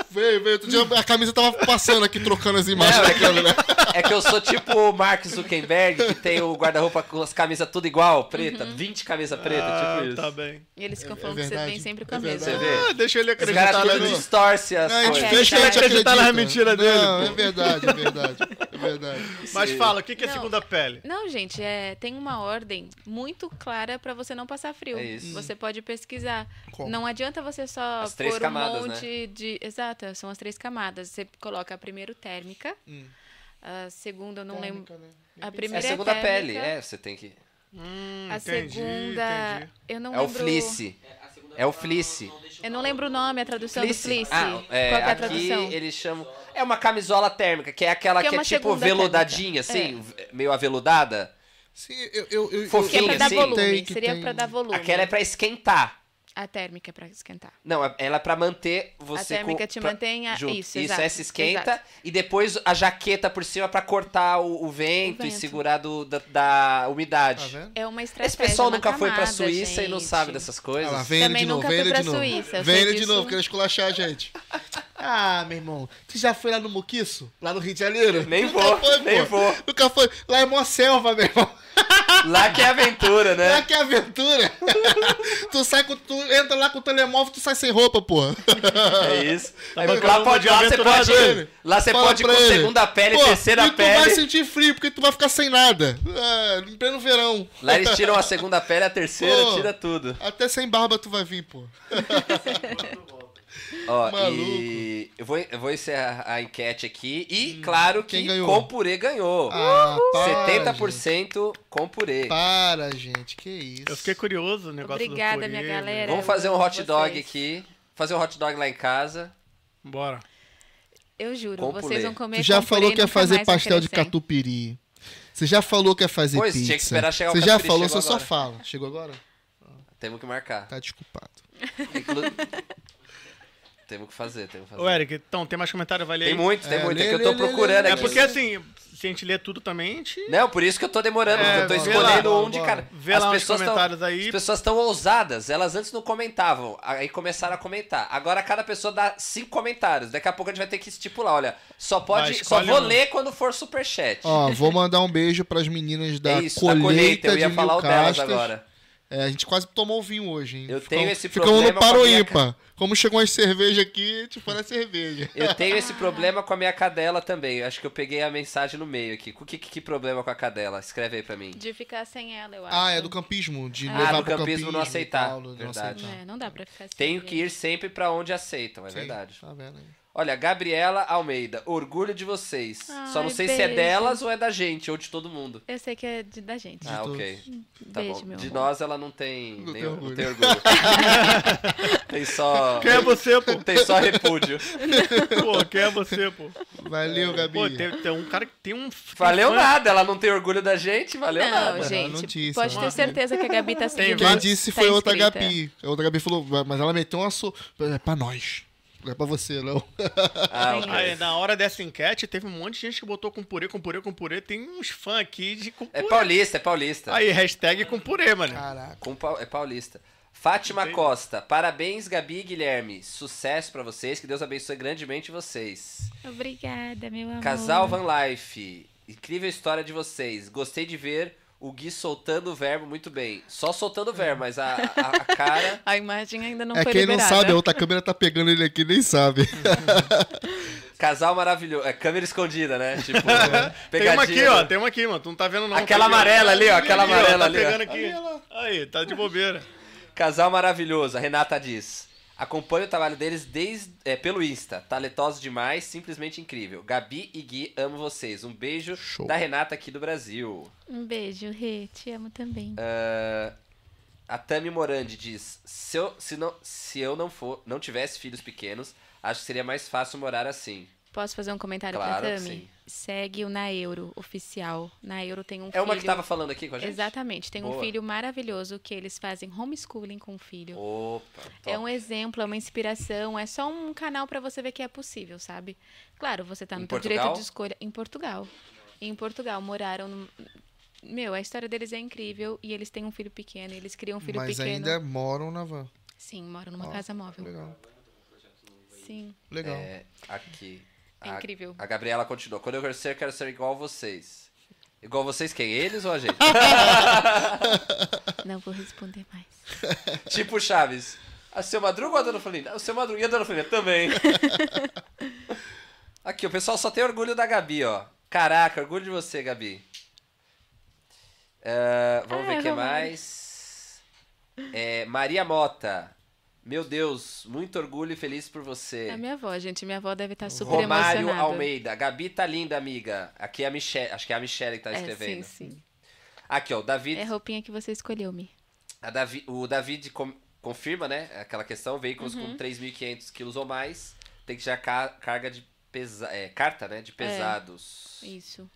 A: Veio, veio. Outro dia a camisa tava passando aqui, trocando as imagens
C: Não,
A: da
C: é que-
A: câmera.
C: É que eu sou tipo o Mark Zuckerberg, que tem o guarda-roupa com as camisas tudo igual, preta.
D: Uhum.
C: 20 camisas pretas,
B: Ah,
C: tipo isso.
B: tá bem.
D: E eles ficam
A: É- é
D: falando que você
A: verdade,
D: vem sempre com
A: é
D: a mesma.
C: Você
A: verdade.
C: vê?
B: Ah, deixa ele
C: Os caras
B: acreditar, né?
C: tudo
B: meu?
C: distorcem as
A: Não, a gente
C: coisas.
D: É
A: deixa a gente
B: verdade.
A: acreditar
B: Acreditar na mentira dele,
A: Não,
B: pô.
A: é verdade, é verdade. É verdade.
B: Mas fala, o que, que é
D: Não.
B: segunda pele?
D: Não, gente, é, tem uma ordem muito clara pra você não passar frio.
C: É isso.
D: Você pode pesquisar.
A: Como?
D: Não adianta você só
C: As três
D: pôr
C: camadas, né?
D: um monte de. Exato, são as três camadas. Você coloca primeiro térmica,
A: Hum.
D: a segunda eu não lembro.
A: Térmica, né? Nem
D: a
A: pensei.
C: É a
D: primeira
C: segunda
D: é
C: pele,
D: térmica,
C: é, você tem que.
D: a
B: entendi,
D: segunda.
B: entendi.
D: Eu não
C: É o
D: lembro.
C: fleece. É o fleece.
D: Eu não lembro o nome, a tradução do fleece.
C: Ah, é,
D: Qual que é a
C: aqui
D: tradução?
C: eles chamam. É uma camisola térmica, que é aquela
D: Que
C: que
D: é
C: é,
D: uma
C: tipo
D: segunda É.
C: veludadinha, assim, meio aveludada.
A: Sim, eu, eu, eu,
D: Que é
C: Fofinha,
D: pra
C: Sim,
D: dar
C: sim.
D: volume.
A: Tem que
D: Seria
A: tem-
D: pra dar volume.
C: assim. Aquela é pra esquentar.
D: A térmica é pra esquentar.
C: Não, é- ela é pra manter você.
D: a térmica
C: com-
D: te
C: pra-
D: mantém a...
C: junto.
D: Isso,
C: Isso
D: exato,
C: é se esquenta.
D: exato.
C: E depois a jaqueta por cima pra cortar o, o vento
D: O
C: e
D: vento.
C: segurar do, da, da
A: Tá
C: umidade.
A: vendo?
D: É uma estratégia,
C: Esse pessoal
D: uma
C: nunca foi pra
D: camada,
C: Suíça e não
D: gente.
C: sabe dessas coisas.
A: Olha lá, vem ele
D: Também
A: de novo,
D: nunca
A: vem
D: fui
A: ele
D: pra
A: de novo.
D: Suíça, eu
A: vem
D: sei
A: ele de
D: disso.
A: novo, querendo esculachar a gente. Ah, meu irmão, tu já foi lá no Muquiço? Lá no Rio de Janeiro?
C: Nem
A: Nunca
C: vou,
A: foi,
C: nem
A: pô.
C: vou.
A: Nunca foi. Lá é mó selva, meu irmão.
C: Lá que é aventura, né?
A: <laughs> Lá que é aventura. tu sai com. Tu entra lá com o telemóvel, tu sai sem roupa, pô. Tá
C: É isso. Aí
A: então
B: bom,
C: lá
B: cada um
C: pode,
B: de
C: lá você
B: aventurado
C: pode,
A: ele.
C: lá você
A: Fala
C: pode ir
A: pra
C: com
A: ele.
C: segunda pele,
A: Pô,
C: terceira
A: e tu vai
C: pele.
A: sentir frio, porque tu vai ficar sem nada. Ah, em pleno verão.
C: Lá eles tiram a segunda pele, a terceira,
A: Pô.
C: tira tudo.
A: Até sem barba tu vai vir, pô.
C: Ó,
A: Tá Maluco. Hum,
C: e eu vou, eu vou encerrar a enquete aqui. E, claro que
A: quem ganhou?
C: com purê ganhou.
A: Ah, para,
C: 70% com purê.
A: gente. Para, gente, que isso.
B: Eu fiquei curioso o negócio do
D: Obrigada,
B: purê,
D: minha
B: né?
D: galera.
C: Vamos fazer um
D: Eu amo
C: hot dog
D: vocês.
C: aqui. Fazer um hot dog lá em casa.
B: Bora.
D: Eu juro,
C: Com pulê.
D: vocês vão comer
A: Tu já
D: com
A: falou
D: purê e
A: que ia
D: um nunca
A: fazer
D: mais vão
A: pastel de
D: crescer.
A: catupiry. Você já falou que ia fazer
C: Pois,
A: pizza.
C: tinha que esperar chegar o
A: Você já
C: catupiry,
A: falou, você
C: chegou
A: só
C: agora.
A: fala. Chegou agora?
C: Temos que marcar.
A: Tá desculpado.
C: Inclu- temos que fazer, temos que
B: Ô,
C: fazer.
B: Eric, então, tem mais comentário? Vale
C: Tem
B: aí.
C: muito, tem
A: É,
C: muito. É
A: lê,
C: que eu tô
A: lê, lê,
C: procurando
A: lê,
B: É
C: aqui.
B: porque, assim, se a gente lê tudo também, a gente...
C: Não, por isso que eu tô demorando,
B: É,
C: eu tô
B: vê
C: escolhendo
A: lá,
C: um de cara.
B: Vê lá os
C: tão-
B: comentários aí.
C: as pessoas estão ousadas, elas antes não comentavam, aí começaram a comentar. Agora cada pessoa dá cinco comentários. Daqui a pouco a gente vai ter que estipular, olha, só
B: Vai,
C: pode, só
B: escolhe
C: vou
B: um.
C: ler quando for superchat. É
A: Ó, vou mandar um beijo pras meninas da,
C: <laughs> isso, da
A: colheita,
C: eu
A: de
C: ia falar o delas
A: Milcastas. <laughs>
C: agora.
A: É, a gente quase tomou vinho hoje, hein?
C: Eu tenho esse
A: Ficamos um no
C: problema com a minha
A: Paroímpa. Como chegou as cerveja aqui, tipo, na cerveja.
C: Eu tenho esse problema com a minha cadela também. Eu acho que eu peguei a mensagem no meio aqui. O que, que, que problema com a cadela? Escreve aí pra mim.
D: De ficar sem ela, eu acho.
A: Ah, é do campismo, de
D: Ah,
A: levar
C: do
A: pro
C: campismo, não
A: e
C: aceitar.
A: tal, não
C: Verdade.
A: aceitar.
D: É, não dá pra ficar sem
C: Tenho
D: ninguém.
C: que ir sempre pra onde aceitam, é
A: Sim,
C: verdade.
A: Tá vendo aí.
C: Olha, Gabriela Almeida, orgulho de vocês. Só não
D: Ai,
C: sei se é
D: beijo.
C: delas ou é da gente, ou de todo mundo.
D: Eu sei que é de, da gente.
C: ah,
A: todos.
C: ok. Tá
D: Beijo,
C: bom.
D: meu
C: de
D: amor.
C: nós ela não tem,
A: Não
C: nem,
A: tem
C: não
A: orgulho.
B: <laughs>
C: tem orgulho. tem só.
B: Quem é você, pô?
C: <laughs> Tem só repúdio.
B: pô? Quem é você, pô?
D: É.
A: Valeu, Gabi.
B: Pô, tem, tem um cara que tem um...
C: Valeu
B: tem fã-
C: nada, ela não tem orgulho da gente, valeu
D: Não,
C: nada.
D: gente,
A: não disse,
D: pode
A: não.
D: ter certeza que a Gabi tá seguindo.
A: Quem
B: Tá
A: disse foi outra Gabi.
D: é.
A: A outra Gabi falou, mas ela meteu uma so... É pra nós. Não é pra você, não.
C: Ah, ok.
B: Aí, na hora dessa enquete, teve um monte de gente que botou com purê, com purê, com purê. Tem uns fãs aqui de com
C: É
B: purê.
C: paulista, é paulista.
B: Aí, hashtag com purê, mano.
A: Caraca.
C: Com pau- é paulista. Fátima Costa, parabéns, Gabi e Guilherme. Sucesso pra vocês, que Deus abençoe grandemente vocês.
D: Obrigada, meu amor.
C: Casal Van Life, incrível história de vocês. Gostei de ver o Gui soltando o verbo muito bem. Só soltando o verbo, mas a, a, a cara.
D: A imagem ainda não
A: é
D: foi né?
A: quem não
D: liberada.
A: sabe, a outra câmera tá pegando ele aqui, nem sabe.
C: Casal maravilhoso. É câmera escondida, né?
B: <laughs>
C: Tipo,
B: Tem uma aqui,
C: pegadinha,
B: ó.
C: né?
B: Tem uma aqui, mano. Tu não tá vendo, não.
C: Aquela
B: Tá aqui, ó.
C: amarela ali, ó, aquela
B: Aqui,
C: amarela
B: tá
C: ali, ó.
B: pegando aqui. Aí, tá de bobeira.
C: Casal maravilhoso, a Renata diz. Acompanho o trabalho deles desde, é, pelo Insta. Talentosos demais, simplesmente incrível. Gabi e Gui, amo vocês. Um beijo
A: Show.
C: da Renata aqui do Brasil.
D: Um beijo, Rê. Te amo também.
C: É. A Tami Morandi diz: se eu, se não, se eu não, for, não tivesse filhos pequenos, acho que seria mais fácil morar assim.
D: Posso fazer um comentário
C: Claro que
D: pra Tami?
C: sim.
D: Segue o Na Euro oficial. Na Euro tem um
C: É uma que
D: filho-
C: tava falando aqui com a gente?
D: Exatamente. Tem um
C: Boa.
D: filho maravilhoso que eles fazem homeschooling com o filho.
C: Opa, top.
D: É um exemplo, é uma inspiração, é só um canal pra você ver que é possível, sabe? Claro, você tá
C: Em
D: no teu
C: Portugal?
D: direito de escolha. Em Portugal. Em Portugal, moraram. num- Meu, a história deles é incrível e eles têm um filho pequeno, e eles criam um filho
A: Mas
D: pequeno.
A: ainda Ah, moram na van.
D: Sim, moram numa
A: Ó,
D: casa móvel.
A: Legal.
D: Sim,
A: Legal.
C: É, aqui.
D: É
C: A-
D: incrível.
C: A Gabriela continua. Quando eu crescer, quero ser igual a vocês. Igual a vocês quem? Eles ou a
D: <laughs>
C: gente?
D: não vou responder
C: <laughs>
D: mais.
C: tipo Chaves. A seu Madruga ou a Dona Florinda? O seu Madruga e a Dona Florinda também.
D: <laughs>
C: aqui, o pessoal só tem orgulho da Gabi, ó. Caraca, orgulho de você, Gabi. É, vamos
D: Ah,
C: ver o que
D: vamos.
C: mais. É, Maria Mota. Meu Deus, muito orgulho e feliz por você.
D: É a minha avó, gente. Minha avó deve estar super
C: Romário
D: emocionada.
C: Almeida. Gabi tá linda, amiga. Aqui é a Michelle. Acho que é a Michelle que tá
D: É,
C: escrevendo.
D: sim, sim.
C: Aqui, ó. O David.
D: É a roupinha que você escolheu, Mi.
C: a Davi- o David com- confirma, né? Aquela questão. Veículos
D: Uhum.
C: com 3.500 quilos ou mais. Tem que já ca- carga de pesa... é, carta, né? De pesados.
D: Isso.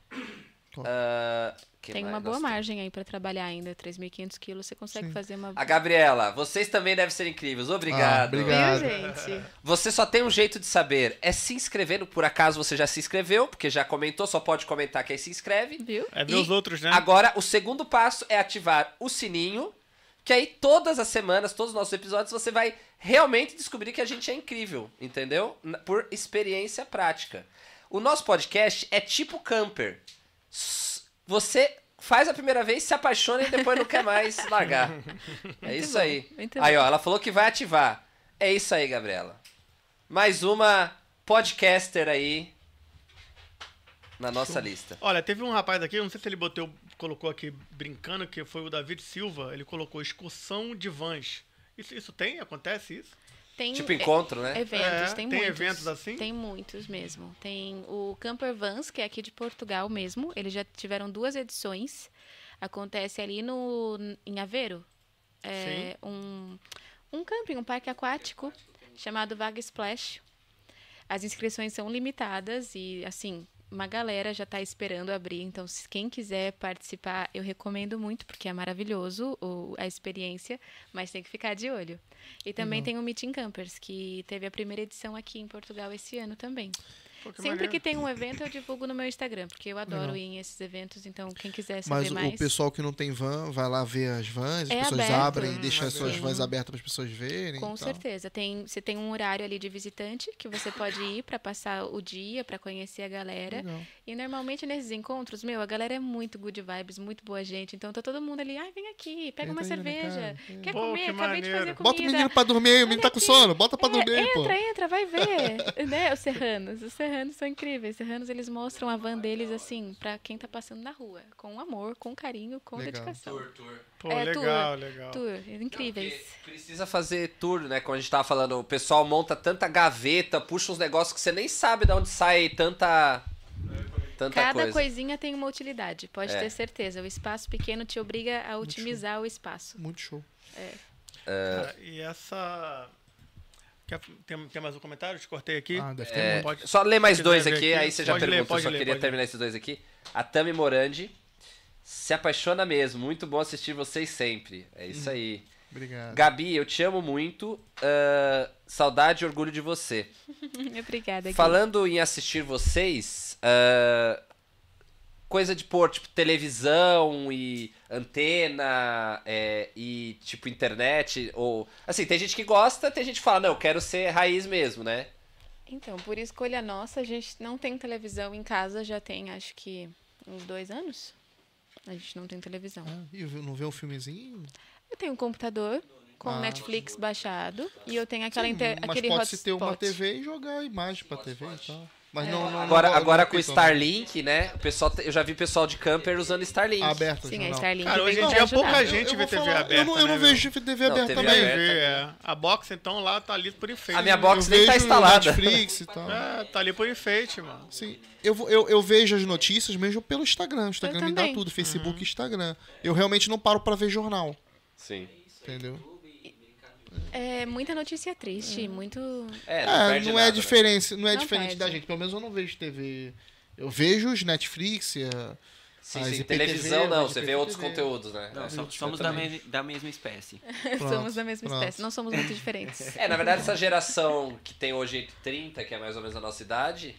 C: Ah, que
D: tem
C: mais
D: uma
C: nós
D: boa
C: temos?
D: margem aí pra trabalhar ainda. 3.500 quilos, você consegue fazer uma...
C: A Gabriela, vocês também devem ser incríveis. Obrigado.
A: Ah, obrigado.
D: Viu, gente?
C: Você só tem um jeito de saber. É se inscrevendo. Por acaso você já se inscreveu, porque já comentou, só pode comentar que aí se inscreve.
D: Viu?
B: É ver
C: E
B: os outros, né?
C: Agora, o segundo passo é ativar o sininho, que aí todas as semanas, todos os nossos episódios, você vai realmente descobrir que a gente é incrível, entendeu? N- Por experiência prática. O nosso podcast é tipo camper. S- Você faz a primeira vez, se apaixona e depois não quer mais largar. É isso
D: bom,
C: aí.
D: muito
C: Aí, ó, ela falou que vai ativar. É isso aí, Gabriela. Mais uma podcaster aí na nossa lista.
B: Olha, teve um rapaz aqui, eu não sei se ele botou, colocou aqui brincando, que foi o David Silva. Ele colocou excursão de vans. Isso, isso tem? Acontece isso?
D: Tem
C: Tipo encontro, né?
D: eventos,
B: É,
D: tem,
B: tem
D: muitos.
B: eventos assim?
D: Tem muitos mesmo. Tem o Camper Vans, que é aqui de Portugal mesmo. Eles já tiveram duas edições. Acontece ali no em Aveiro. É um, um camping, um parque aquático chamado Vaga Splash. As inscrições são limitadas e, assim, uma galera já está esperando abrir. Então, se quem quiser participar, eu recomendo muito, porque é maravilhoso o- a experiência, mas tem que ficar de olho. E também tem o Meeting Campers, que teve a primeira edição aqui em Portugal esse ano também.
B: Pô, que
D: Sempre
B: maneiro.
D: que tem um evento, eu divulgo no meu Instagram, porque eu adoro ir em esses eventos. Então, quem quiser saber
A: Mas o-
D: mais...
A: o pessoal que não tem van vai lá ver as vans, as
D: É
A: pessoas
D: aberto.
A: abrem,
B: Hum,
A: deixam as
B: aberto.
A: suas
D: Sim.
A: vans abertas para as pessoas verem.
D: Com
A: e tal.
D: certeza. Tem, você tem um horário ali de visitante que você pode ir para passar o dia, para conhecer a galera.
A: Legal.
D: E normalmente nesses encontros, meu, a galera é muito good vibes, muito boa gente. Então tá todo mundo ali, ai, vem aqui, pega uma
A: Entra aí na minha
D: cerveja.
A: casa.
D: Quer
B: Pô,
D: comer?
B: que
D: Acabei de fazer
B: maneiro.
D: comida.
A: Bota o menino pra dormir aí, o menino tá com sono, bota pra
D: É,
A: dormir aí, pô.
D: entra, entra, vai ver. <laughs> né? Os serranos. Os serranos são incríveis. Os serranos, eles mostram a van deles, assim, pra quem tá passando na rua. Com amor, com carinho, com
A: Legal.
D: dedicação. Tour,
B: Pô,
D: é,
B: legal,
D: tour.
B: legal.
D: Incríveis.
C: Porque Precisa fazer tour, né? Como a gente tava falando, o pessoal monta tanta gaveta, puxa uns negócios que você nem sabe de onde sai tanta. Tanta
D: Cada
C: coisa.
D: coisinha tem uma utilidade, pode
C: É.
D: ter certeza. O espaço pequeno te obriga a otimizar o <laughs> espaço.
A: Muito show.
B: Cara, E essa... Quer- Tem, tem mais um comentário? Te cortei aqui.
A: Ah, deve ter
C: É,
A: muito.
B: Pode-
C: só lê mais
B: se
C: dois
B: quiser
C: aqui,
B: ver aqui,
C: aí você já
B: pode ler,
C: pergunta. eu
B: pode
C: só
B: ler,
C: queria
B: pode
C: terminar esses dois aqui. A Tami Morandi se apaixona mesmo. Muito bom assistir vocês sempre. É isso aí.
B: Hum.
A: Obrigado.
C: Gabi, eu te amo muito. ah, saudade e orgulho de você.
D: Obrigada, Gui.
C: Falando em assistir vocês, ah, coisa de pôr, tipo, televisão e antena é, e, tipo, internet, ou... Assim, tem gente que gosta, tem gente que fala, não, eu quero ser raiz mesmo, né?
D: Então, por escolha nossa, a gente não tem televisão em casa, já tem acho que uns dois anos. A gente não tem televisão.
A: Ah, e não vê um filmezinho?
D: Eu tenho um computador com
A: Ah.
D: Netflix baixado e eu tenho aquela inter...
A: Mas
D: aquele
A: pode-se ter uma
D: hotspot. É.
A: TV e jogar a imagem pra TV e tal. Mas não, não- não
C: Agora,
A: go-
C: agora
A: não
C: com o
A: fica
C: Starlink, né? O pessoal, te- eu já vi pessoal de camper usando Starlink.
A: Aberto.
D: Sim, a
A: não.
D: Starlink
B: Cara,
D: veio
B: hoje em
D: pra
B: dia
D: ajudar.
B: pouca
A: Eu-
B: gente
A: eu
B: vê
A: vou
B: TV
A: falar,
B: aberta,
A: Eu não, eu não
B: né,
A: vejo TV
C: Não,
A: aberta
C: TV
A: também.
B: Também
C: aberta,
B: vê,
C: né?
B: é. A box, então, lá tá ali por enfeite.
C: A minha
A: Eu
C: box nem tá
A: vejo
C: instalada.
A: Netflix e
B: <laughs>
A: tal.
B: É, tá ali por enfeite, mano.
A: Sim. Eu, vou- eu, eu vejo as notícias mesmo pelo Instagram. O Instagram
D: Eu
A: me dá
D: também.
A: tudo,
C: Uhum.
A: Facebook e Instagram. Eu realmente não paro pra ver jornal.
C: Sim.
A: Entendeu?
D: É muita notícia triste, muito. <laughs>
C: É,
A: É,
C: não,
A: não,
C: perde
A: é
C: nada, né?
A: diferença, não é
D: Não
A: diferente
D: perde.
A: da gente. Pelo menos eu não vejo TV. Eu vejo os Netflix, é, a-
C: Sim,
A: Mas
C: sim.
A: IPTV,
C: Televisão não,
A: mas
C: você vê
A: IPTV.
C: outros conteúdos, né?
E: Não,
C: É.
E: so- somos da, me- da mesma espécie.
A: Pronto,
D: somos da mesma
A: pronto.
D: espécie, não somos muito diferentes.
C: É, na verdade, essa geração que tem hoje entre 30, que é mais ou menos a nossa idade,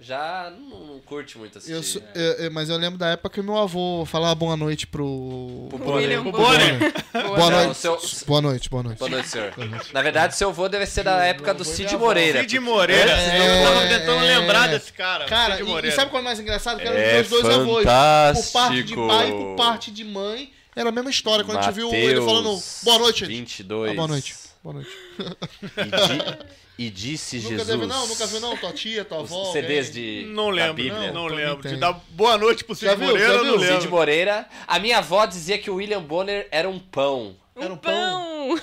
C: já não, não curte muito assistir.
A: Eu sou- eu- eu- mas eu lembro da época que meu avô falava boa noite pro.
C: Pro
A: pro
C: Bonner.
D: William
C: Pro
A: Bonner. Boa
C: Não,
A: noite.
C: seu-
A: Boa noite, boa noite.
C: Boa noite, senhor. Na verdade, seu avô é deve ser da época do Cid Moreira.
B: Cid Moreira.
A: É,
B: eu tava tentando
A: é.
B: lembrar desse cara.
A: Cara,
B: Cid
A: e- e,
B: Moreira.
A: sabe qual é o mais engraçado? Que eram
C: É
A: os meus dois avós. Por parte de
C: fantástico.
A: pai e por parte de mãe. Era a mesma história. Quando a gente viu ele falando boa noite. gente."
C: 22.
A: Ah, boa noite. Boa noite.
C: E, disse
A: <laughs> Nunca teve, não, nunca viu, não. Tua tia, tua avó.
C: Os CDs
A: alguém.
C: de
B: Não
C: da
B: lembro,
C: Bíblia.
B: não
A: Também
B: lembro. De
A: tem.
B: dar boa noite pro Cid
A: Já viu, já
B: Moreira, eu não
A: viu?
B: lembro.
C: Cid Moreira. A minha avó dizia que o William Bonner era um <laughs> pão.
A: Era um
D: Um
A: pão.
D: pão!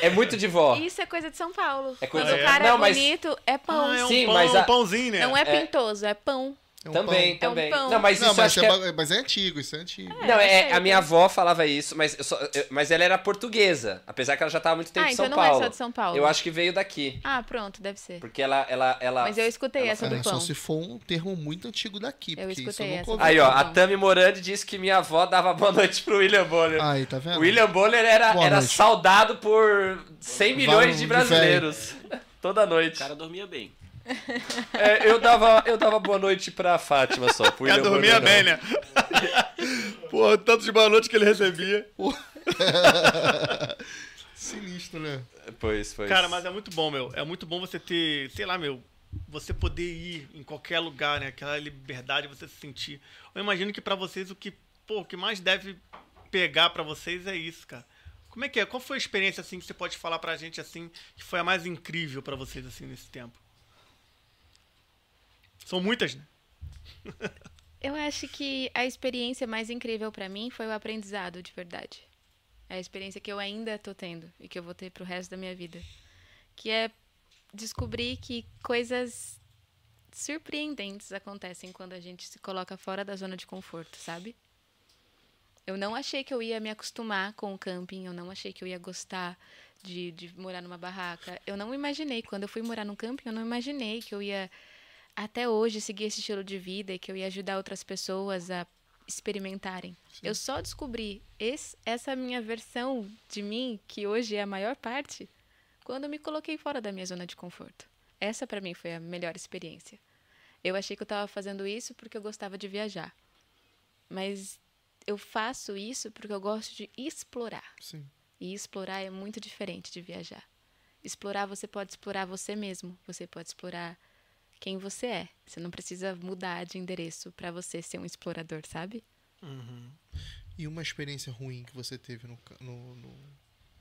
C: É muito de vó.
D: Isso é coisa de São Paulo.
C: É coisa
D: Quando
C: de-
D: o cara
C: Não,
D: é
C: mas-
D: bonito, é pão.
B: Ah, é um
C: Sim,
B: pão,
C: mas a-
B: um pãozinho, né?
D: Não é
C: É.
D: pintoso, é pão.
A: É um
C: também,
D: pão. É um
C: também.
D: pão.
C: Não, mas
A: Pão. Não,
C: isso eu
A: mas,
C: acho
A: isso
C: que
A: é,
C: é...
A: ba- mas é antigo, isso é antigo.
D: É.
C: Não, é,
D: sei,
C: a minha
D: né?
C: avó falava isso, mas, eu só, eu- mas ela era portuguesa, apesar que ela já estava há muito tempo
D: Ah,
C: em
D: então
C: São
D: não
C: Paulo.
D: é só de São Paulo.
C: Eu acho que veio daqui,
D: Ah, pronto, deve ser.
C: porque tá. É ela... ela, ela
D: Mas eu escutei
C: ela
D: essa é do
A: Cara, só
D: pão.
A: se for um termo muito antigo daqui.
D: Eu
A: porque isso eu
D: escutei
A: nunca
D: essa.
A: ouvi.
C: Aí, ó, a
D: Não.
C: Tami Morandi disse que minha avó dava boa noite pro William Bonner.
A: Aí, tá vendo?
C: o William Bonner era,
A: Boa
C: era
A: noite.
C: saudado por 100 milhões
A: Vários
C: de
A: de
C: brasileiros. <laughs> Toda
E: O
C: noite.
E: cara dormia bem.
C: É, eu, dava, eu dava boa noite pra Fátima só, pro
B: Ela
C: William
B: dormia
C: Bonner. não.
B: bem, né? <laughs> Pô, tanto de boa noite que ele recebia.
A: Sinistro, né?
C: Pois, pois.
B: Cara, mas é muito bom, meu. É muito bom você ter, sei lá, meu, você poder ir em qualquer lugar, né? Aquela liberdade você se sentir. Eu imagino que pra vocês o que, pô, o que mais deve pegar pra vocês é isso, cara. Como é que é? Qual foi a experiência assim que você pode falar pra gente assim que foi a mais incrível pra vocês assim nesse tempo? São muitas, né?
D: Eu acho que a experiência mais incrível pra mim foi o aprendizado, de verdade. É a experiência que eu ainda tô tendo e que eu vou ter pro resto da minha vida. Que é descobrir que coisas surpreendentes acontecem quando a gente se coloca fora da zona de conforto, sabe? Eu não achei que eu ia me acostumar com o camping, eu não achei que eu ia gostar de, de morar numa barraca. Eu não imaginei, quando eu fui morar num camping, eu não imaginei que eu ia até hoje seguir esse estilo de vida e que eu ia ajudar outras pessoas a experimentarem. Eu só descobri esse- essa minha versão de mim, que hoje é a maior parte, quando eu me coloquei fora da minha zona de conforto. Essa pra mim foi a melhor experiência. Eu achei que eu tava fazendo isso porque eu gostava de viajar. Mas eu faço isso porque eu gosto de explorar.
A: Sim.
D: E explorar é muito diferente de viajar. Explorar, você pode explorar você mesmo, você pode explorar quem você é. Você não precisa mudar de endereço pra você ser um explorador, sabe?
A: E uma experiência ruim que você teve no, ca- no, no,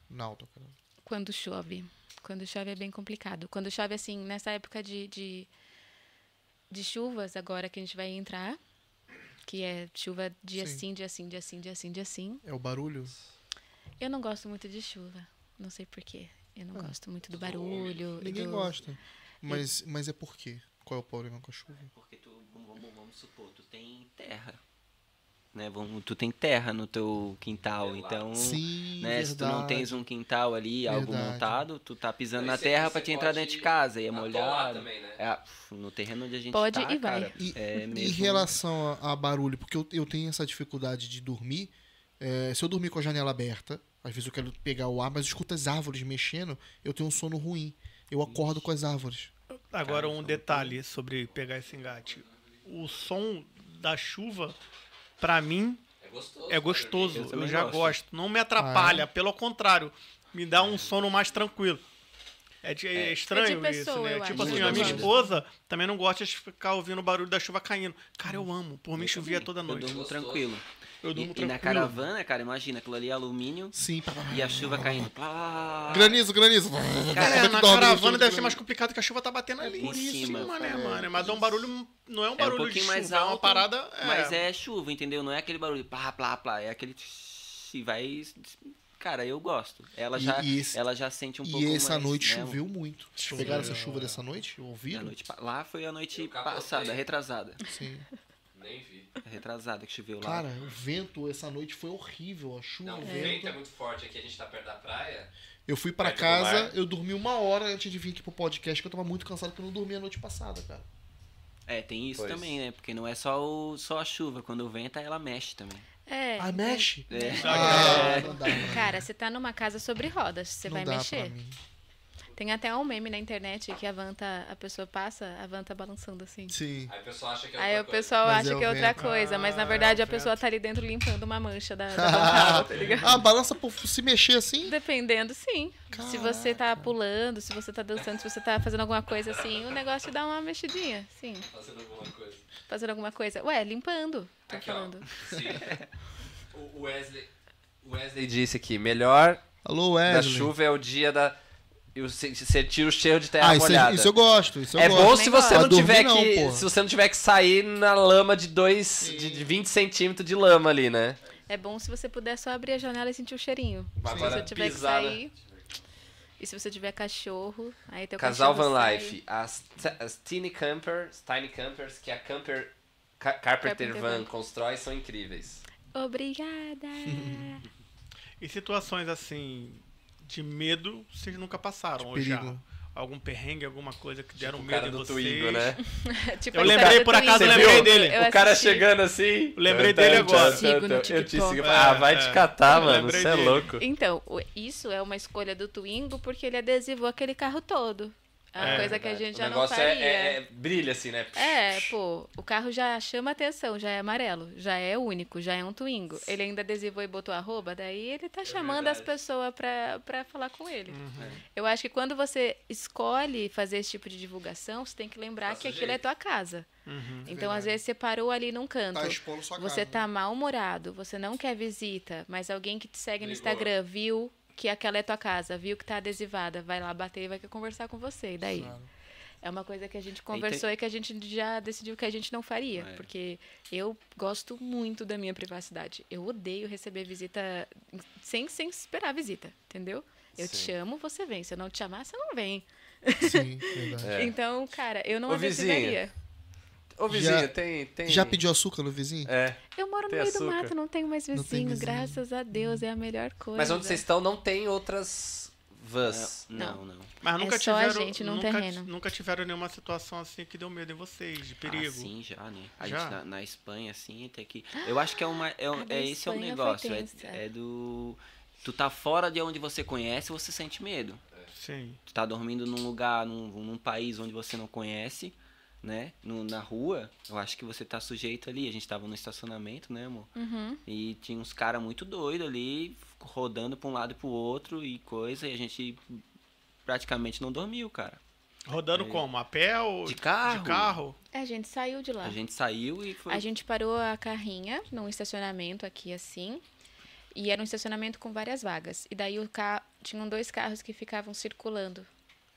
A: na auto, cara?
D: Quando chove. Quando chove é bem complicado. Quando chove, assim, nessa época de, de, de chuvas, agora que a gente vai entrar, que é chuva assim, dia
A: Sim.
D: sim, dia sim, dia sim, dia sim, dia sim.
A: É o barulho?
D: assim, Eu não gosto muito de chuva. Não sei porquê. Eu não gosto muito do barulho. e
A: Ah. Ninguém
D: do-
A: gosta. Mas, mas é por quê? Qual é o problema com a chuva?
E: Porque tu, vamos, vamos supor, tu tem terra. Né? Vamos, tu tem terra no teu quintal,
C: Hum.
E: então.
A: Sim,
E: né, Se tu não
A: verdade.
E: tens um quintal ali, algo
A: Verdade.
E: montado, tu tá pisando
C: Aí
E: na
C: cê-
E: terra
C: cê
E: pra te entrar
C: pode
E: dentro de casa e é
C: atolar
E: molhado.
C: também, né?
E: É, pff, no terreno onde a gente
D: Pode
E: tá,
D: e vai.
E: cara,
A: E,
E: é
A: em
E: mesmo-
A: relação a, a barulho, porque eu, eu tenho essa dificuldade de dormir. é, se eu dormir com a janela aberta, às vezes eu quero pegar o ar, mas eu escuto as árvores mexendo, eu tenho um sono ruim. Eu acordo com as árvores.
B: Agora um detalhe sobre pegar esse engate. O som da chuva pra mim
C: É gostoso.
B: É gostoso,
E: Eu
B: eu,
E: também
B: já
E: gosto.
B: gosto. Não me atrapalha, pelo contrário, me dá um sono mais tranquilo. É, de- é estranho
D: É de pessoa,
B: isso,
D: eu
B: né? Tipo
D: acho.
B: assim, a minha
D: Muda.
B: esposa também não gosta de ficar ouvindo o barulho da chuva caindo. Cara, eu amo. Por mim chovia toda
E: Eu um
B: noite.
E: durmo tranquilo.
B: Eu durmo
E: E, e na
B: tranquilo.
E: caravana, cara, imagina, aquilo ali é alumínio
A: Sim, pá, pá, pá.
E: e a chuva caindo. Pá,
A: <laughs> Granizo, granizo.
B: É,
A: Dorme,
B: na caravana
A: dorme,
B: deve ser
A: dorme.
B: mais complicado que a chuva tá batendo ali.
E: por
B: Por isso,
E: cima,
B: mano, né,
E: falando.
B: mano? Mas é um barulho. Não é um
E: é um
B: barulho de
E: pouquinho
B: chuva,
E: mais
B: é
E: alto.
B: uma parada. É,
E: Mas é chuva, entendeu? Não é aquele barulho plá, plá, plá. É aquele. tsh, E vai. Cara, eu gosto. Ela
A: E-
E: já,
A: e esse-
E: ela já sente um pouco
A: E essa
E: mais,
A: noite
E: né, um-
A: choveu muito. Vocês
B: Choveu.
A: pegaram essa chuva dessa noite? Ouviram?
E: a noite pa- Lá foi a noite
C: Eu capotei.
A: <laughs>
E: passada, retrasada.
A: Sim.
C: Nem vi.
E: Retrasada que choveu lá.
A: Cara, o vento essa noite foi horrível. A chuva,
C: Não,
A: o
C: o
A: vento.
C: vento é muito forte aqui, a gente tá perto da praia.
A: Eu fui pra
C: Perto do
A: casa,
C: mar.
A: eu dormi uma hora antes de vir aqui pro podcast, que eu tava muito cansado porque eu não dormi a noite passada, cara.
E: É, tem isso
C: Pois.
E: também, né? Porque não é só, o, só a chuva. Quando venta, ela mexe também.
D: É.
A: Ah, mexe?
E: É.
A: Ah,
E: É.
A: não dá pra mim.
D: Cara, você tá numa casa sobre rodas, você
A: Não
D: vai
A: dá pra
D: mexer.
A: mim.
D: Tem até um meme na internet que a van tá, a pessoa passa, a van tá balançando assim.
A: Sim.
C: Aí o pessoal acha que é outra
D: Aí o
C: coisa.
D: pessoal
A: Mas é
D: acha
A: o
D: que é outra
A: vento.
D: coisa, mas na
B: Ah,
D: verdade
B: é o
D: a pessoa
B: vento.
D: tá ali dentro limpando uma mancha da, da
A: <laughs>
D: bancada.
A: ah, balança por se mexer assim?
D: Dependendo, sim. Se você tá
A: Caraca.
D: pulando, se você tá dançando, se você tá fazendo alguma coisa assim, o negócio dá uma mexidinha, sim.
C: tá Fazendo alguma coisa.
D: Fazendo alguma coisa. Ué, limpando, tô
C: Aqui, ó.
D: tá falando.
C: Sim.
D: <laughs>
C: O o Wesley, o Wesley disse aqui, melhor
A: Alô,
C: da
A: Wesley.
C: chuva é o dia da... e o- se- se- Você tira o cheiro de terra
A: Ah, isso,
C: molhada.
A: isso eu gosto. Isso eu
C: é
A: gosto.
C: bom se
D: Também
C: você
A: gosto. Pra
C: não
A: dormir
C: tiver
A: não,
C: que
A: porra.
C: se você não tiver que sair na lama de dois de de 20 centímetros de lama ali, né?
D: É bom se você puder só abrir a janela e sentir o cheirinho.
C: Agora
D: se você tiver
C: pisar,
D: que
C: né?
D: sair. E se você tiver cachorro, aí teu
C: Casal
D: cachorro
C: Van
D: sai.
C: Life, as, t- as Tiny Campers, Tiny Campers que a Camper Ca- Carpenter
D: Carpenter
C: Van
D: Van.
C: constrói são incríveis.
D: Obrigada!
B: E situações assim de medo, vocês nunca passaram ou já?
A: Perigo.
B: Algum perrengue, alguma coisa que deram
C: Tipo, o
B: medo
C: cara
B: em
C: do
B: vocês?
C: Twingo, né?
D: <laughs> tipo,
B: Eu
D: a história
B: lembrei,
D: do
B: por acaso,
D: Twingo.
B: eu lembrei dele.
D: Eu
C: o cara
D: assisti.
C: chegando assim.
B: Lembrei dele agora.
D: Sigo no
C: Eu te sigo.
D: TikTok.
C: Ah,
B: É,
C: vai
B: é.
C: te catar,
B: Eu
C: mano.
B: lembrei
C: Você é
B: dele.
C: louco.
D: Então, o- isso é uma escolha do Twingo porque ele adesivou aquele carro todo. É uma
B: É,
D: coisa que a gente já
C: o
D: não
C: negócio
D: faria.
C: É, é- é- brilha assim, né?
D: É, pô, o carro já chama atenção, já é amarelo, já é único, já é um Twingo. Ele ainda adesivou e botou arroba, daí ele tá chamando as
C: É verdade. Uhum. É.
D: pessoas pra, pra falar com ele. Eu acho que quando você escolhe fazer esse tipo de divulgação, você tem que
C: Tá
D: lembrar que aquilo é
C: sujeito.
D: tua casa.
B: Uhum.
C: Uhum.
D: Então, às
A: Verdade.
D: vezes, você parou ali num canto.
A: Tá expondo sua
D: Você
A: casa.
D: tá mal-humorado, você não quer visita, mas alguém que te segue
C: Ligou.
D: no Instagram viu que aquela é tua casa, viu que tá adesivada, vai lá bater e vai conversar com você. E daí?
A: Claro.
D: É uma coisa que a gente conversou e que a gente já decidiu que a gente não faria.
E: É.
D: Porque eu gosto muito da minha privacidade. Eu odeio receber visita sem, sem esperar a visita, entendeu? Eu te
C: Sim.
D: chamo, você vem. Se eu não te chamar, você não vem.
A: Sim, verdade.
C: É.
D: Então, cara, eu não
C: Ô, vizinha.
D: adesivaria.
C: Ô,
A: Já-
C: vizinho, tem, tem.
A: Já pediu açúcar no vizinho?
C: É.
D: Eu moro no
C: Tem
D: meio do
C: açúcar.
D: mato, não tenho mais
A: Não tem
D: vizinho,
A: vizinho.
D: Graças a Deus, é É. a melhor coisa.
C: Mas onde vocês estão não tem outras vans.
E: Não, não.
B: Mas nunca
D: É só a
B: tiveram.
D: gente num
B: nunca,
D: terreno.
B: nunca tiveram nenhuma situação assim que deu medo em vocês, de perigo.
E: Ah, sim, já, né? A
B: Já?
E: gente na, na Espanha, assim, tem que. Eu acho que é uma. É, um-
D: A Ah, da
E: é- esse é o
D: Espanha foi
E: negócio. É,
D: tensa.
E: é do. Tu tá fora de onde você conhece, você sente medo.
B: Sim.
E: Tu tá dormindo num lugar, num, num país onde você não conhece, né? No- na rua, eu acho que você tá sujeito ali. A gente tava no estacionamento, né, amor?
D: Uhum.
E: E tinha uns caras muito doidos ali, rodando pra um lado e pro outro e coisa, e a gente praticamente não dormiu, cara.
C: É.
B: Rodando como? A pé ou
E: De carro?
B: De carro?
D: É, A gente saiu de lá.
E: A gente saiu e foi.
D: A gente parou a carrinha num estacionamento aqui assim. E era um estacionamento com várias vagas. E daí o ca... tinham dois carros que ficavam circulando.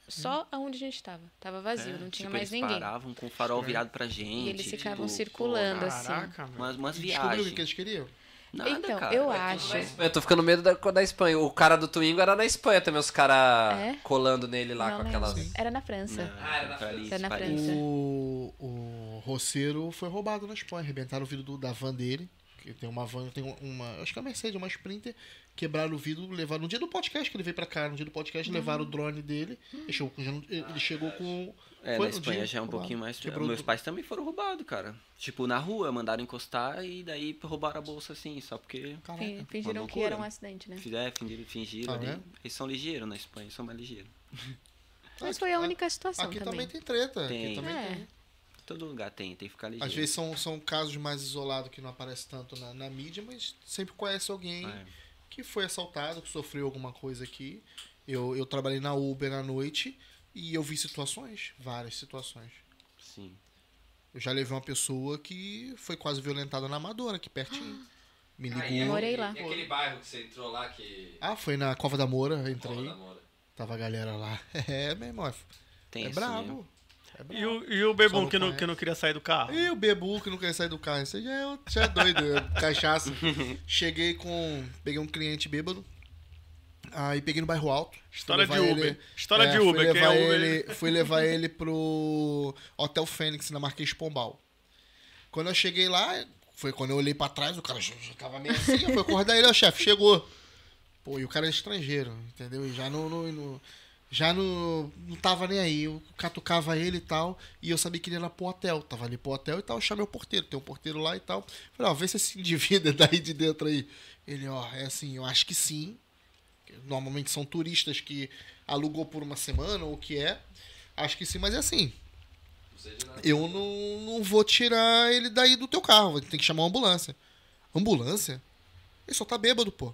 D: Só aonde a gente tava. Tava vazio,
E: Uhum. É,
D: não tinha
E: tipo,
D: mais
E: eles
D: ninguém.
E: paravam com o farol
A: é.
E: virado pra gente.
D: E eles ficavam
E: tipo,
D: circulando assim.
B: Caraca, mano.
E: Umas, umas
A: E Descobriu o
E: viagens.
A: que que eles queriam?
E: Nada,
D: então,
E: cara.
D: eu
E: É tudo
D: acho.
E: na
D: É.
E: Espanha.
C: Eu tô ficando medo da, da Espanha. O cara do Twingo era na Espanha também, os caras
D: É?
C: colando nele lá
D: Não
C: com
D: lembro.
C: aquelas.
D: Era na França.
E: Não,
C: Ah, era na
E: Paris,
D: França. Era na
E: Paris.
D: França.
A: O, o roceiro foi roubado na Espanha. Arrebentaram o vidro do- da van dele. Que tem uma van, tem uma. Acho que é uma Mercedes, uma Sprinter. Quebraram o vidro, levaram. No dia do podcast que ele veio pra cá, no dia do podcast,
D: Uhum.
A: levaram o drone dele. Ele chegou, com- já não-
D: Ah.
A: ele chegou com.
E: É,
A: foi
E: na
A: no
E: Espanha
A: dia
E: já é um
A: roubado.
E: pouquinho mais.
A: Quebrou
E: Meus
A: tudo.
E: pais também foram roubados, cara. Tipo, na rua, mandaram encostar e daí roubaram a bolsa assim, só porque.
A: Caraca.
D: Fin- Fingiram que
E: loucura.
D: era um acidente, né?
E: É, fingiram, fingiram
A: Tá
E: ali.
A: vendo?
E: Eles são ligeiros na Espanha, são mais ligeiros.
D: Mas
A: Aqui-
D: foi a única situação
A: tá- Aqui também
D: também.
A: tem treta. Aqui
E: Tem.
A: também
D: É.
A: tem.
E: Todo lugar tem, tem que ficar ligeiro.
A: Às vezes são, são casos mais isolados que não aparecem tanto na, na mídia, mas sempre conhece alguém
C: Ah,
E: É.
A: que foi assaltado, que sofreu alguma coisa aqui. Eu, eu trabalhei na Uber à noite e eu vi situações, várias situações.
E: Sim.
C: <gasps>
A: Eu já levei uma pessoa que foi quase violentada na Amadora, aqui pertinho. Me
C: Ah, e
A: ligou.
C: aquele-
D: Morei lá.
C: E aquele bairro que você entrou lá que.
A: Ah, foi na Cova da Moura, entrei.
C: Cova da Moura.
A: Tava a galera lá. <laughs> É, meu irmão. é-
E: Tem assim, né?
A: é
E: isso mesmo.
C: né?
A: brabo. É
B: E
A: brabo.
B: o, e o Bebum
A: não
B: que não,
A: conhece.
B: que não queria sair do carro?
A: E o Bebu que não quer sair do carro. Isso já é, já é doido.
B: <laughs>
A: é cachaça. Cheguei com. Peguei um cliente bêbado. Aí peguei no bairro alto. Fui
B: História de
A: levar
B: Uber.
A: ele-
B: História de
A: fui
B: Uber, quem é
A: levar
B: Uber?
A: Ele,
B: <laughs>
A: fui levar ele pro Hotel Fênix, na Marquês de Pombal. Quando eu cheguei lá, foi quando eu olhei pra trás, o cara já já tava meio assim, eu fui acordar ele, ó, chefe, chegou. Pô, e o cara é estrangeiro, entendeu? E já não... não- não- já não, não tava nem aí, eu catucava ele e tal, e eu sabia que ele era pro hotel, tava ali pro hotel e tal, eu chamei o porteiro, tem um porteiro lá e tal. Falei, ó, vê se esse indivíduo é daí de dentro aí. Ele, ó, é assim, eu acho que sim, normalmente são turistas que alugou por uma semana ou o que é. Acho que sim, mas é assim.
C: Não sei de nada.
A: Eu não, não vou tirar ele daí do teu carro. Tem que chamar uma ambulância. Ambulância? Ele só tá bêbado, pô.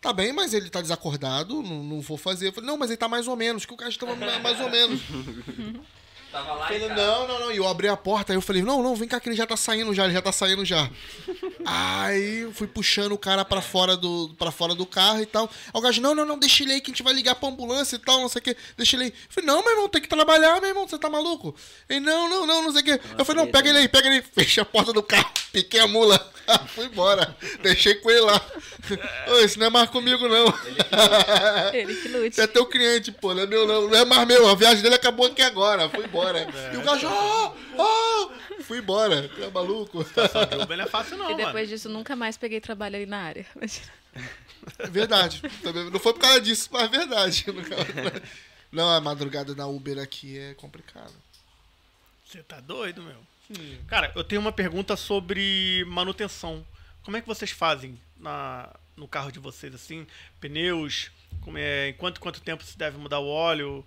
A: Tá bem, mas ele tá desacordado, não, não vou fazer. Eu falei, não, mas ele tá mais ou menos, que o cara tava ma- mais ou menos.
C: Tava lá
A: Ele,
C: em casa.
A: não, não, não. E eu abri a porta, aí eu falei, não, não, vem cá que ele já tá saindo já, ele já tá saindo já. aí eu fui puxando o cara pra fora do, pra fora do carro e tal. Aí o gajo, não, não, não, deixa ele aí que a gente vai ligar pra ambulância e tal, não sei o quê. Deixa ele aí. Eu falei, não, meu irmão, tem que trabalhar, meu irmão, você tá maluco? Ele, não, não, não, não sei o quê. eu falei, não, pega ele aí, pega ele aí. <laughs> Fechei a porta do carro, piquei a mula. <laughs> Fui embora. Deixei com ele lá. Ô, isso não é mais comigo, não.
D: Ele que lute.
A: Você é teu cliente, pô, não é meu, não. Não é mais meu. A viagem dele acabou aqui agora. Fui embora. e o gajo, ó, ó, fui embora. Tu é maluco?
B: Só de Uber não é fácil, não,
D: <laughs> E
B: mano.
D: depois disso, nunca mais peguei trabalho ali na área. Imagina.
A: Verdade. Também Não foi por causa disso, mas verdade. <laughs> Não, a madrugada na Uber aqui é complicado.
B: Você tá doido, meu? Cara, eu tenho uma pergunta sobre manutenção. Como é que vocês fazem na, no carro de vocês, assim? Pneus? Como é, em quanto, quanto tempo se deve mudar o óleo?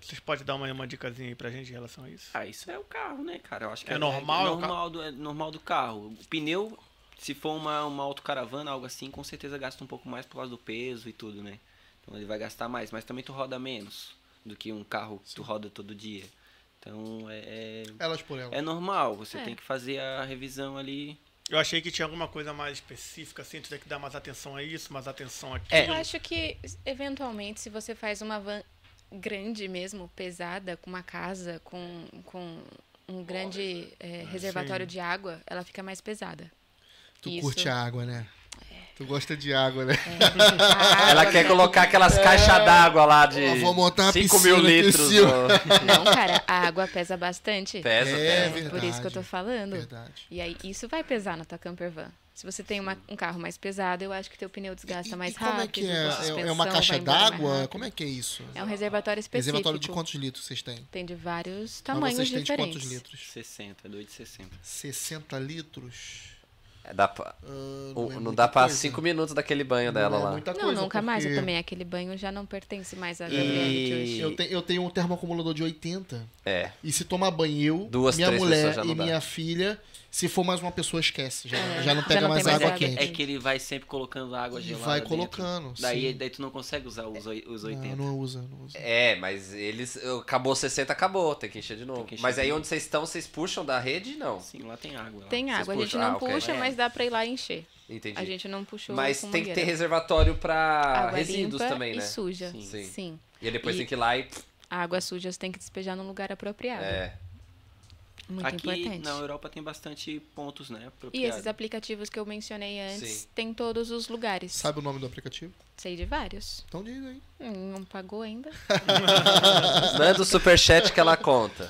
B: Vocês podem dar uma, uma dicasinha aí pra gente em relação a isso?
E: Ah, isso é o carro, né, cara? Eu acho que
B: É normal, é o
E: normal, do, é normal do carro. O pneu, se for uma, uma autocaravana, algo assim, com certeza gasta um pouco mais por causa do peso e tudo, né? Então ele vai gastar mais, mas também tu roda menos do que um carro que tu roda todo dia. Então é,
A: Elas por
E: é,
A: elas.
E: é normal, você
D: É.
E: tem que fazer a revisão ali.
B: Eu achei que tinha alguma coisa mais específica, assim, tu tem que dar mais atenção a isso, mais atenção aqui.
E: É.
D: Eu acho que, eventualmente, se você faz uma van grande mesmo, pesada, com uma casa, com, com um grande eh,
A: Ah,
D: reservatório de água, ela fica
A: <laughs>
D: mais pesada.
A: Tu
D: Isso. É.
A: curte a água, né? Tu gosta de água, né?
D: A
C: Ela
D: água
C: quer
D: da-
C: colocar aquelas caixas d'água lá de.
A: Eu né? É. vou montar uma
C: 5 mil
A: piscina aqui em
C: litros.
A: cima.
C: ó.
D: <laughs> Não, cara, a água pesa
C: <laughs>
D: bastante.
C: Pesa,
A: É,
C: pesa.
A: verdade.
D: Por isso que eu tô falando.
A: Verdade.
D: E aí, isso vai pesar na tua camper van. Se você tem uma- um carro mais pesado, eu acho que teu pneu desgasta
A: E-
D: mais
A: e como é
D: rápido.
A: que
D: tua
A: é? É- É uma
D: suspensão
A: caixa
D: vai embora mais
A: d'água?
D: rápido.
A: Como é que é isso?
D: É um reservatório específico.
A: Reservatório de quantos litros vocês têm?
D: Tem de vários
A: Mas
D: tamanhos
A: vocês têm de
D: diferentes.
A: quantos litros?
E: 60, é doido de 60.
A: 60 litros?
C: É, dá pra-
A: Ah,
C: o-
A: é
C: não
A: muita
C: dá pra
A: coisa.
C: 5 minutos daquele banho dela
A: Não é
C: lá.
A: muita
D: Não,
A: coisa,
D: nunca mais. Eu
A: porque
D: também, aquele banho já não pertence mais a
C: E-
D: Gabriele de hoje.
A: Eu, te- eu tenho um termoacumulador de 80.
C: É.
A: E se tomar banho eu,
C: Duas,
A: minha
C: três pessoas
A: mulher
C: já não
A: e
C: dá.
A: minha filha, se for mais uma pessoa, esquece. Já,
D: É,
A: já não
D: já
A: pega
D: não
A: mais,
D: tem mais
A: água
D: água.
A: quente.
E: É que ele vai sempre colocando água
A: E
E: gelada.
A: vai
E: dentro.
A: colocando,
E: Daí,
A: sim.
E: daí tu não consegue usar os, oi- os
A: Não,
E: 80.
A: não usa, não usa.
C: É, mas eles. Acabou 60, acabou. Tem que encher de novo.
E: Tem que encher
C: mas
E: de
C: aí
E: novo.
C: onde vocês estão, vocês puxam da rede? Não.
E: Sim, lá tem água. lá.
D: Tem
C: Vocês
D: água, a gente
C: puxam? Ah,
D: não
C: ok.
D: puxa,
C: É.
D: mas dá pra ir lá encher.
C: Entendi.
D: A gente não puxou
C: mas
D: com
C: tem que ter
D: mangueira.
C: reservatório pra
D: água
C: resíduos
D: limpa
C: também,
D: e
C: né?
D: suja.
E: Sim.
C: Sim.
D: Sim.
C: E aí depois
E: E-
C: tem que ir lá e.
D: A água suja você tem que despejar num lugar apropriado.
C: É.
D: Muito
E: Aqui
D: importante.
E: na Europa tem bastante pontos, né?
D: E
E: apropriados.
D: esses aplicativos que eu mencionei antes
C: Sim.
D: tem em todos os lugares.
A: Sabe o nome do aplicativo?
D: Sei de vários.
A: Então diz aí.
D: Hum, Não pagou ainda.
C: Manda o é superchat que ela conta.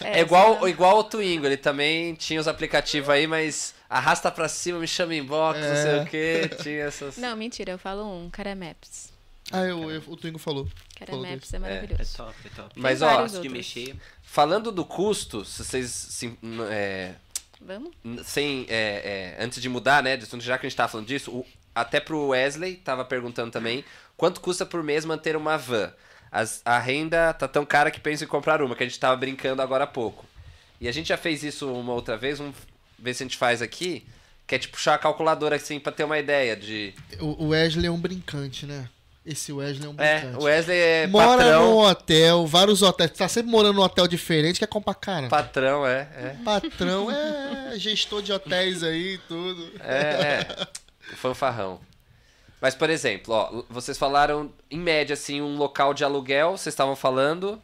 C: É igual, igual o Twingo, ele também tinha os aplicativos aí, mas arrasta pra cima, me chama em box, não sei o que, tinha essas...
D: Não, mentira, eu falo um, Caramaps.
A: Ah, eu, eu- o Twingo falou. Falou
D: Caramaps
A: desse.
D: é
E: É
D: maravilhoso.
E: top, é top.
C: Mas,
D: Tem
C: ó,
D: vários
E: Fácil de
D: outros.
E: mexer.
C: Falando do custo, se vocês, se- n- é,
D: Vamos?
C: n- sem, é, é, antes de mudar, né, de assunto, já que a gente tava falando disso, o- até pro Wesley, tava perguntando também, quanto custa por mês manter uma van? As- a renda tá tão cara que penso em comprar uma, que a gente tava brincando agora há pouco. E a gente já fez isso uma outra vez, vamos ver se a gente faz aqui, que é tipo puxar a calculadora assim pra ter uma ideia de...
A: O o Wesley é um brincante, né? Esse Wesley é um
C: É,
A: brincante.
C: o Wesley é
A: Mora
C: patrão.
A: num hotel, vários hotéis. Tá sempre morando num hotel diferente, é quer comprar cara.
C: Patrão, é.
A: Patrão é gestor de hotéis aí e tudo.
C: É, é. é.
A: <laughs>
C: O fanfarrão. Mas, por exemplo, ó, vocês falaram, em média, assim, um local de aluguel, vocês estavam falando.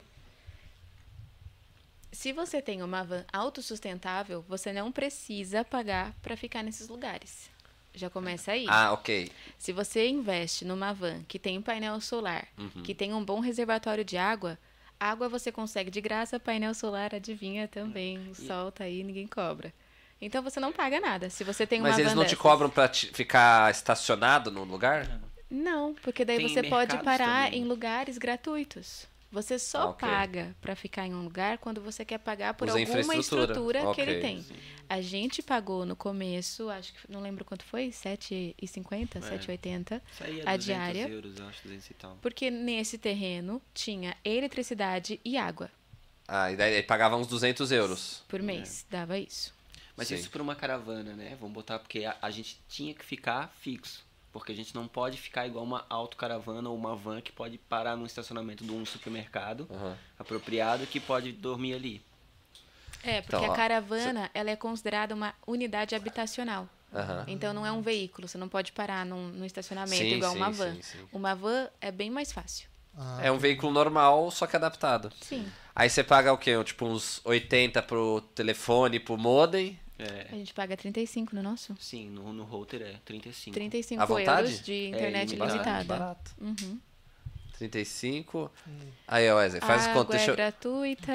D: Se você tem uma van autossustentável, você não precisa pagar para ficar nesses lugares. Já começa aí.
C: Ah, ok.
D: Se você investe numa van que tem painel solar,
C: Uhum.
D: que tem um bom reservatório de água, água você consegue de graça, painel solar, adivinha também.
C: Hum,
D: O sol tá aí, ninguém cobra. Então você não paga nada. Se você tem uma
C: Mas eles
D: van
C: não te
D: dessas-
C: cobram pra te- ficar estacionado no lugar?
D: Não, porque daí
E: Tem
D: você pode
E: mercados
D: parar
E: também,
D: em
E: né?
D: lugares gratuitos. Você
C: Ah,
D: só
C: ok.
D: paga para ficar em um lugar quando você quer pagar por
C: Usa a
D: alguma
C: infraestrutura.
D: estrutura que ele
C: Ok.
D: tem. A gente pagou no começo, acho que não lembro quanto foi, R$ 7,50,
C: É.
D: R$ 7,80,
E: Isso aí é
D: A
E: 200
D: diária.
E: euros, eu acho, 200 e tal.
D: porque nesse terreno tinha eletricidade e água
C: Ah, e daí ele pagava uns 200 euros.
D: por mês, dava isso.
E: Mas
C: Sim.
E: isso pra uma caravana, né? Vamos botar, porque a, a gente tinha que ficar fixo. Porque a gente não pode ficar igual uma autocaravana ou uma van que pode parar num estacionamento de um supermercado
C: Aham.
E: apropriado que pode dormir ali.
D: É, porque
C: Então, ó,
D: a caravana, ela é considerada uma unidade habitacional.
C: Aham.
D: Então não é um veículo, você não pode parar num, num estacionamento
C: Sim,
D: igual
C: sim,
D: uma van.
C: sim, sim.
D: Uma van é bem mais fácil.
A: Ah,
C: É um veículo normal, só que adaptado.
D: Sim.
C: Aí você paga o quê? Tipo uns 80 pro telefone, pro modem.
E: É.
D: A gente paga 35 no é nosso?
E: Sim, no, no router é 35.
D: 35
C: À vontade?
D: euros de
E: É,
D: internet
E: ilimitado.
D: limitada.
C: Barato.
D: Uhum.
C: 35. Aí, ó, Wesley, faz
D: a
C: as contas.
D: água
C: Deixa
D: é
C: eu...
D: gratuita.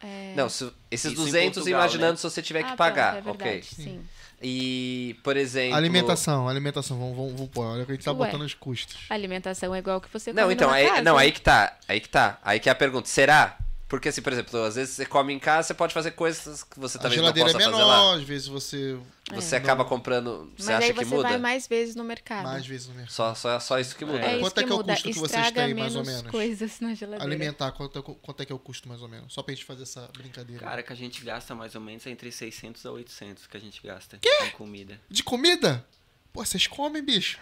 D: É...
C: Não, se- esses
E: Isso em
C: 200
E: Portugal,
C: imaginando
E: né?
C: se você tiver que
D: Ah,
C: pagar,
D: pronto,
C: ok.
D: é verdade, Sim.
C: E, por exemplo...
A: Alimentação, alimentação, vamos, vamos, vamos pôr. Olha o que a gente tá
D: Ué.
A: botando os custos.
D: A alimentação é igual que você
C: Não,
D: come
C: então,
D: numa
C: aí,
D: casa.
C: não, aí que tá, aí que tá. Aí que é a pergunta, será? Porque, assim, por exemplo, às vezes você come em casa, você pode fazer coisas que você
A: A
C: talvez não
A: geladeira
C: possa
A: é
C: fazer lá.
A: menor, às vezes você.
C: Você acaba comprando, você
D: É. Mas
C: acha
D: aí
C: que
D: você
C: muda?
D: vai mais vezes no mercado.
A: Mais vezes no mercado.
C: Só, só, só isso que muda.
D: É isso
A: Quanto é que é o
D: muda.
A: custo que vocês
D: Estraga
A: têm, mais ou
D: menos
A: menos?
D: coisas na geladeira.
A: Alimentar, quanto é, quanto é que é o custo mais ou menos? Só pra gente fazer essa brincadeira.
E: Cara, que a gente gasta mais ou menos entre 600 a 800 que a gente gasta em comida.
A: De comida? Pô, vocês comem, bicho.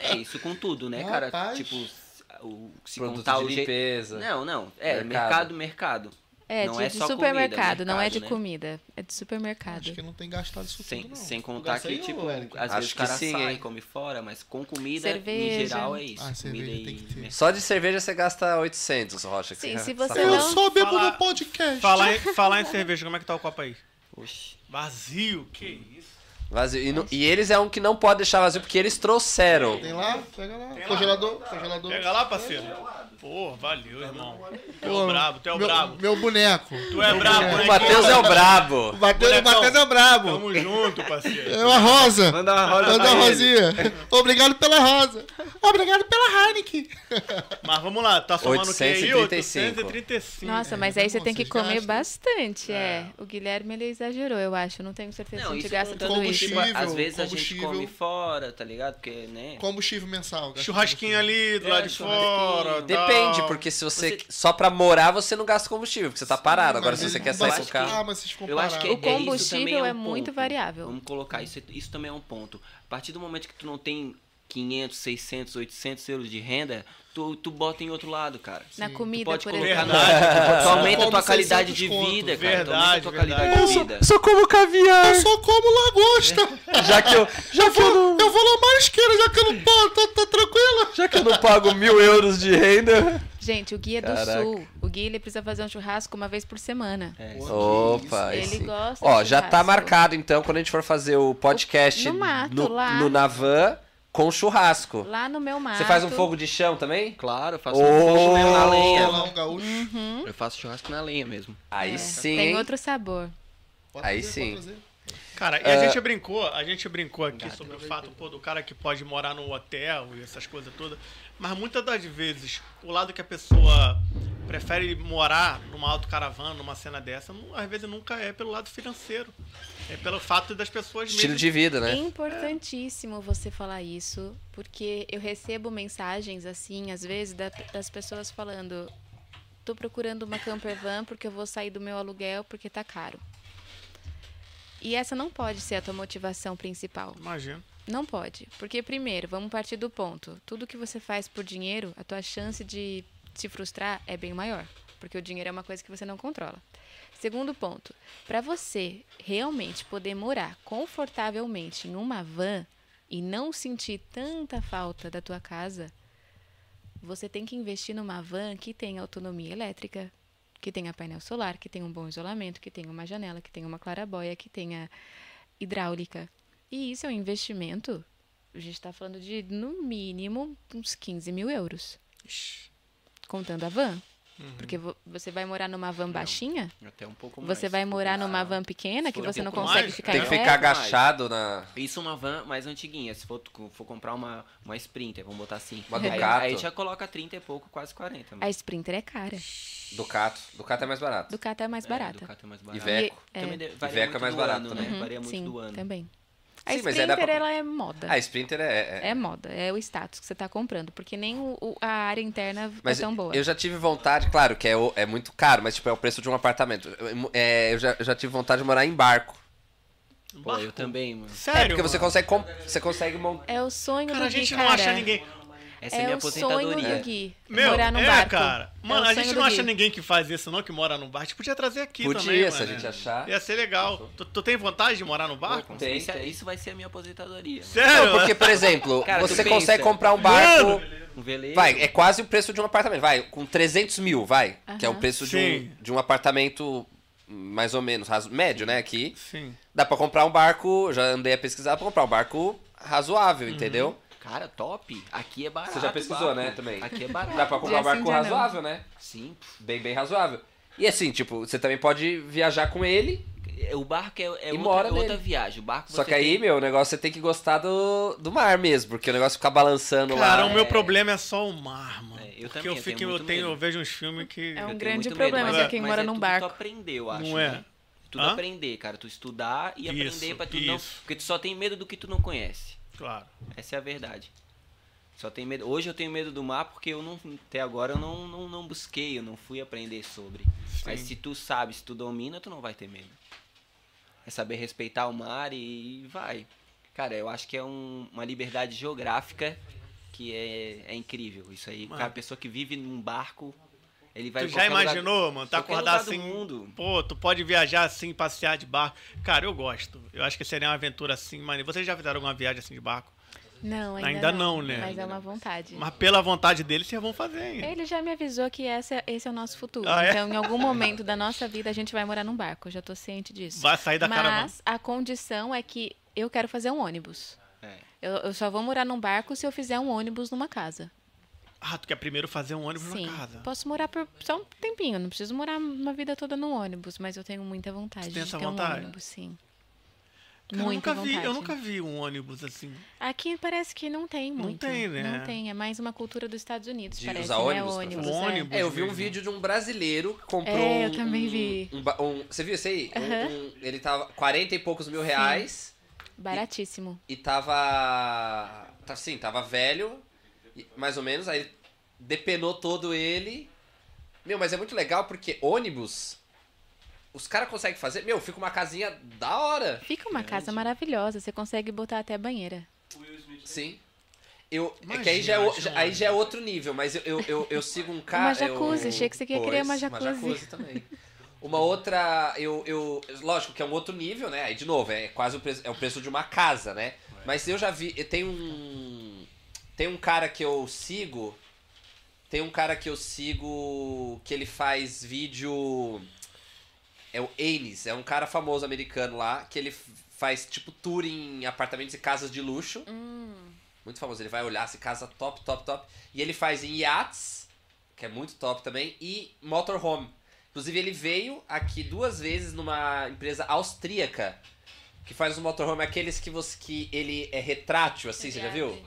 E: É isso com tudo, né, cara?
A: Rapaz.
E: Tipo, se- o, se
C: Produto
E: contar
C: de
E: o jeito-
C: limpeza.
E: Não, não. É,
C: Mercado.
E: mercado, mercado.
D: É,
E: Não
D: de,
E: é
D: de
E: só comida,
D: supermercado, não é
E: mercado,
D: de
E: né?
D: comida. É de
A: Acho
D: supermercado.
A: que não tem gastado isso tudo,
E: Sem,
A: não.
E: sem
A: Tu
E: contar
A: gasta
E: que,
A: aí, é
E: tipo,
A: ô, Eric?
E: às
C: Acho
E: vezes o
C: que
E: cara
C: sim,
E: sai
C: hein?
E: e come fora, mas com comida,
D: Cerveja.
E: em geral, é isso.
A: Ah, cerveja
E: comida e
A: tem que ter.
E: mercado.
C: Só de cerveja você gasta 800, Rocha. que
D: Sim,
C: é
D: se você
C: safado.
A: Eu
D: não-
A: só bebo
B: Fala-
A: no podcast.
B: Falar em, falar em cerveja, como é que tá o copo aí?
E: Oxi.
B: Vazio, que isso?
C: Vazio. E, não- e eles é um que não pode deixar vazio porque eles trouxeram.
A: Tem lá? Pega lá. congelador, congelador.
B: Pega lá, parceiro. Pô, valeu, irmão. Tu é
A: Pô,
B: o brabo, tu é o
A: meu,
B: brabo.
A: Meu boneco.
B: Tu é brabo,
C: O
B: né?
C: Matheus é o brabo.
A: O Matheus, o
B: Bonecão.
A: Matheus é brabo.
B: Tamo junto, parceiro.
A: É uma rosa.
E: Manda uma rosa
A: Manda
E: pra
A: uma
E: ele.
A: rosinha.
E: <laughs>
A: Obrigado pela rosa. Obrigado pela Heineken.
B: Mas vamos lá, tá somando o que aí?
C: 835.
B: 835.
D: Nossa, mas
A: tá
D: aí você
A: bom,
D: tem que
A: vocês
D: comer
A: gastam.
D: bastante, é. O Guilherme, ele exagerou, eu acho. Não tenho certeza se
E: Não,
D: a gente
E: isso
D: gasta
E: contando
D: tudo
E: que,
D: isso. é um
E: tipo, às vezes a gente
A: combustível.
E: come fora, tá ligado? Porque,
C: É.
E: né?
A: Combustível mensal. gasta
B: Churrasquinho ali do
E: É,
B: lado de
E: churrasquinho.
B: fora.
C: Depende,
B: tal.
C: porque se você.
E: Você-
C: Só pra morar, você não gasta combustível, porque você tá parado.
A: Mas
C: Agora, se
A: ele
C: você quer
A: não
C: sair
A: basta-
C: com o carro.
A: Ah, mas vocês
E: Eu
A: compararam.
E: acho
D: O
E: que é- é isso
D: combustível
E: também
D: é
E: um
D: muito
E: ponto.
D: variável.
E: Vamos colocar isso, isso também é um ponto. A partir do momento que tu não tem 500, 600, 800 euros de renda, tu, tu bota em outro lado, cara.
D: Na
E: Tu
D: comida,
E: pode
D: por
E: colocar
D: exemplo.
E: na-
B: Verdade.
A: <laughs>
E: tu aumenta a
A: Como
E: tua qualidade
A: 600
E: de
A: conto.
E: vida, cara. Tu aumenta a tua
B: Verdade,
E: qualidade
C: é
A: Eu
E: de
A: só,
E: vida.
A: só como caviar. Eu só como
E: É.
A: lagosta.
C: Já que eu.
A: Já vou, eu, vou lá marisqueira, já que eu
E: Hum.
A: não tá, tô, tô, tô tranquila.
C: Já que eu não pago mil euros de renda.
D: Gente, o Gui é do
C: Caraca.
D: Sul. O Gui, ele precisa fazer um churrasco uma vez por semana.
E: É, isso.
C: Opa, aí
D: Ele
C: sim.
D: gosta
C: Ó,
D: de
C: já tá
D: churrasco.
C: marcado então quando a gente for fazer o podcast
D: No mato,
C: no,
D: lá.
C: no Navan com churrasco.
D: Lá no meu mato.
C: Você faz um fogo de chão também?
E: Claro, eu faço
C: Ô,
E: churrasco mesmo na
A: Olá,
E: lenha.
A: um gaúcho.
E: Eu faço churrasco na lenha mesmo.
C: Aí
D: É,
C: sim.
D: Tem
C: assim, hein?
D: outro sabor.
A: Pode
C: Aí
A: trazer,
C: sim.
A: pode trazer.
B: Cara, e a
C: É.
B: gente brincou, a gente brincou aqui sobre o fato pô, do cara que pode morar no hotel e essas coisas todas, mas muitas das vezes o lado que a pessoa prefere morar numa autocaravana, numa cena dessa, nu- às vezes nunca é pelo lado financeiro. É pelo fato das pessoas
C: Estilo
B: mesmo-
C: de vida,
D: É
C: né?
D: importantíssimo você falar isso, porque eu recebo mensagens assim, às vezes, da- das pessoas falando: tô procurando uma camper van porque eu vou sair do meu aluguel porque tá caro. E essa não pode ser a tua motivação principal.
B: Imagina.
D: Não pode. Porque, primeiro, vamos partir do ponto: tudo que você faz por dinheiro, a tua chance de se frustrar é bem maior. Porque o dinheiro é uma coisa que você não controla. Segundo ponto: para você realmente poder morar confortavelmente em uma van, e não sentir tanta falta da tua casa, você tem que investir numa van que tenha autonomia elétrica, que tenha painel solar, que tenha um bom isolamento, que tenha uma janela, que tenha uma clarabóia, que tenha hidráulica. E isso é um investimento. A gente está falando de, no mínimo, uns 15 mil euros. Contando a van. Porque vo- você vai morar numa van baixinha,
E: Até Uhum. um pouco mais.
D: você vai morar
E: Ah,
D: numa van pequena
E: se
D: que
E: for
D: você
E: um
D: não
E: pouco
D: consegue
B: mais,
D: ficar
C: Tem
D: em
C: que
D: pé.
C: ficar agachado na.
E: Isso é uma van mais antiguinha. Se for, tu- for comprar uma, uma Sprinter, vamos botar assim.
C: Uma
E: aí,
C: Ducato.
E: aí já coloca 30 e pouco, quase 40.
D: A
E: mano.
D: Sprinter é cara.
C: Ducato. Ducato é mais barato.
D: Ducati é mais
E: É,
D: barata.
E: Ducato é mais
C: E
E: barata.
C: Veco.
D: É.
E: Também de- varia
C: Iveco é
E: muito
C: mais
E: do
C: barato
E: ano,
C: também.
E: né? Varia muito
D: Sim,
E: do ano.
D: também. A
C: Sim, mas aí
D: Sprinter,
C: dá pra-
D: ela é moda.
C: Ah, Sprinter é. é-
D: É moda, é o status que você tá comprando. Porque nem o- o- a área interna
C: Mas
D: é tão boa.
C: eu já tive vontade, claro que é, o- é muito caro, mas tipo, é o preço de um apartamento. Eu, é, eu já, eu já tive vontade de morar em barco.
E: Pô, eu
B: Barco.
E: também, mano.
B: Sério?
C: é porque você
B: mano?
C: consegue, com- você consegue montar.
D: É o sonho
B: Cara,
D: do
B: a gente
D: Gui,
B: não
D: cara.
B: acha ninguém.
E: Essa é,
D: É
E: minha
D: o sonho
E: aposentadoria.
D: do Gui.
B: Meu,
D: morar num
B: é,
D: barco.
B: cara.
D: É
B: Mano,
D: o
B: a
D: sonho
B: gente
D: do
B: não acha
D: Gui.
B: ninguém que faz isso, não, que mora no barco. A gente podia trazer aqui
C: Podia,
B: também,
C: se
B: mano.
C: a gente achar.
B: Ia ser legal. Tu, tu tem vontade de morar no barco?
E: Pô,
C: Tem,
E: isso,
C: tem.
E: isso vai ser a minha aposentadoria. mano.
B: Sério?
C: Não, porque, por exemplo,
E: Cara, tu
C: você
E: pensa.
C: consegue comprar um barco.
E: Um veleiro.
C: Vai, é quase o preço de um apartamento. Vai, com 300 mil, vai. Que é o
D: Aham.
C: preço de
B: Sim.
C: um, de um apartamento mais ou menos raso, médio, né? Aqui.
B: Sim.
C: Dá pra comprar um barco. Já andei a pesquisar pra comprar um barco razoável, entendeu?
E: Cara, top. Aqui é barato.
C: Você já pesquisou,
E: barco.
C: né, também?
E: Aqui é
C: Dá
E: barato.
C: pra comprar um
D: Dia sim,
C: barco
D: dia assim não.
C: razoável, né?
E: Sim. pô.
C: Bem, bem razoável. E assim, tipo, você também pode viajar com ele.
E: É, O barco é, é
C: E mora
E: outra, é
C: nele.
E: outra viagem. O barco
C: só
E: você
C: que aí,
E: tem-
C: meu, o negócio você tem que gostar do, do mar mesmo, porque o negócio fica balançando
B: Cara,
C: lá.
B: o meu problema é só o mar, mano.
E: É, eu
B: porque
E: também,
B: eu
E: eu
B: fico,
E: tenho
B: eu,
E: muito
B: tenho,
E: medo.
B: eu vejo uns filmes que.
D: É um
E: Eu tenho
D: grande
E: muito
D: problema
E: medo,
B: pra
E: mas-
D: quem
E: mas
D: mora
E: é
D: num
E: tudo
D: barco.
E: Tu aprender, eu acho.
B: Não é?
E: né? Tudo
B: Hã?
E: aprender, cara. Tu estudar e
B: Isso,
E: aprender pra tu não.
B: isso.
E: Porque tu só tem medo do que tu não conhece.
B: Claro.
E: Essa é a verdade. Só tem medo. Hoje eu tenho medo do mar porque eu não. Até agora eu não, não, não busquei, eu não fui aprender sobre. Mas se tu sabe, se tu domina, tu não vai ter medo. É saber respeitar o mar e, e vai. Cara, eu acho que é um- uma liberdade geográfica que é, é incrível. Isso aí,
B: Mano.
E: cara, a pessoa que vive num barco, ele vai
B: Tu
E: em
B: já
E: qualquer lugar-
B: imaginou, mano? Tá
E: qualquer
B: acordado
E: lugar do
B: assim.
E: mundo.
B: Pô, tu pode viajar assim, passear de barco. Cara, eu gosto. Eu acho que seria uma aventura assim, mano. Vocês já fizeram alguma viagem assim de barco?
D: Não, ainda,
B: Ainda
D: não,
B: não, né?
D: Mas
B: Ainda
D: é uma vontade.
B: Mas pela vontade deles, vocês vão fazer, hein?
D: Ele já me avisou que essa- esse é o nosso futuro.
B: Ah, é?
D: Então, em algum momento da nossa vida, a gente vai morar num barco. Eu já tô ciente disso.
B: Vai sair da
D: Mas
B: caravana.
D: a condição é que eu quero fazer um ônibus.
E: É.
D: Eu, eu só vou morar num barco se eu fizer um ônibus numa casa.
B: Ah, tu quer primeiro fazer um ônibus
D: Sim.
B: na casa.
D: Posso morar por só um tempinho. Não preciso morar uma vida toda num ônibus, mas eu tenho muita vontade
B: Você tem essa
D: de ter
B: vontade?
D: um ônibus, sim.
B: Cara, eu
D: muita
B: nunca vi,
D: vontade.
B: eu nunca vi um ônibus assim.
D: Aqui parece que não tem
B: Não
D: muito.
B: tem, né?
D: Não tem. É mais uma cultura dos Estados Unidos,
C: De
D: parece.
C: usar
D: né?
C: ônibus pra
D: ônibus,
B: fazer-
D: é.
B: Ônibus.
C: É, eu vi um
B: mesmo.
C: vídeo de um brasileiro que comprou
D: É, eu
C: um-
D: também
C: um-
D: vi.
C: um ba- um- você viu isso aí? Um-
D: Aham.
C: um- ele tava 40 e poucos mil reais.
D: Baratíssimo.
C: e tava. tá- Sim, tava velho, e- mais ou menos, aí depenou todo ele. Meu, mas é muito legal porque ônibus, os caras conseguem fazer. Meu, fica uma casinha da hora.
D: Fica uma casa maravilhosa. Você consegue botar até banheira.
C: Sim. Eu, é que aí
B: Imagina,
C: já é, o-
B: acho
C: já- aí já é outro nível, mas eu, eu, eu, eu sigo um cara.
D: Uma jacuzzi,
C: eu-
D: achei que você queria criar uma
C: Uma
D: jacuzzi.
C: jacuzzi também. <laughs> Uma outra, eu, eu, lógico que é um outro nível, né? Aí de novo, é quase o preço, é o preço de uma casa, né? Mas eu já vi, e tem um tem um cara que eu sigo, tem um cara que eu sigo que ele faz vídeo é o Anis, é um cara famoso americano lá, que ele f- faz tipo tour em apartamentos e casas de luxo. Muito famoso, ele vai olhar se casa top, top, top. E ele faz em yachts, que é muito top também, e motorhome. Inclusive, ele veio aqui duas vezes numa empresa austríaca que faz um motorhome, aqueles que você que ele é retrátil, assim, você já viu?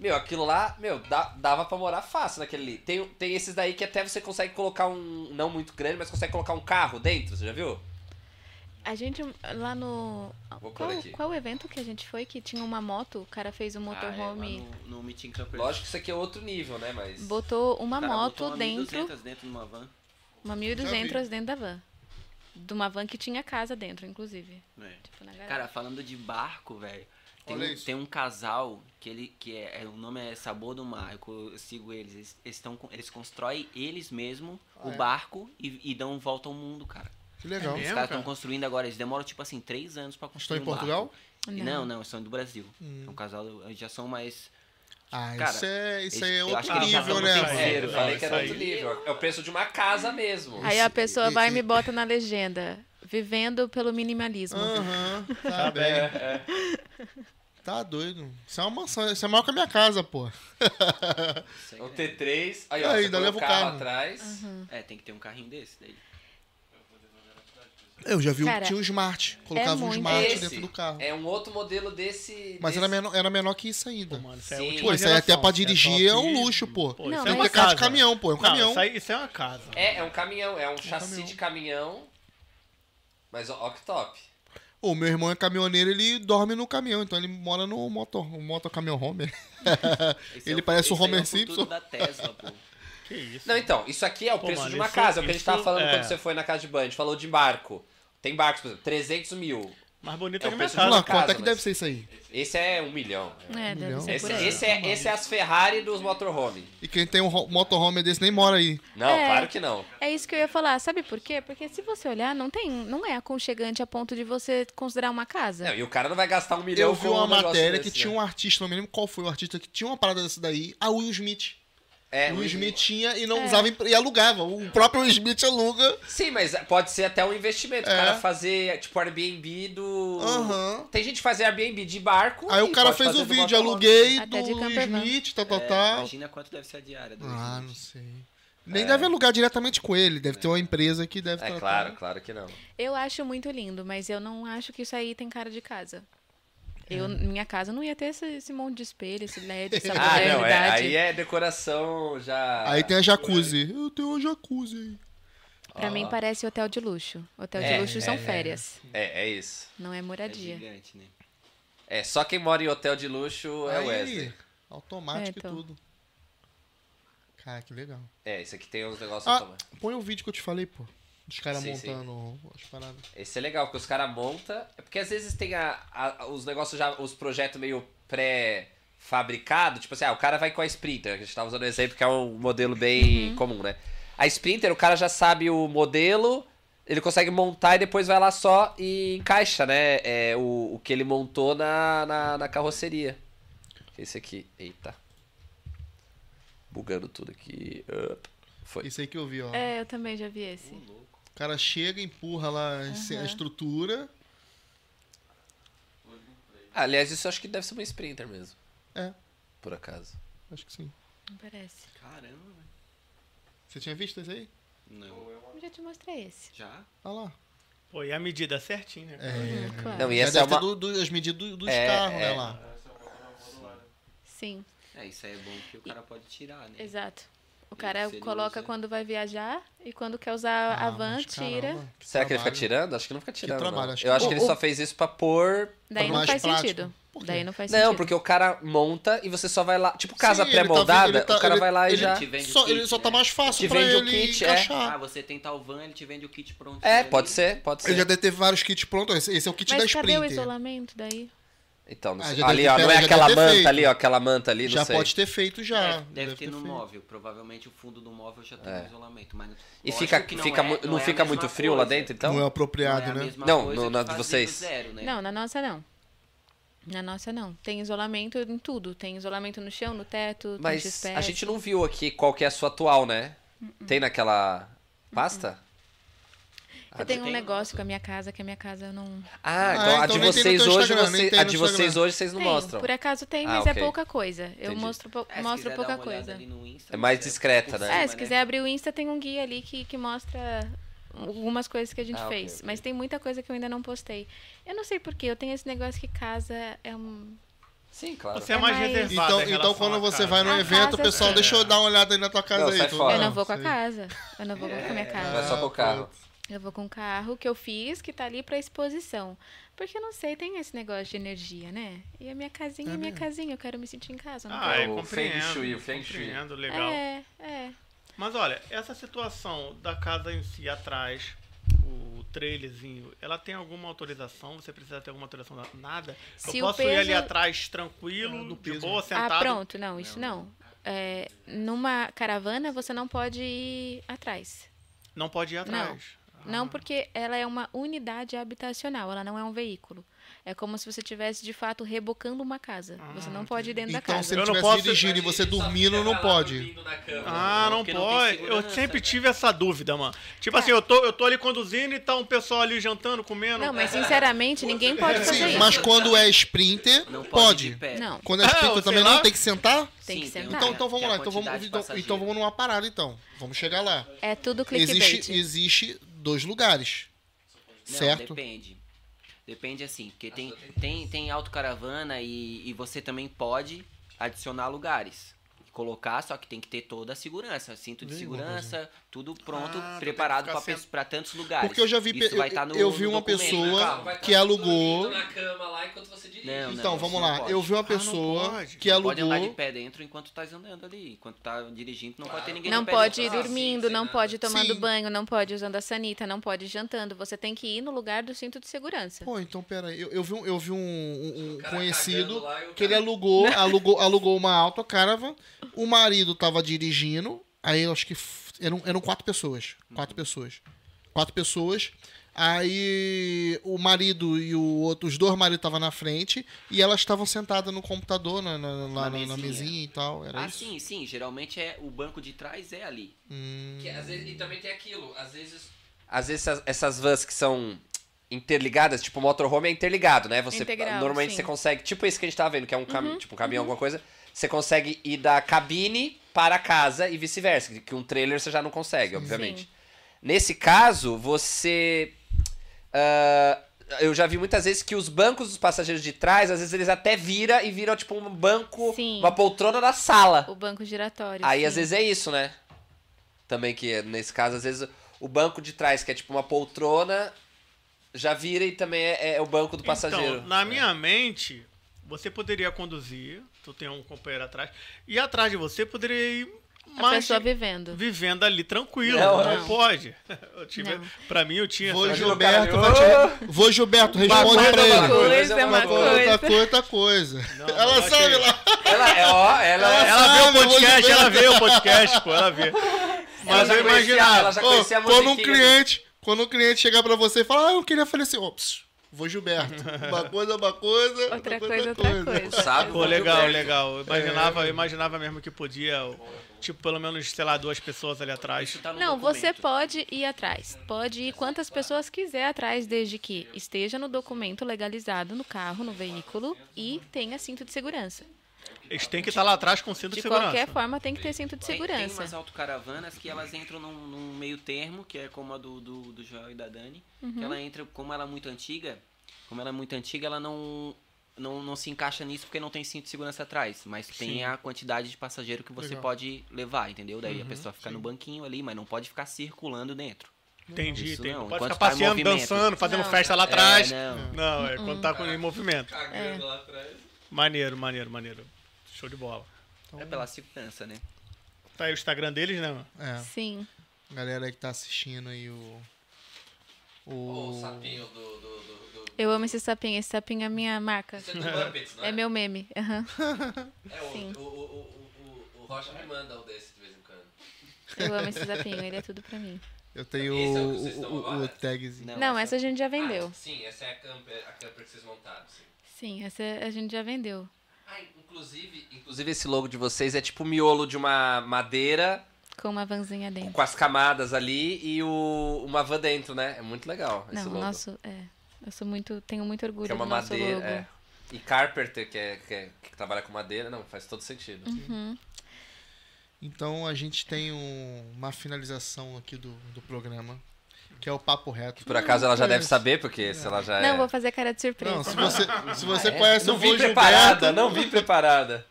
C: Meu, aquilo lá, meu, dá- dava pra morar fácil naquele ali. Tem, tem esses daí que até você consegue colocar um. Não muito grande, mas consegue colocar um carro dentro, você já viu?
D: A gente lá no.
C: Vou
D: Qual,
C: pôr aqui.
D: qual o evento que a gente foi que tinha uma moto? O cara fez um
E: Ah,
D: motorhome.
E: é, lá no, no Meeting Camper.
C: Lógico que isso aqui é outro nível, né? Mas.
D: Botou uma
E: Cara,
D: moto
E: botou uma
D: dentro,
E: 1.200 dentro de uma van.
D: uma
A: Já
D: 1.200 dentro da van. De uma van que tinha casa dentro, inclusive.
B: É.
E: né?
D: Tipo, na garagem.
E: Cara, falando de barco, velho. Tem,
A: Olha
E: um-
A: isso.
E: tem um casal que ele que é, é- o nome é Sabor do Mar. Eu, co- eu sigo eles. Eles, eles, tão com- eles constroem eles mesmo
A: Ah,
E: o
A: é?
E: barco e, e dão volta ao mundo, cara.
A: Que legal.
E: Os
B: mesmo?
E: caras estão
B: cara?
E: construindo agora, eles demoram tipo assim, três anos pra construir.
A: Estão em
E: um barco.
A: Portugal?
E: Não, não, eles são do Brasil.
A: Hum.
E: É um casal, já são mais.
A: Ah,
E: Cara,
A: isso é, isso aí
E: esse-
A: é
E: eu acho
A: outro
E: que eles já
A: nível,
E: vão
A: né?
E: pro
A: mano?
E: terceiro.
C: Sério, eu falei
B: Não,
C: que era
B: isso
C: outro
B: aí-
C: nível. É o preço de uma casa mesmo.
D: Aí a pessoa
A: esse-
D: vai e me bota na legenda. Vivendo pelo minimalismo.
A: Aham, tá bem.
C: É, é.
A: Tá doido. Isso é uma mansão, isso é maior que a minha casa, pô.
C: O T3. É. Aí, ó,
A: Aí,
C: você
A: É, ainda
C: põe
A: leva o
C: o carro
A: carro.
C: atrás.
E: É, tem que ter um carrinho desse daí.
A: Eu já vi, um-
D: Cara,
A: tinha um Smart. Colocava um
D: muito.
A: Smart
C: Esse
A: dentro do carro.
C: É um outro modelo desse.
A: Mas
C: desse...
A: era menor, era menor que isso ainda.
B: Mano, isso é
C: Sim.
B: a última
A: Pô, isso aí até
B: geração,
A: pra
B: isso é
A: dirigir é
B: top.
A: um luxo, pô.
B: Pô,
D: Não,
B: isso
A: Tem
B: é
A: que
B: uma
A: ter carro de
B: casa.
A: caminhão, pô. É um
B: Não,
A: caminhão.
B: Isso, aí- isso é uma casa.
C: É, é um caminhão, é um chassi
A: caminhão.
C: de caminhão. Mas ó, ó que top.
A: O meu irmão é caminhoneiro, ele dorme no caminhão, então ele mora no moto, moto caminhão Homer.
E: Esse
A: Ele
E: é
A: parece o
E: esse aí
A: Homer
E: é futuro
A: Simpson.
E: da Tesla,
A: <laughs>
E: pô.
B: Que isso.
C: Não, então, isso aqui é o
B: Pô,
C: preço
B: mano,
C: de uma
B: isso-
C: casa. É o que a gente
B: isso
C: tava falando
B: é.
C: quando você foi na casa de banho. A gente falou de barco. Tem barcos, por exemplo, 300 mil.
B: Mais bonito
C: É
B: é
C: o
B: que minha
C: preço de
A: Vamos lá,
B: casa.
C: uma-
A: quanto é
C: casa,
A: que
C: mas-
A: deve ser isso aí?
C: Esse é um milhão.
D: É, deve
A: Milhão.
D: ser
C: Esse,
D: por aí.
C: esse é, esse é as Ferrari dos motorhome.
A: E quem tem um ho- motorhome desse nem mora aí.
C: Não,
D: É.
C: claro que não.
D: É isso que eu ia falar. Sabe por quê? Porque se você olhar, não tem, não é aconchegante a ponto de você considerar uma casa.
C: Não, E o cara não vai gastar um milhão
A: É. Eu vi
C: com
A: uma
C: um negócio
A: matéria que
C: desse,
A: tinha
C: né?
A: um artista, não me lembro qual foi o artista, que tinha uma parada dessa daí, a Will Smith.
C: É,
A: o Will
C: um-
A: Smith tinha e não
D: É.
A: usava em- e alugava. O próprio Will Smith aluga.
C: Sim, mas pode ser até um investimento.
A: É.
C: O cara fazer, tipo, Airbnb do.
A: Aham.
C: Tem gente que faz Airbnb de barco.
A: Aí
C: e
A: o cara
C: pode
A: fez
C: fazer
A: o
C: do
A: vídeo,
C: motorhome.
A: aluguei
D: Até
A: do
D: de
A: Will
D: campervan.
A: Smith, tá, tal, tal,
E: É,
A: tal.
E: imagina quanto deve ser a diária do
A: Ah,
E: ah,
A: não sei. Nem deve alugar diretamente com ele, deve ter uma empresa que deve
C: É
A: tratar.
C: claro, claro que não.
A: É
D: Eu acho muito lindo, mas eu não acho que isso aí tem cara de casa.
C: É.
D: Eu, minha casa não ia ter esse, esse monte de espelho,
C: <laughs>
D: esse LED, essa
C: Ah, não, é,
D: modernidade.
C: aí é decoração já.
A: Aí tem a jacuzzi.
C: É.
A: Eu tenho a jacuzzi aí.
D: Pra mim parece hotel de luxo. Hotel de
C: Ah. É,
D: luxo são férias,
C: É, é isso.
D: não é
E: É
D: moradia.
E: gigante, né?
C: É, só quem mora em hotel de luxo é o Wesley.
A: Aí, automático
D: É, então.
A: e tudo. Cara, que legal.
C: É, isso aqui tem uns negócios
A: Ah,
C: automáticos.
A: põe o vídeo que eu te falei, pô. Dos caras
C: Sim, sim.
A: montando as paradas.
C: Esse é legal, porque os caras montam. É porque às vezes tem a, a- os negócios já, os projetos meio pré-fabricados. Tipo assim, ah, o cara vai com a Sprinter, que a gente tava usando o exemplo, que é um modelo bem comum, né? A Sprinter, o cara já sabe o modelo, ele consegue montar e depois vai lá só e encaixa, né? É, o, o que ele montou na, na, na carroceria. Esse aqui, eita. Bugando tudo aqui. Up. Foi.
A: Isso aí que eu vi, ó.
D: É, eu também já vi esse.
A: O cara chega, empurra lá a ce- a estrutura.
C: Ah, Aliás, isso eu acho que deve ser uma Sprinter mesmo,
A: É,
C: por acaso.
A: acho que sim.
D: Não parece.
E: Caramba, velho.
A: Você tinha visto esse aí?
E: Não.
D: Eu já te mostrei esse.
E: Já?
A: Olha lá.
B: Pô, e a medida certinha, né? cara?
D: Hum, claro.
C: Não, e
A: Já
C: essa é
A: deve ter
C: uma.
A: do- do- as medidas do- dos
C: É,
A: carros, né,
C: é.
A: lá.
D: Sim,
E: É, isso aí é bom que o cara pode tirar, né?
D: exato. O cara
E: se ele
D: coloca
E: usa-
D: quando vai viajar e quando quer usar a
A: Ah,
D: van,
A: mas
D: tira.
A: caramba,
C: Será que ele fica
A: trabalho.
C: tirando? Acho que não fica tirando.
A: trabalho,
C: não.
A: acho
C: Eu
A: que-
C: acho que ele
A: Ou-
C: só fez isso pra pôr.
D: Daí
A: Pra
D: não
A: mais
D: faz
A: prático.
D: sentido.
A: Por quê?
D: Daí não faz sentido.
C: Não, porque o cara monta e você só vai lá. Tipo casa
A: Sim, ele tá vendo-
C: pré-moldada,
A: ele tá-
C: o cara
A: ele-
C: vai lá e
A: ele
C: já.
E: te vende o
A: Só,
E: kit,
A: ele só tá
E: né?
A: mais fácil
C: Te
A: pra
C: vende o
A: ele
C: kit, é.
A: encaixar.
E: Ah, você tem tal van, ele te vende o kit pronto.
C: É, pode ser, pode
A: Ele já
C: ser.
A: deve ter vários kits prontos. Esse, esse é o kit da
D: Mas cadê o
A: Sprinter.
D: isolamento daí?
C: Então, não
A: Ah,
C: sei.
A: já
C: ali,
A: deve
C: ó,
A: ter-
C: não é
A: já deve
C: aquela
A: ter
C: manta
A: feito.
C: ali, ó, aquela manta ali, não
A: Já
C: sei.
A: pode ter feito
C: Ah,
A: já.
E: É, Deve, deve ter no
A: feito.
E: móvel. Provavelmente o fundo do móvel já tem um isolamento. Mas
C: É. E
E: lógico
C: fica,
E: que não
C: fica,
E: é-
C: mu- não
E: é a
C: fica
E: mesma
C: muito frio lá
E: coisa.
C: dentro,
A: Não é
C: então?
A: apropriado,
E: não é a
A: né?
E: mesma
C: Não,
E: coisa
C: no-
E: que
C: na de
E: fazer do
C: vocês.
E: zero,
C: É.
E: né?
D: Não, na nossa não. Na nossa não. Tem isolamento em tudo. Tem isolamento no chão, no teto, tem
C: Mas
D: XPS.
C: a gente não viu aqui qual que é a sua atual, né?
D: Uh-uh.
C: Tem naquela pasta?
D: Eu tenho um
E: tem?
D: negócio com a minha casa, que a minha casa eu não.
C: Ah,
A: Ah,
C: então a
A: então nem
C: de
A: tem no
C: vocês
A: teu
C: hoje,
A: Instagram, nem
C: você,
A: tem
C: a
A: no
C: de vocês
A: Instagram.
C: hoje vocês não
D: Tem,
C: mostram.
D: Por acaso tem,
C: Ah,
D: mas
C: ok.
D: é pouca coisa. Eu
C: Entendi.
D: mostro, pou-
E: É, se
D: mostro
E: quiser dar
D: pouca
E: uma olhada
D: coisa.
E: ali no Insta,
C: É mais
E: você-
C: discreta,
E: por
C: né?
E: cima,
D: É, se quiser abrir o Insta, tem um guia ali que, que mostra algumas coisas que a gente
C: Ah, ok,
D: fez.
C: ok.
D: Mas tem muita coisa que eu ainda não postei. Eu não sei porquê, eu tenho esse negócio que casa é um.
C: Sim, claro.
B: Você é mais
D: É mais-
B: reservado.
A: Então,
B: em
A: então
B: relação à
A: quando você
B: casa.
A: vai no
D: A
A: evento,
D: casa-
A: pessoal,
D: É.
A: deixa eu dar uma olhada aí na tua casa
C: Não,
A: aí.
C: sai
A: tu-
C: fora. É.
D: eu não vou com a
A: sei.
D: casa. Eu não vou com
C: <laughs>
D: a minha
A: é
D: casa.
A: um
C: Vai só pro carro.
D: Eu vou com o carro que eu fiz, que tá ali pra exposição. Porque eu não sei, tem esse negócio de energia, né? E a minha casinha é, minha casinha, eu quero me sentir em casa. Não
B: Ah,
D: quero-
B: é,
C: O Feng
B: compreendo.
C: Shui, o Feng Shui.
B: Compreendo, legal.
D: então tá. É, é.
B: Mas olha, essa situação da casa em si atrás, o trailerzinho, ela tem alguma autorização? Você precisa ter alguma autorização? da- Nada?
D: Se
B: Eu
D: o
B: posso ir ali
D: peso-
B: atrás tranquilo, de boa, sentado?
D: Ah, pronto, não, isso não. É, numa caravana você não pode ir atrás.
B: Não pode ir atrás.
D: Não porque ela é uma unidade habitacional, ela não é um veículo. É como se você estivesse, de fato, rebocando uma casa. você não pode ir dentro da
A: Então,
D: casa.
A: se
B: Eu
A: ele
B: não
A: estivesse
B: posso-
A: dirigindo e você dormindo, não pode.
B: Ah, não
E: Porque não tem
B: pode. eu
E: segurança,
B: sempre
E: cara.
B: tive essa dúvida, mano. Tipo
D: Tá.
B: assim, eu tô, eu tô ali conduzindo e tá um pessoal ali jantando, comendo.
D: Não, mas sinceramente, ninguém pode fazer
A: Sim,
D: isso.
A: mas quando é sprinter,
E: Não pode. ir
A: pode.
E: de pé.
D: Não,
A: Quando é
B: Ah,
A: sprinter
B: sei
A: também
B: lá.
A: não tem que sentar?
D: tem que
E: Sim,
D: sentar.
E: tem um
A: Então, então
E: que
A: vamos
E: a
A: lá, então vamos,
E: quantidade de
A: então,
E: passageiro.
A: então vamos numa parada então. Vamos chegar lá.
D: É tudo clickbait.
A: Existe, existe dois lugares.
E: Não,
A: certo?
E: Depende. Depende assim, porque tem, tem, tem autocaravana e, e você também pode adicionar lugares. E Colocar, só que tem que ter toda a segurança, cinto de
A: Ih,
E: segurança, tudo pronto,
B: Ah, tu
E: preparado
B: tem que
E: pra,
B: ficar
E: pe- pra tantos lugares.
A: Porque eu já vi, pe-
E: Isso
A: eu,
E: vai tá no-
A: eu vi
E: no
A: uma
E: documento,
A: pessoa
E: no carro.
A: que alugou.
C: tá Na cama lá enquanto você dirige.
E: Não, não.
A: Então, vamos
E: isso não
A: lá.
E: pode.
A: Eu
C: Ah,
A: vi uma
B: não
A: pessoa
B: pode.
A: que
E: Não Pode andar de
A: alugou.
E: pé dentro enquanto tá andando ali. Enquanto tá dirigindo, não pode ter ninguém
D: Não
E: de pé
D: pode ir
E: dentro.
C: Ah, dormir.
D: dormindo,
C: sim, sem
D: não
C: nada.
D: pode ir tomando
A: Sim.
D: banho, não pode ir usando a sanita, não pode ir jantando. Você tem que ir no lugar do cinto de segurança.
A: Pô, então peraí, eu, eu vi um, eu vi um, um- um
C: cara
A: conhecido
C: cagando lá e o
A: que ele
C: cara- <laughs>
A: alugou, alugou, alugou uma autocaravan, o marido tava dirigindo, aí eu acho que f- eram, eram quatro pessoas, quatro
E: Uhum.
A: pessoas, quatro pessoas, aí o marido e o outro, os dois maridos estavam na frente e elas estavam sentadas no computador, na, na, na- lá na- na mesinha.
E: mesinha.
A: e tal, era
E: Ah,
A: isso?
E: sim, sim. Geralmente é o banco de trás é ali.
A: Hum.
C: Que às vezes- e também tem aquilo, às vezes. Às vezes essas, essas vans que são interligadas, tipo o motorhome é interligado, né? Você
D: Integral,
C: normalmente
D: sim.
C: você
D: Uhum.
C: consegue, tipo esse que a gente tava vendo, que é um caminho, tipo um caminhão alguma coisa, você consegue ir da cabine para a casa e vice-versa, que- que um trailer você já não consegue, obviamente.
D: Sim.
C: Nesse caso, você ah, eu já vi muitas vezes que os bancos dos passageiros de trás, às vezes eles até viram e viram tipo um banco,
D: Sim.
C: uma poltrona da sala.
D: O banco giratório.
C: Aí
D: sim.
C: às vezes é isso, né? Também que nesse caso, às vezes o banco de trás, que é tipo uma poltrona, já vira e também é, é o banco do passageiro.
B: Então, na minha mente, você poderia conduzir, tu tem um companheiro atrás, e atrás de você poderia ir
D: a
B: mais
D: pessoa vivendo.
B: vivendo ali tranquilo.
E: É,
C: Não,
B: Não,
D: não.
B: pode. <laughs> Eu tive,
D: Não.
B: Pra mim, eu tinha.
A: Vou,
B: essa-
A: Gilberto,
C: cara,
A: vai te... Vou, Gilberto, responde
C: coisa
A: pra
C: é uma
A: ele.
C: coisa, é uma
A: Uma coisa, outra coisa, outra coisa.
B: Não,
A: ela
B: mas eu
A: sabe
B: achei-
A: lá.
C: Ela, é, ó, ela,
B: Ela vê
A: sabe,
B: o podcast,
A: eu vou
B: ela vê o podcast, pô, ela vê. Mas
C: já
B: eu
C: conhecia-
B: imaginava.
C: Ela já
A: Ô,
C: conhecia a
A: quando um
C: musiquinha, né?
A: cliente, quando um cliente chegar pra você e falar, ah, eu queria oferecer, ó, pss, vou Gilberto.
C: <laughs>
A: Uma coisa, uma coisa,
D: Outra coisa, outra coisa.
C: sábio.
B: Pô, legal, legal. Eu
E: É.
B: imaginava, eu imaginava mesmo que podia, tipo, pelo menos, sei lá, duas pessoas ali atrás.
E: Isso tá no
D: Não, você
E: documento.
D: pode ir atrás. Pode ir quantas pessoas quiser atrás, desde que esteja no documento legalizado no carro, no veículo e tenha cinto de segurança.
B: Eles têm que estar lá atrás com cinto de,
D: De
B: segurança.
D: qualquer forma, tem que ter cinto de
E: Tem- Tem,
D: segurança.
E: umas autocaravanas que elas entram num, num meio termo, que é como a do, do, do Joel e da Dani.
D: Uhum.
E: Que ela entra, como ela é muito antiga, como ela é muito antiga, ela não, não, não se encaixa nisso porque não tem cinto de segurança atrás. Mas
B: Sim.
E: tem a quantidade de passageiro que você
A: Legal.
E: pode levar, entendeu? Daí a pessoa fica no banquinho ali, mas não pode ficar circulando dentro.
B: Entendi,
E: Isso
B: tem.
E: não,
B: Pode
E: enquanto
B: ficar
E: tá em
B: passeando,
E: movimento.
B: dançando, fazendo
D: Não. Hum.
B: festa lá atrás.
E: É, não.
B: Não, é quando tá com em movimento.
C: Cagando lá atrás. tipo,
B: Maneiro, maneiro, maneiro. Show de bola.
E: É pela segurança, né?
B: Tá aí o Instagram deles, né? mano?
A: É,
D: Sim.
A: galera aí que tá assistindo aí o...
C: O
A: O...
C: sapinho do. do, do, do...
D: Eu amo esse sapinho. Esse sapinho é minha marca.
C: Isso é do Muppets, não é?
D: É meu meme. aham.
C: É o,
D: Sim.
C: o, o, o, o, o Rocha me manda um desse de vez em quando.
D: Eu amo esse sapinho. Ele é tudo pra mim.
A: Eu tenho
C: Esse é o que
A: o,
C: vocês estão
A: o, o, o
C: agora?
A: tagzinho.
D: Não, é essa a gente já vendeu.
C: Ah, sim, essa é a camper, a camper que vocês montaram, sim.
D: Sim, essa a gente já vendeu.
C: Ah, inclusive, inclusive esse logo de vocês é tipo o miolo de uma madeira
D: Com uma vanzinha dentro.
C: com as camadas ali e o, uma van dentro, né? É muito legal esse
D: Não,
C: logo.
D: nosso. É. Eu sou muito. Tenho muito orgulho
C: que é uma
D: do nosso
C: madeira.
D: logo.
C: é. E carpenter, que, é, que, é- que trabalha com madeira, não, faz todo sentido.
D: Uhum.
A: Então a gente tem um- uma finalização aqui do, do programa, que é o Papo Reto.
C: Por acaso ela já
A: Não,
C: deve
A: é.
C: saber, porque se ela já é.
D: Não, vou fazer cara de surpresa.
A: Não, se você, se você
C: É,
A: conhece
C: não
A: o
C: vim
A: Vô
C: preparada,
A: Gilberto,
C: não vim preparada.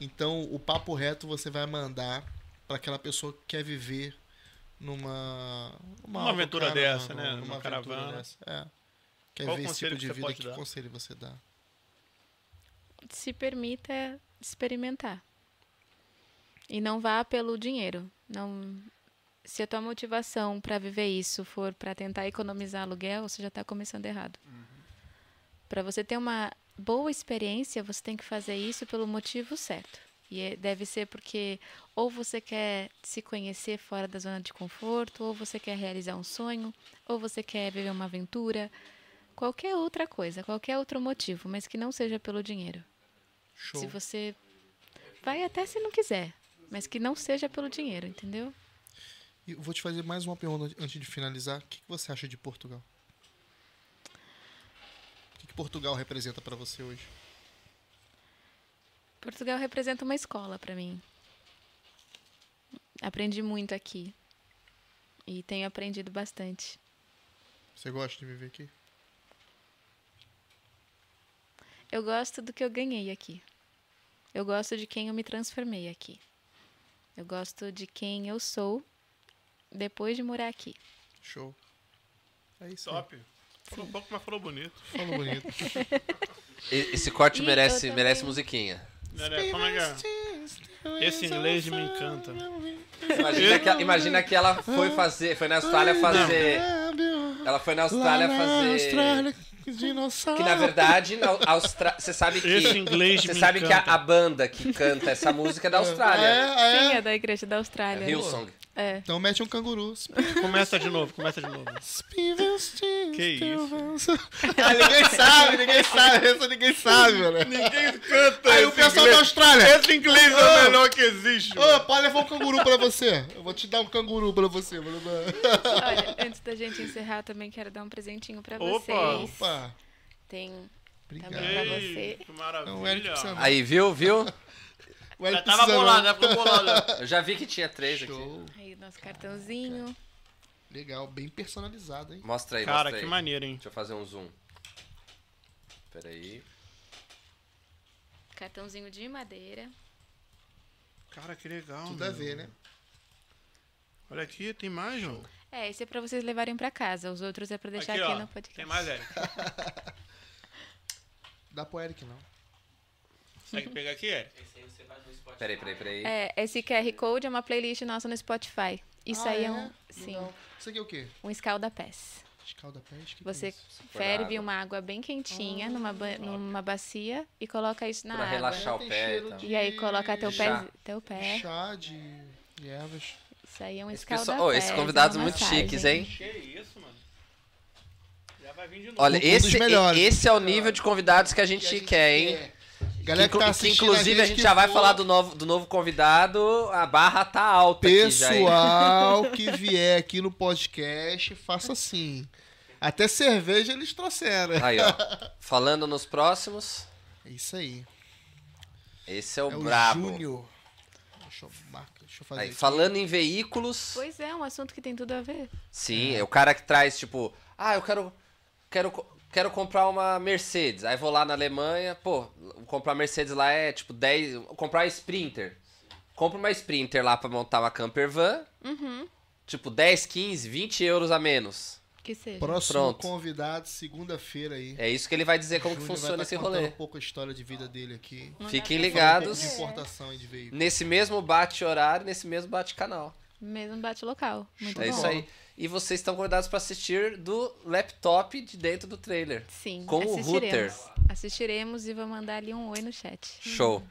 A: Então, o papo reto você vai mandar para aquela pessoa que quer viver numa
B: Uma aventura
A: autocaravana,
B: dessa, né? Numa caravana.
A: dessa. É. Quer
B: Qual
A: ver esse tipo
B: conselho que
A: de
B: você
A: vida,
B: pode
A: que
B: dar?
A: conselho você dá?
D: Se permita experimentar. E não vá pelo dinheiro. Não. Se a tua motivação para viver isso for para tentar economizar aluguel, você já está começando errado. Para você ter uma boa experiência, você tem que fazer isso pelo motivo certo. E é- deve ser porque ou você quer se conhecer fora da zona de conforto, ou você quer realizar um sonho, ou você quer viver uma aventura, qualquer outra coisa, qualquer outro motivo, mas que não seja pelo dinheiro.
A: Show.
D: Se você vai até se não quiser, mas que não seja pelo dinheiro, entendeu?
A: E eu vou te fazer mais uma pergunta antes de finalizar. O que que você acha de Portugal? O que que Portugal representa pra você hoje?
D: Portugal representa uma escola para mim. Aprendi muito aqui. E tenho aprendido bastante.
A: Você gosta de viver aqui?
D: Eu gosto do que eu ganhei aqui. Eu gosto de quem eu me transformei aqui. Eu gosto de quem eu sou depois de morar aqui.
A: Show. É isso. aí.
B: Top. Falou pouco, mas falou bonito.
A: Falou bonito.
C: E- Esse corte
D: E eu
C: merece,
D: também.
C: merece musiquinha.
B: Galera, como é que é? Esse inglês me encanta.
C: Imagina que, ela- imagina que ela foi fazer, foi na Austrália <laughs>
D: Ah.
C: fazer. Ela foi na Austrália fazer. Que
A: Ah,
C: na verdade, na Austra... você sabe que.
B: Esse inglês
C: Você
B: me
C: sabe que a,
B: encanta.
C: a banda que canta essa música é da Austrália.
D: Sim,
A: É, é.
D: é da igreja da Austrália.
C: Hillsong.
D: É.
A: Então mete um canguru.
B: Começa de novo, começa de novo.
A: Que
B: isso?
A: <laughs> Ah, ninguém sabe, ninguém sabe. Essa ninguém sabe, mano.
B: Ninguém canta
A: Aí o pessoal da Austrália.
B: Esse inglês é o melhor que existe.
A: Ô, pode levar um canguru pra você. Eu vou te dar um canguru pra você. vou levar.
D: Olha, antes da gente encerrar, também quero dar um presentinho para
B: Opa!
D: vocês.
A: Opa.
D: Tem
A: Obrigado.
D: Tá bom. Pra você.
B: que
A: Não, o Eric
B: maravilha.
A: precisa-
C: Aí, viu, viu?
A: O Eric
B: Já tava
A: precisa não.
B: bolado, já ficou
A: <laughs>
B: bolado.
C: Eu já vi que tinha três aqui.
A: Show.
D: aí o nosso cartãozinho.
A: Legal, bem personalizado, hein?
C: Mostra aí,
B: Cara,
C: mostra aí.
B: que maneiro, hein?
C: Deixa eu fazer um zoom. Peraí.
D: Cartãozinho de madeira.
B: Cara, que legal.
A: Tudo a
B: meu.
A: ver, né?
B: Olha aqui, tem mais, João.
D: É, esse é para vocês levarem para casa. Os outros é para deixar aqui, no podcast.
B: Tem mais, Eric.
A: Dá pro Eric, não.
B: Consegue pegar aqui, Eric?
C: Peraí, peraí, peraí.
D: É, esse QR Code é uma playlist nossa no Spotify. Isso
A: Ah,
D: aí é,
A: é?
D: um, sim,
A: Legal. Isso aqui é o quê?
D: um escalda pés.
A: Escalda pés? Que
D: Você
A: Que é isso?
D: ferve
C: água.
D: uma água bem quentinha numa, ba- numa bacia e coloca isso na
C: Pra
D: água.
C: relaxar o
A: Tem
C: pé e
A: cheiro
C: tal.
A: de-
D: E aí coloca teu
C: Chá.
D: pé, teu pé.
A: Chá de de ervas.
D: Isso aí é um
C: Esse
D: escalda pés.
C: pessoal- Ô, esses convidados
D: uma
C: muito
D: massagem.
C: chiques, hein?
B: Que isso, mano. Já vai vir de novo.
C: Olha,
A: Um dos
C: esse,
A: melhores.
C: e- esse é o nível de convidados que a gente, quer, hein?
A: É. Galera que,
C: Inclu-
A: tá
C: que,
A: assistindo
C: inclusive a gente
A: que
C: já vai
A: for-
C: falar do novo, do novo convidado, a barra tá alta aqui já, hein?
A: Pessoal
C: <laughs>
A: que vier aqui no podcast, faça assim. Até cerveja eles trouxeram.
C: Aí, ó. Falando nos próximos,
A: É isso aí.
C: esse é o
A: É o
C: brabo.
A: Júnior. Deixa eu, marcar, deixa eu fazer
C: Aí,
A: aqui.
C: falando em veículos,
D: Pois é, um assunto que tem tudo a ver.
C: sim, é o cara que traz, tipo, ah, eu quero, quero, co- quero comprar uma Mercedes. Aí vou lá na Alemanha, pô, comprar Mercedes lá é tipo 10, comprar uma Sprinter. Compra uma Sprinter lá pra montar uma camper van, tipo 10, 15, 20 euros a menos.
D: Que seja.
A: Próximo
C: Pronto.
A: convidado, segunda-feira aí.
C: É isso que ele vai dizer como que
A: Júnior vai
C: funciona
A: tá
C: esse
A: contando
C: rolê.
A: um pouco a história de vida dele aqui.
C: Fiquem
A: Falando um pouco
C: ligados.
A: De importação e de veículo.
C: Nesse mesmo bate-horário, nesse mesmo bate-canal.
D: Mesmo bate local. Muito
C: É
D: bom.
C: isso aí. E vocês estão convidados para assistir do laptop de dentro do trailer.
D: Sim,
C: Com o
D: assistiremos.
C: router.
D: Assistiremos e vou mandar ali um oi no chat.
C: Show.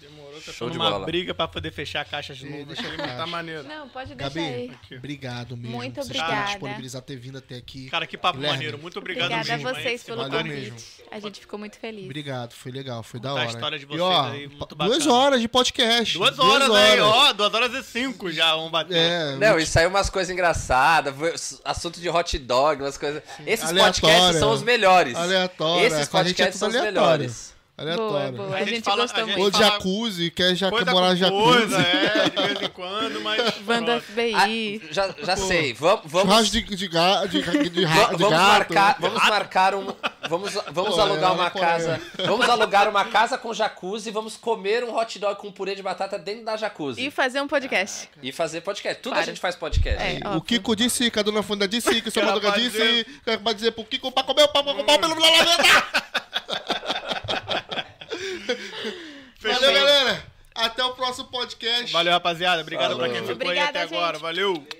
B: Demorou, tá
C: Show
B: tendo
C: de
B: uma
C: bola.
B: briga pra poder fechar a caixa de
A: Ih,
B: novo.
A: deixa
B: Deixa eu
A: eu
B: tá
A: acho.
B: maneiro.
D: Não, pode deixar
A: Gabi.
D: aí.
B: Aqui.
A: Obrigado mesmo.
D: Muito
A: por vocês
D: obrigada.
A: terem disponibilizado ter vindo até aqui.
B: Cara, que papo
A: Guilherme.
B: maneiro. Muito obrigado
D: Obrigada
B: mesmo.
D: a
B: hein?
D: vocês pelo
A: Valeu
D: convite.
A: mesmo.
D: A gente ficou muito feliz.
A: Obrigado, foi legal, foi
B: Contar
A: da hora.
B: a história de
A: e, ó,
B: vocês aí, muito
A: pa-
B: bacana.
A: duas horas de podcast.
B: Duas horas, aí, ó. Duas horas e cinco já, um bateu.
A: É,
C: Não, e saiu umas coisas engraçadas, foi assunto de hot dog, umas coisas. Esses podcasts
A: Aleatório.
C: são os melhores.
A: Aleatório,
C: Esses
A: com a gente é tudo
C: podcasts são os
A: aleatório.
C: melhores.
A: aleatório.
D: Boa, boa. A
B: A gente
D: gente
B: fala-
D: gostou
B: a gente-
D: muito.
A: Ou
B: Fala-
A: jacuzzi, quer já quer
B: Coisa
A: morar
B: com
A: no jacuzzi.
B: coisa, é, de vez em quando, mas.
D: Banda
B: pronto.
C: Ah,
D: FBI.
C: já já sei, vamos. vamos...
A: Churrasco de, de, ga, de, ga- de, ra-
C: Va-
A: de
C: vamos
A: gato.
C: marcar, vamos marcar um, vamos, vamos
A: Pô,
C: alugar
A: é,
C: uma
A: pô,
C: casa, vamos alugar uma casa com jacuzzi, e vamos comer um hot dog com purê de batata dentro da jacuzzi
D: E
C: e,
D: fazer um podcast.
C: fazer podcast. Tudo a
D: Claro.
C: gente faz podcast.
D: É,
A: O
D: óbvio.
A: Kiko disse, que a dona Funda disse, que o seu
B: Ela
A: Madruga
B: vai
A: disse,
B: dizer-
A: que vai dizer pro Kiko pra comer o pau, pra comer o pau pelo pela lavanda.
B: Fechou.
A: Valeu, galera. Até o próximo podcast.
B: Valeu, rapaziada. Obrigado pra
C: Falou.
B: quem ficou aí
D: Obrigada,
B: até agora.
D: gente.
B: Valeu.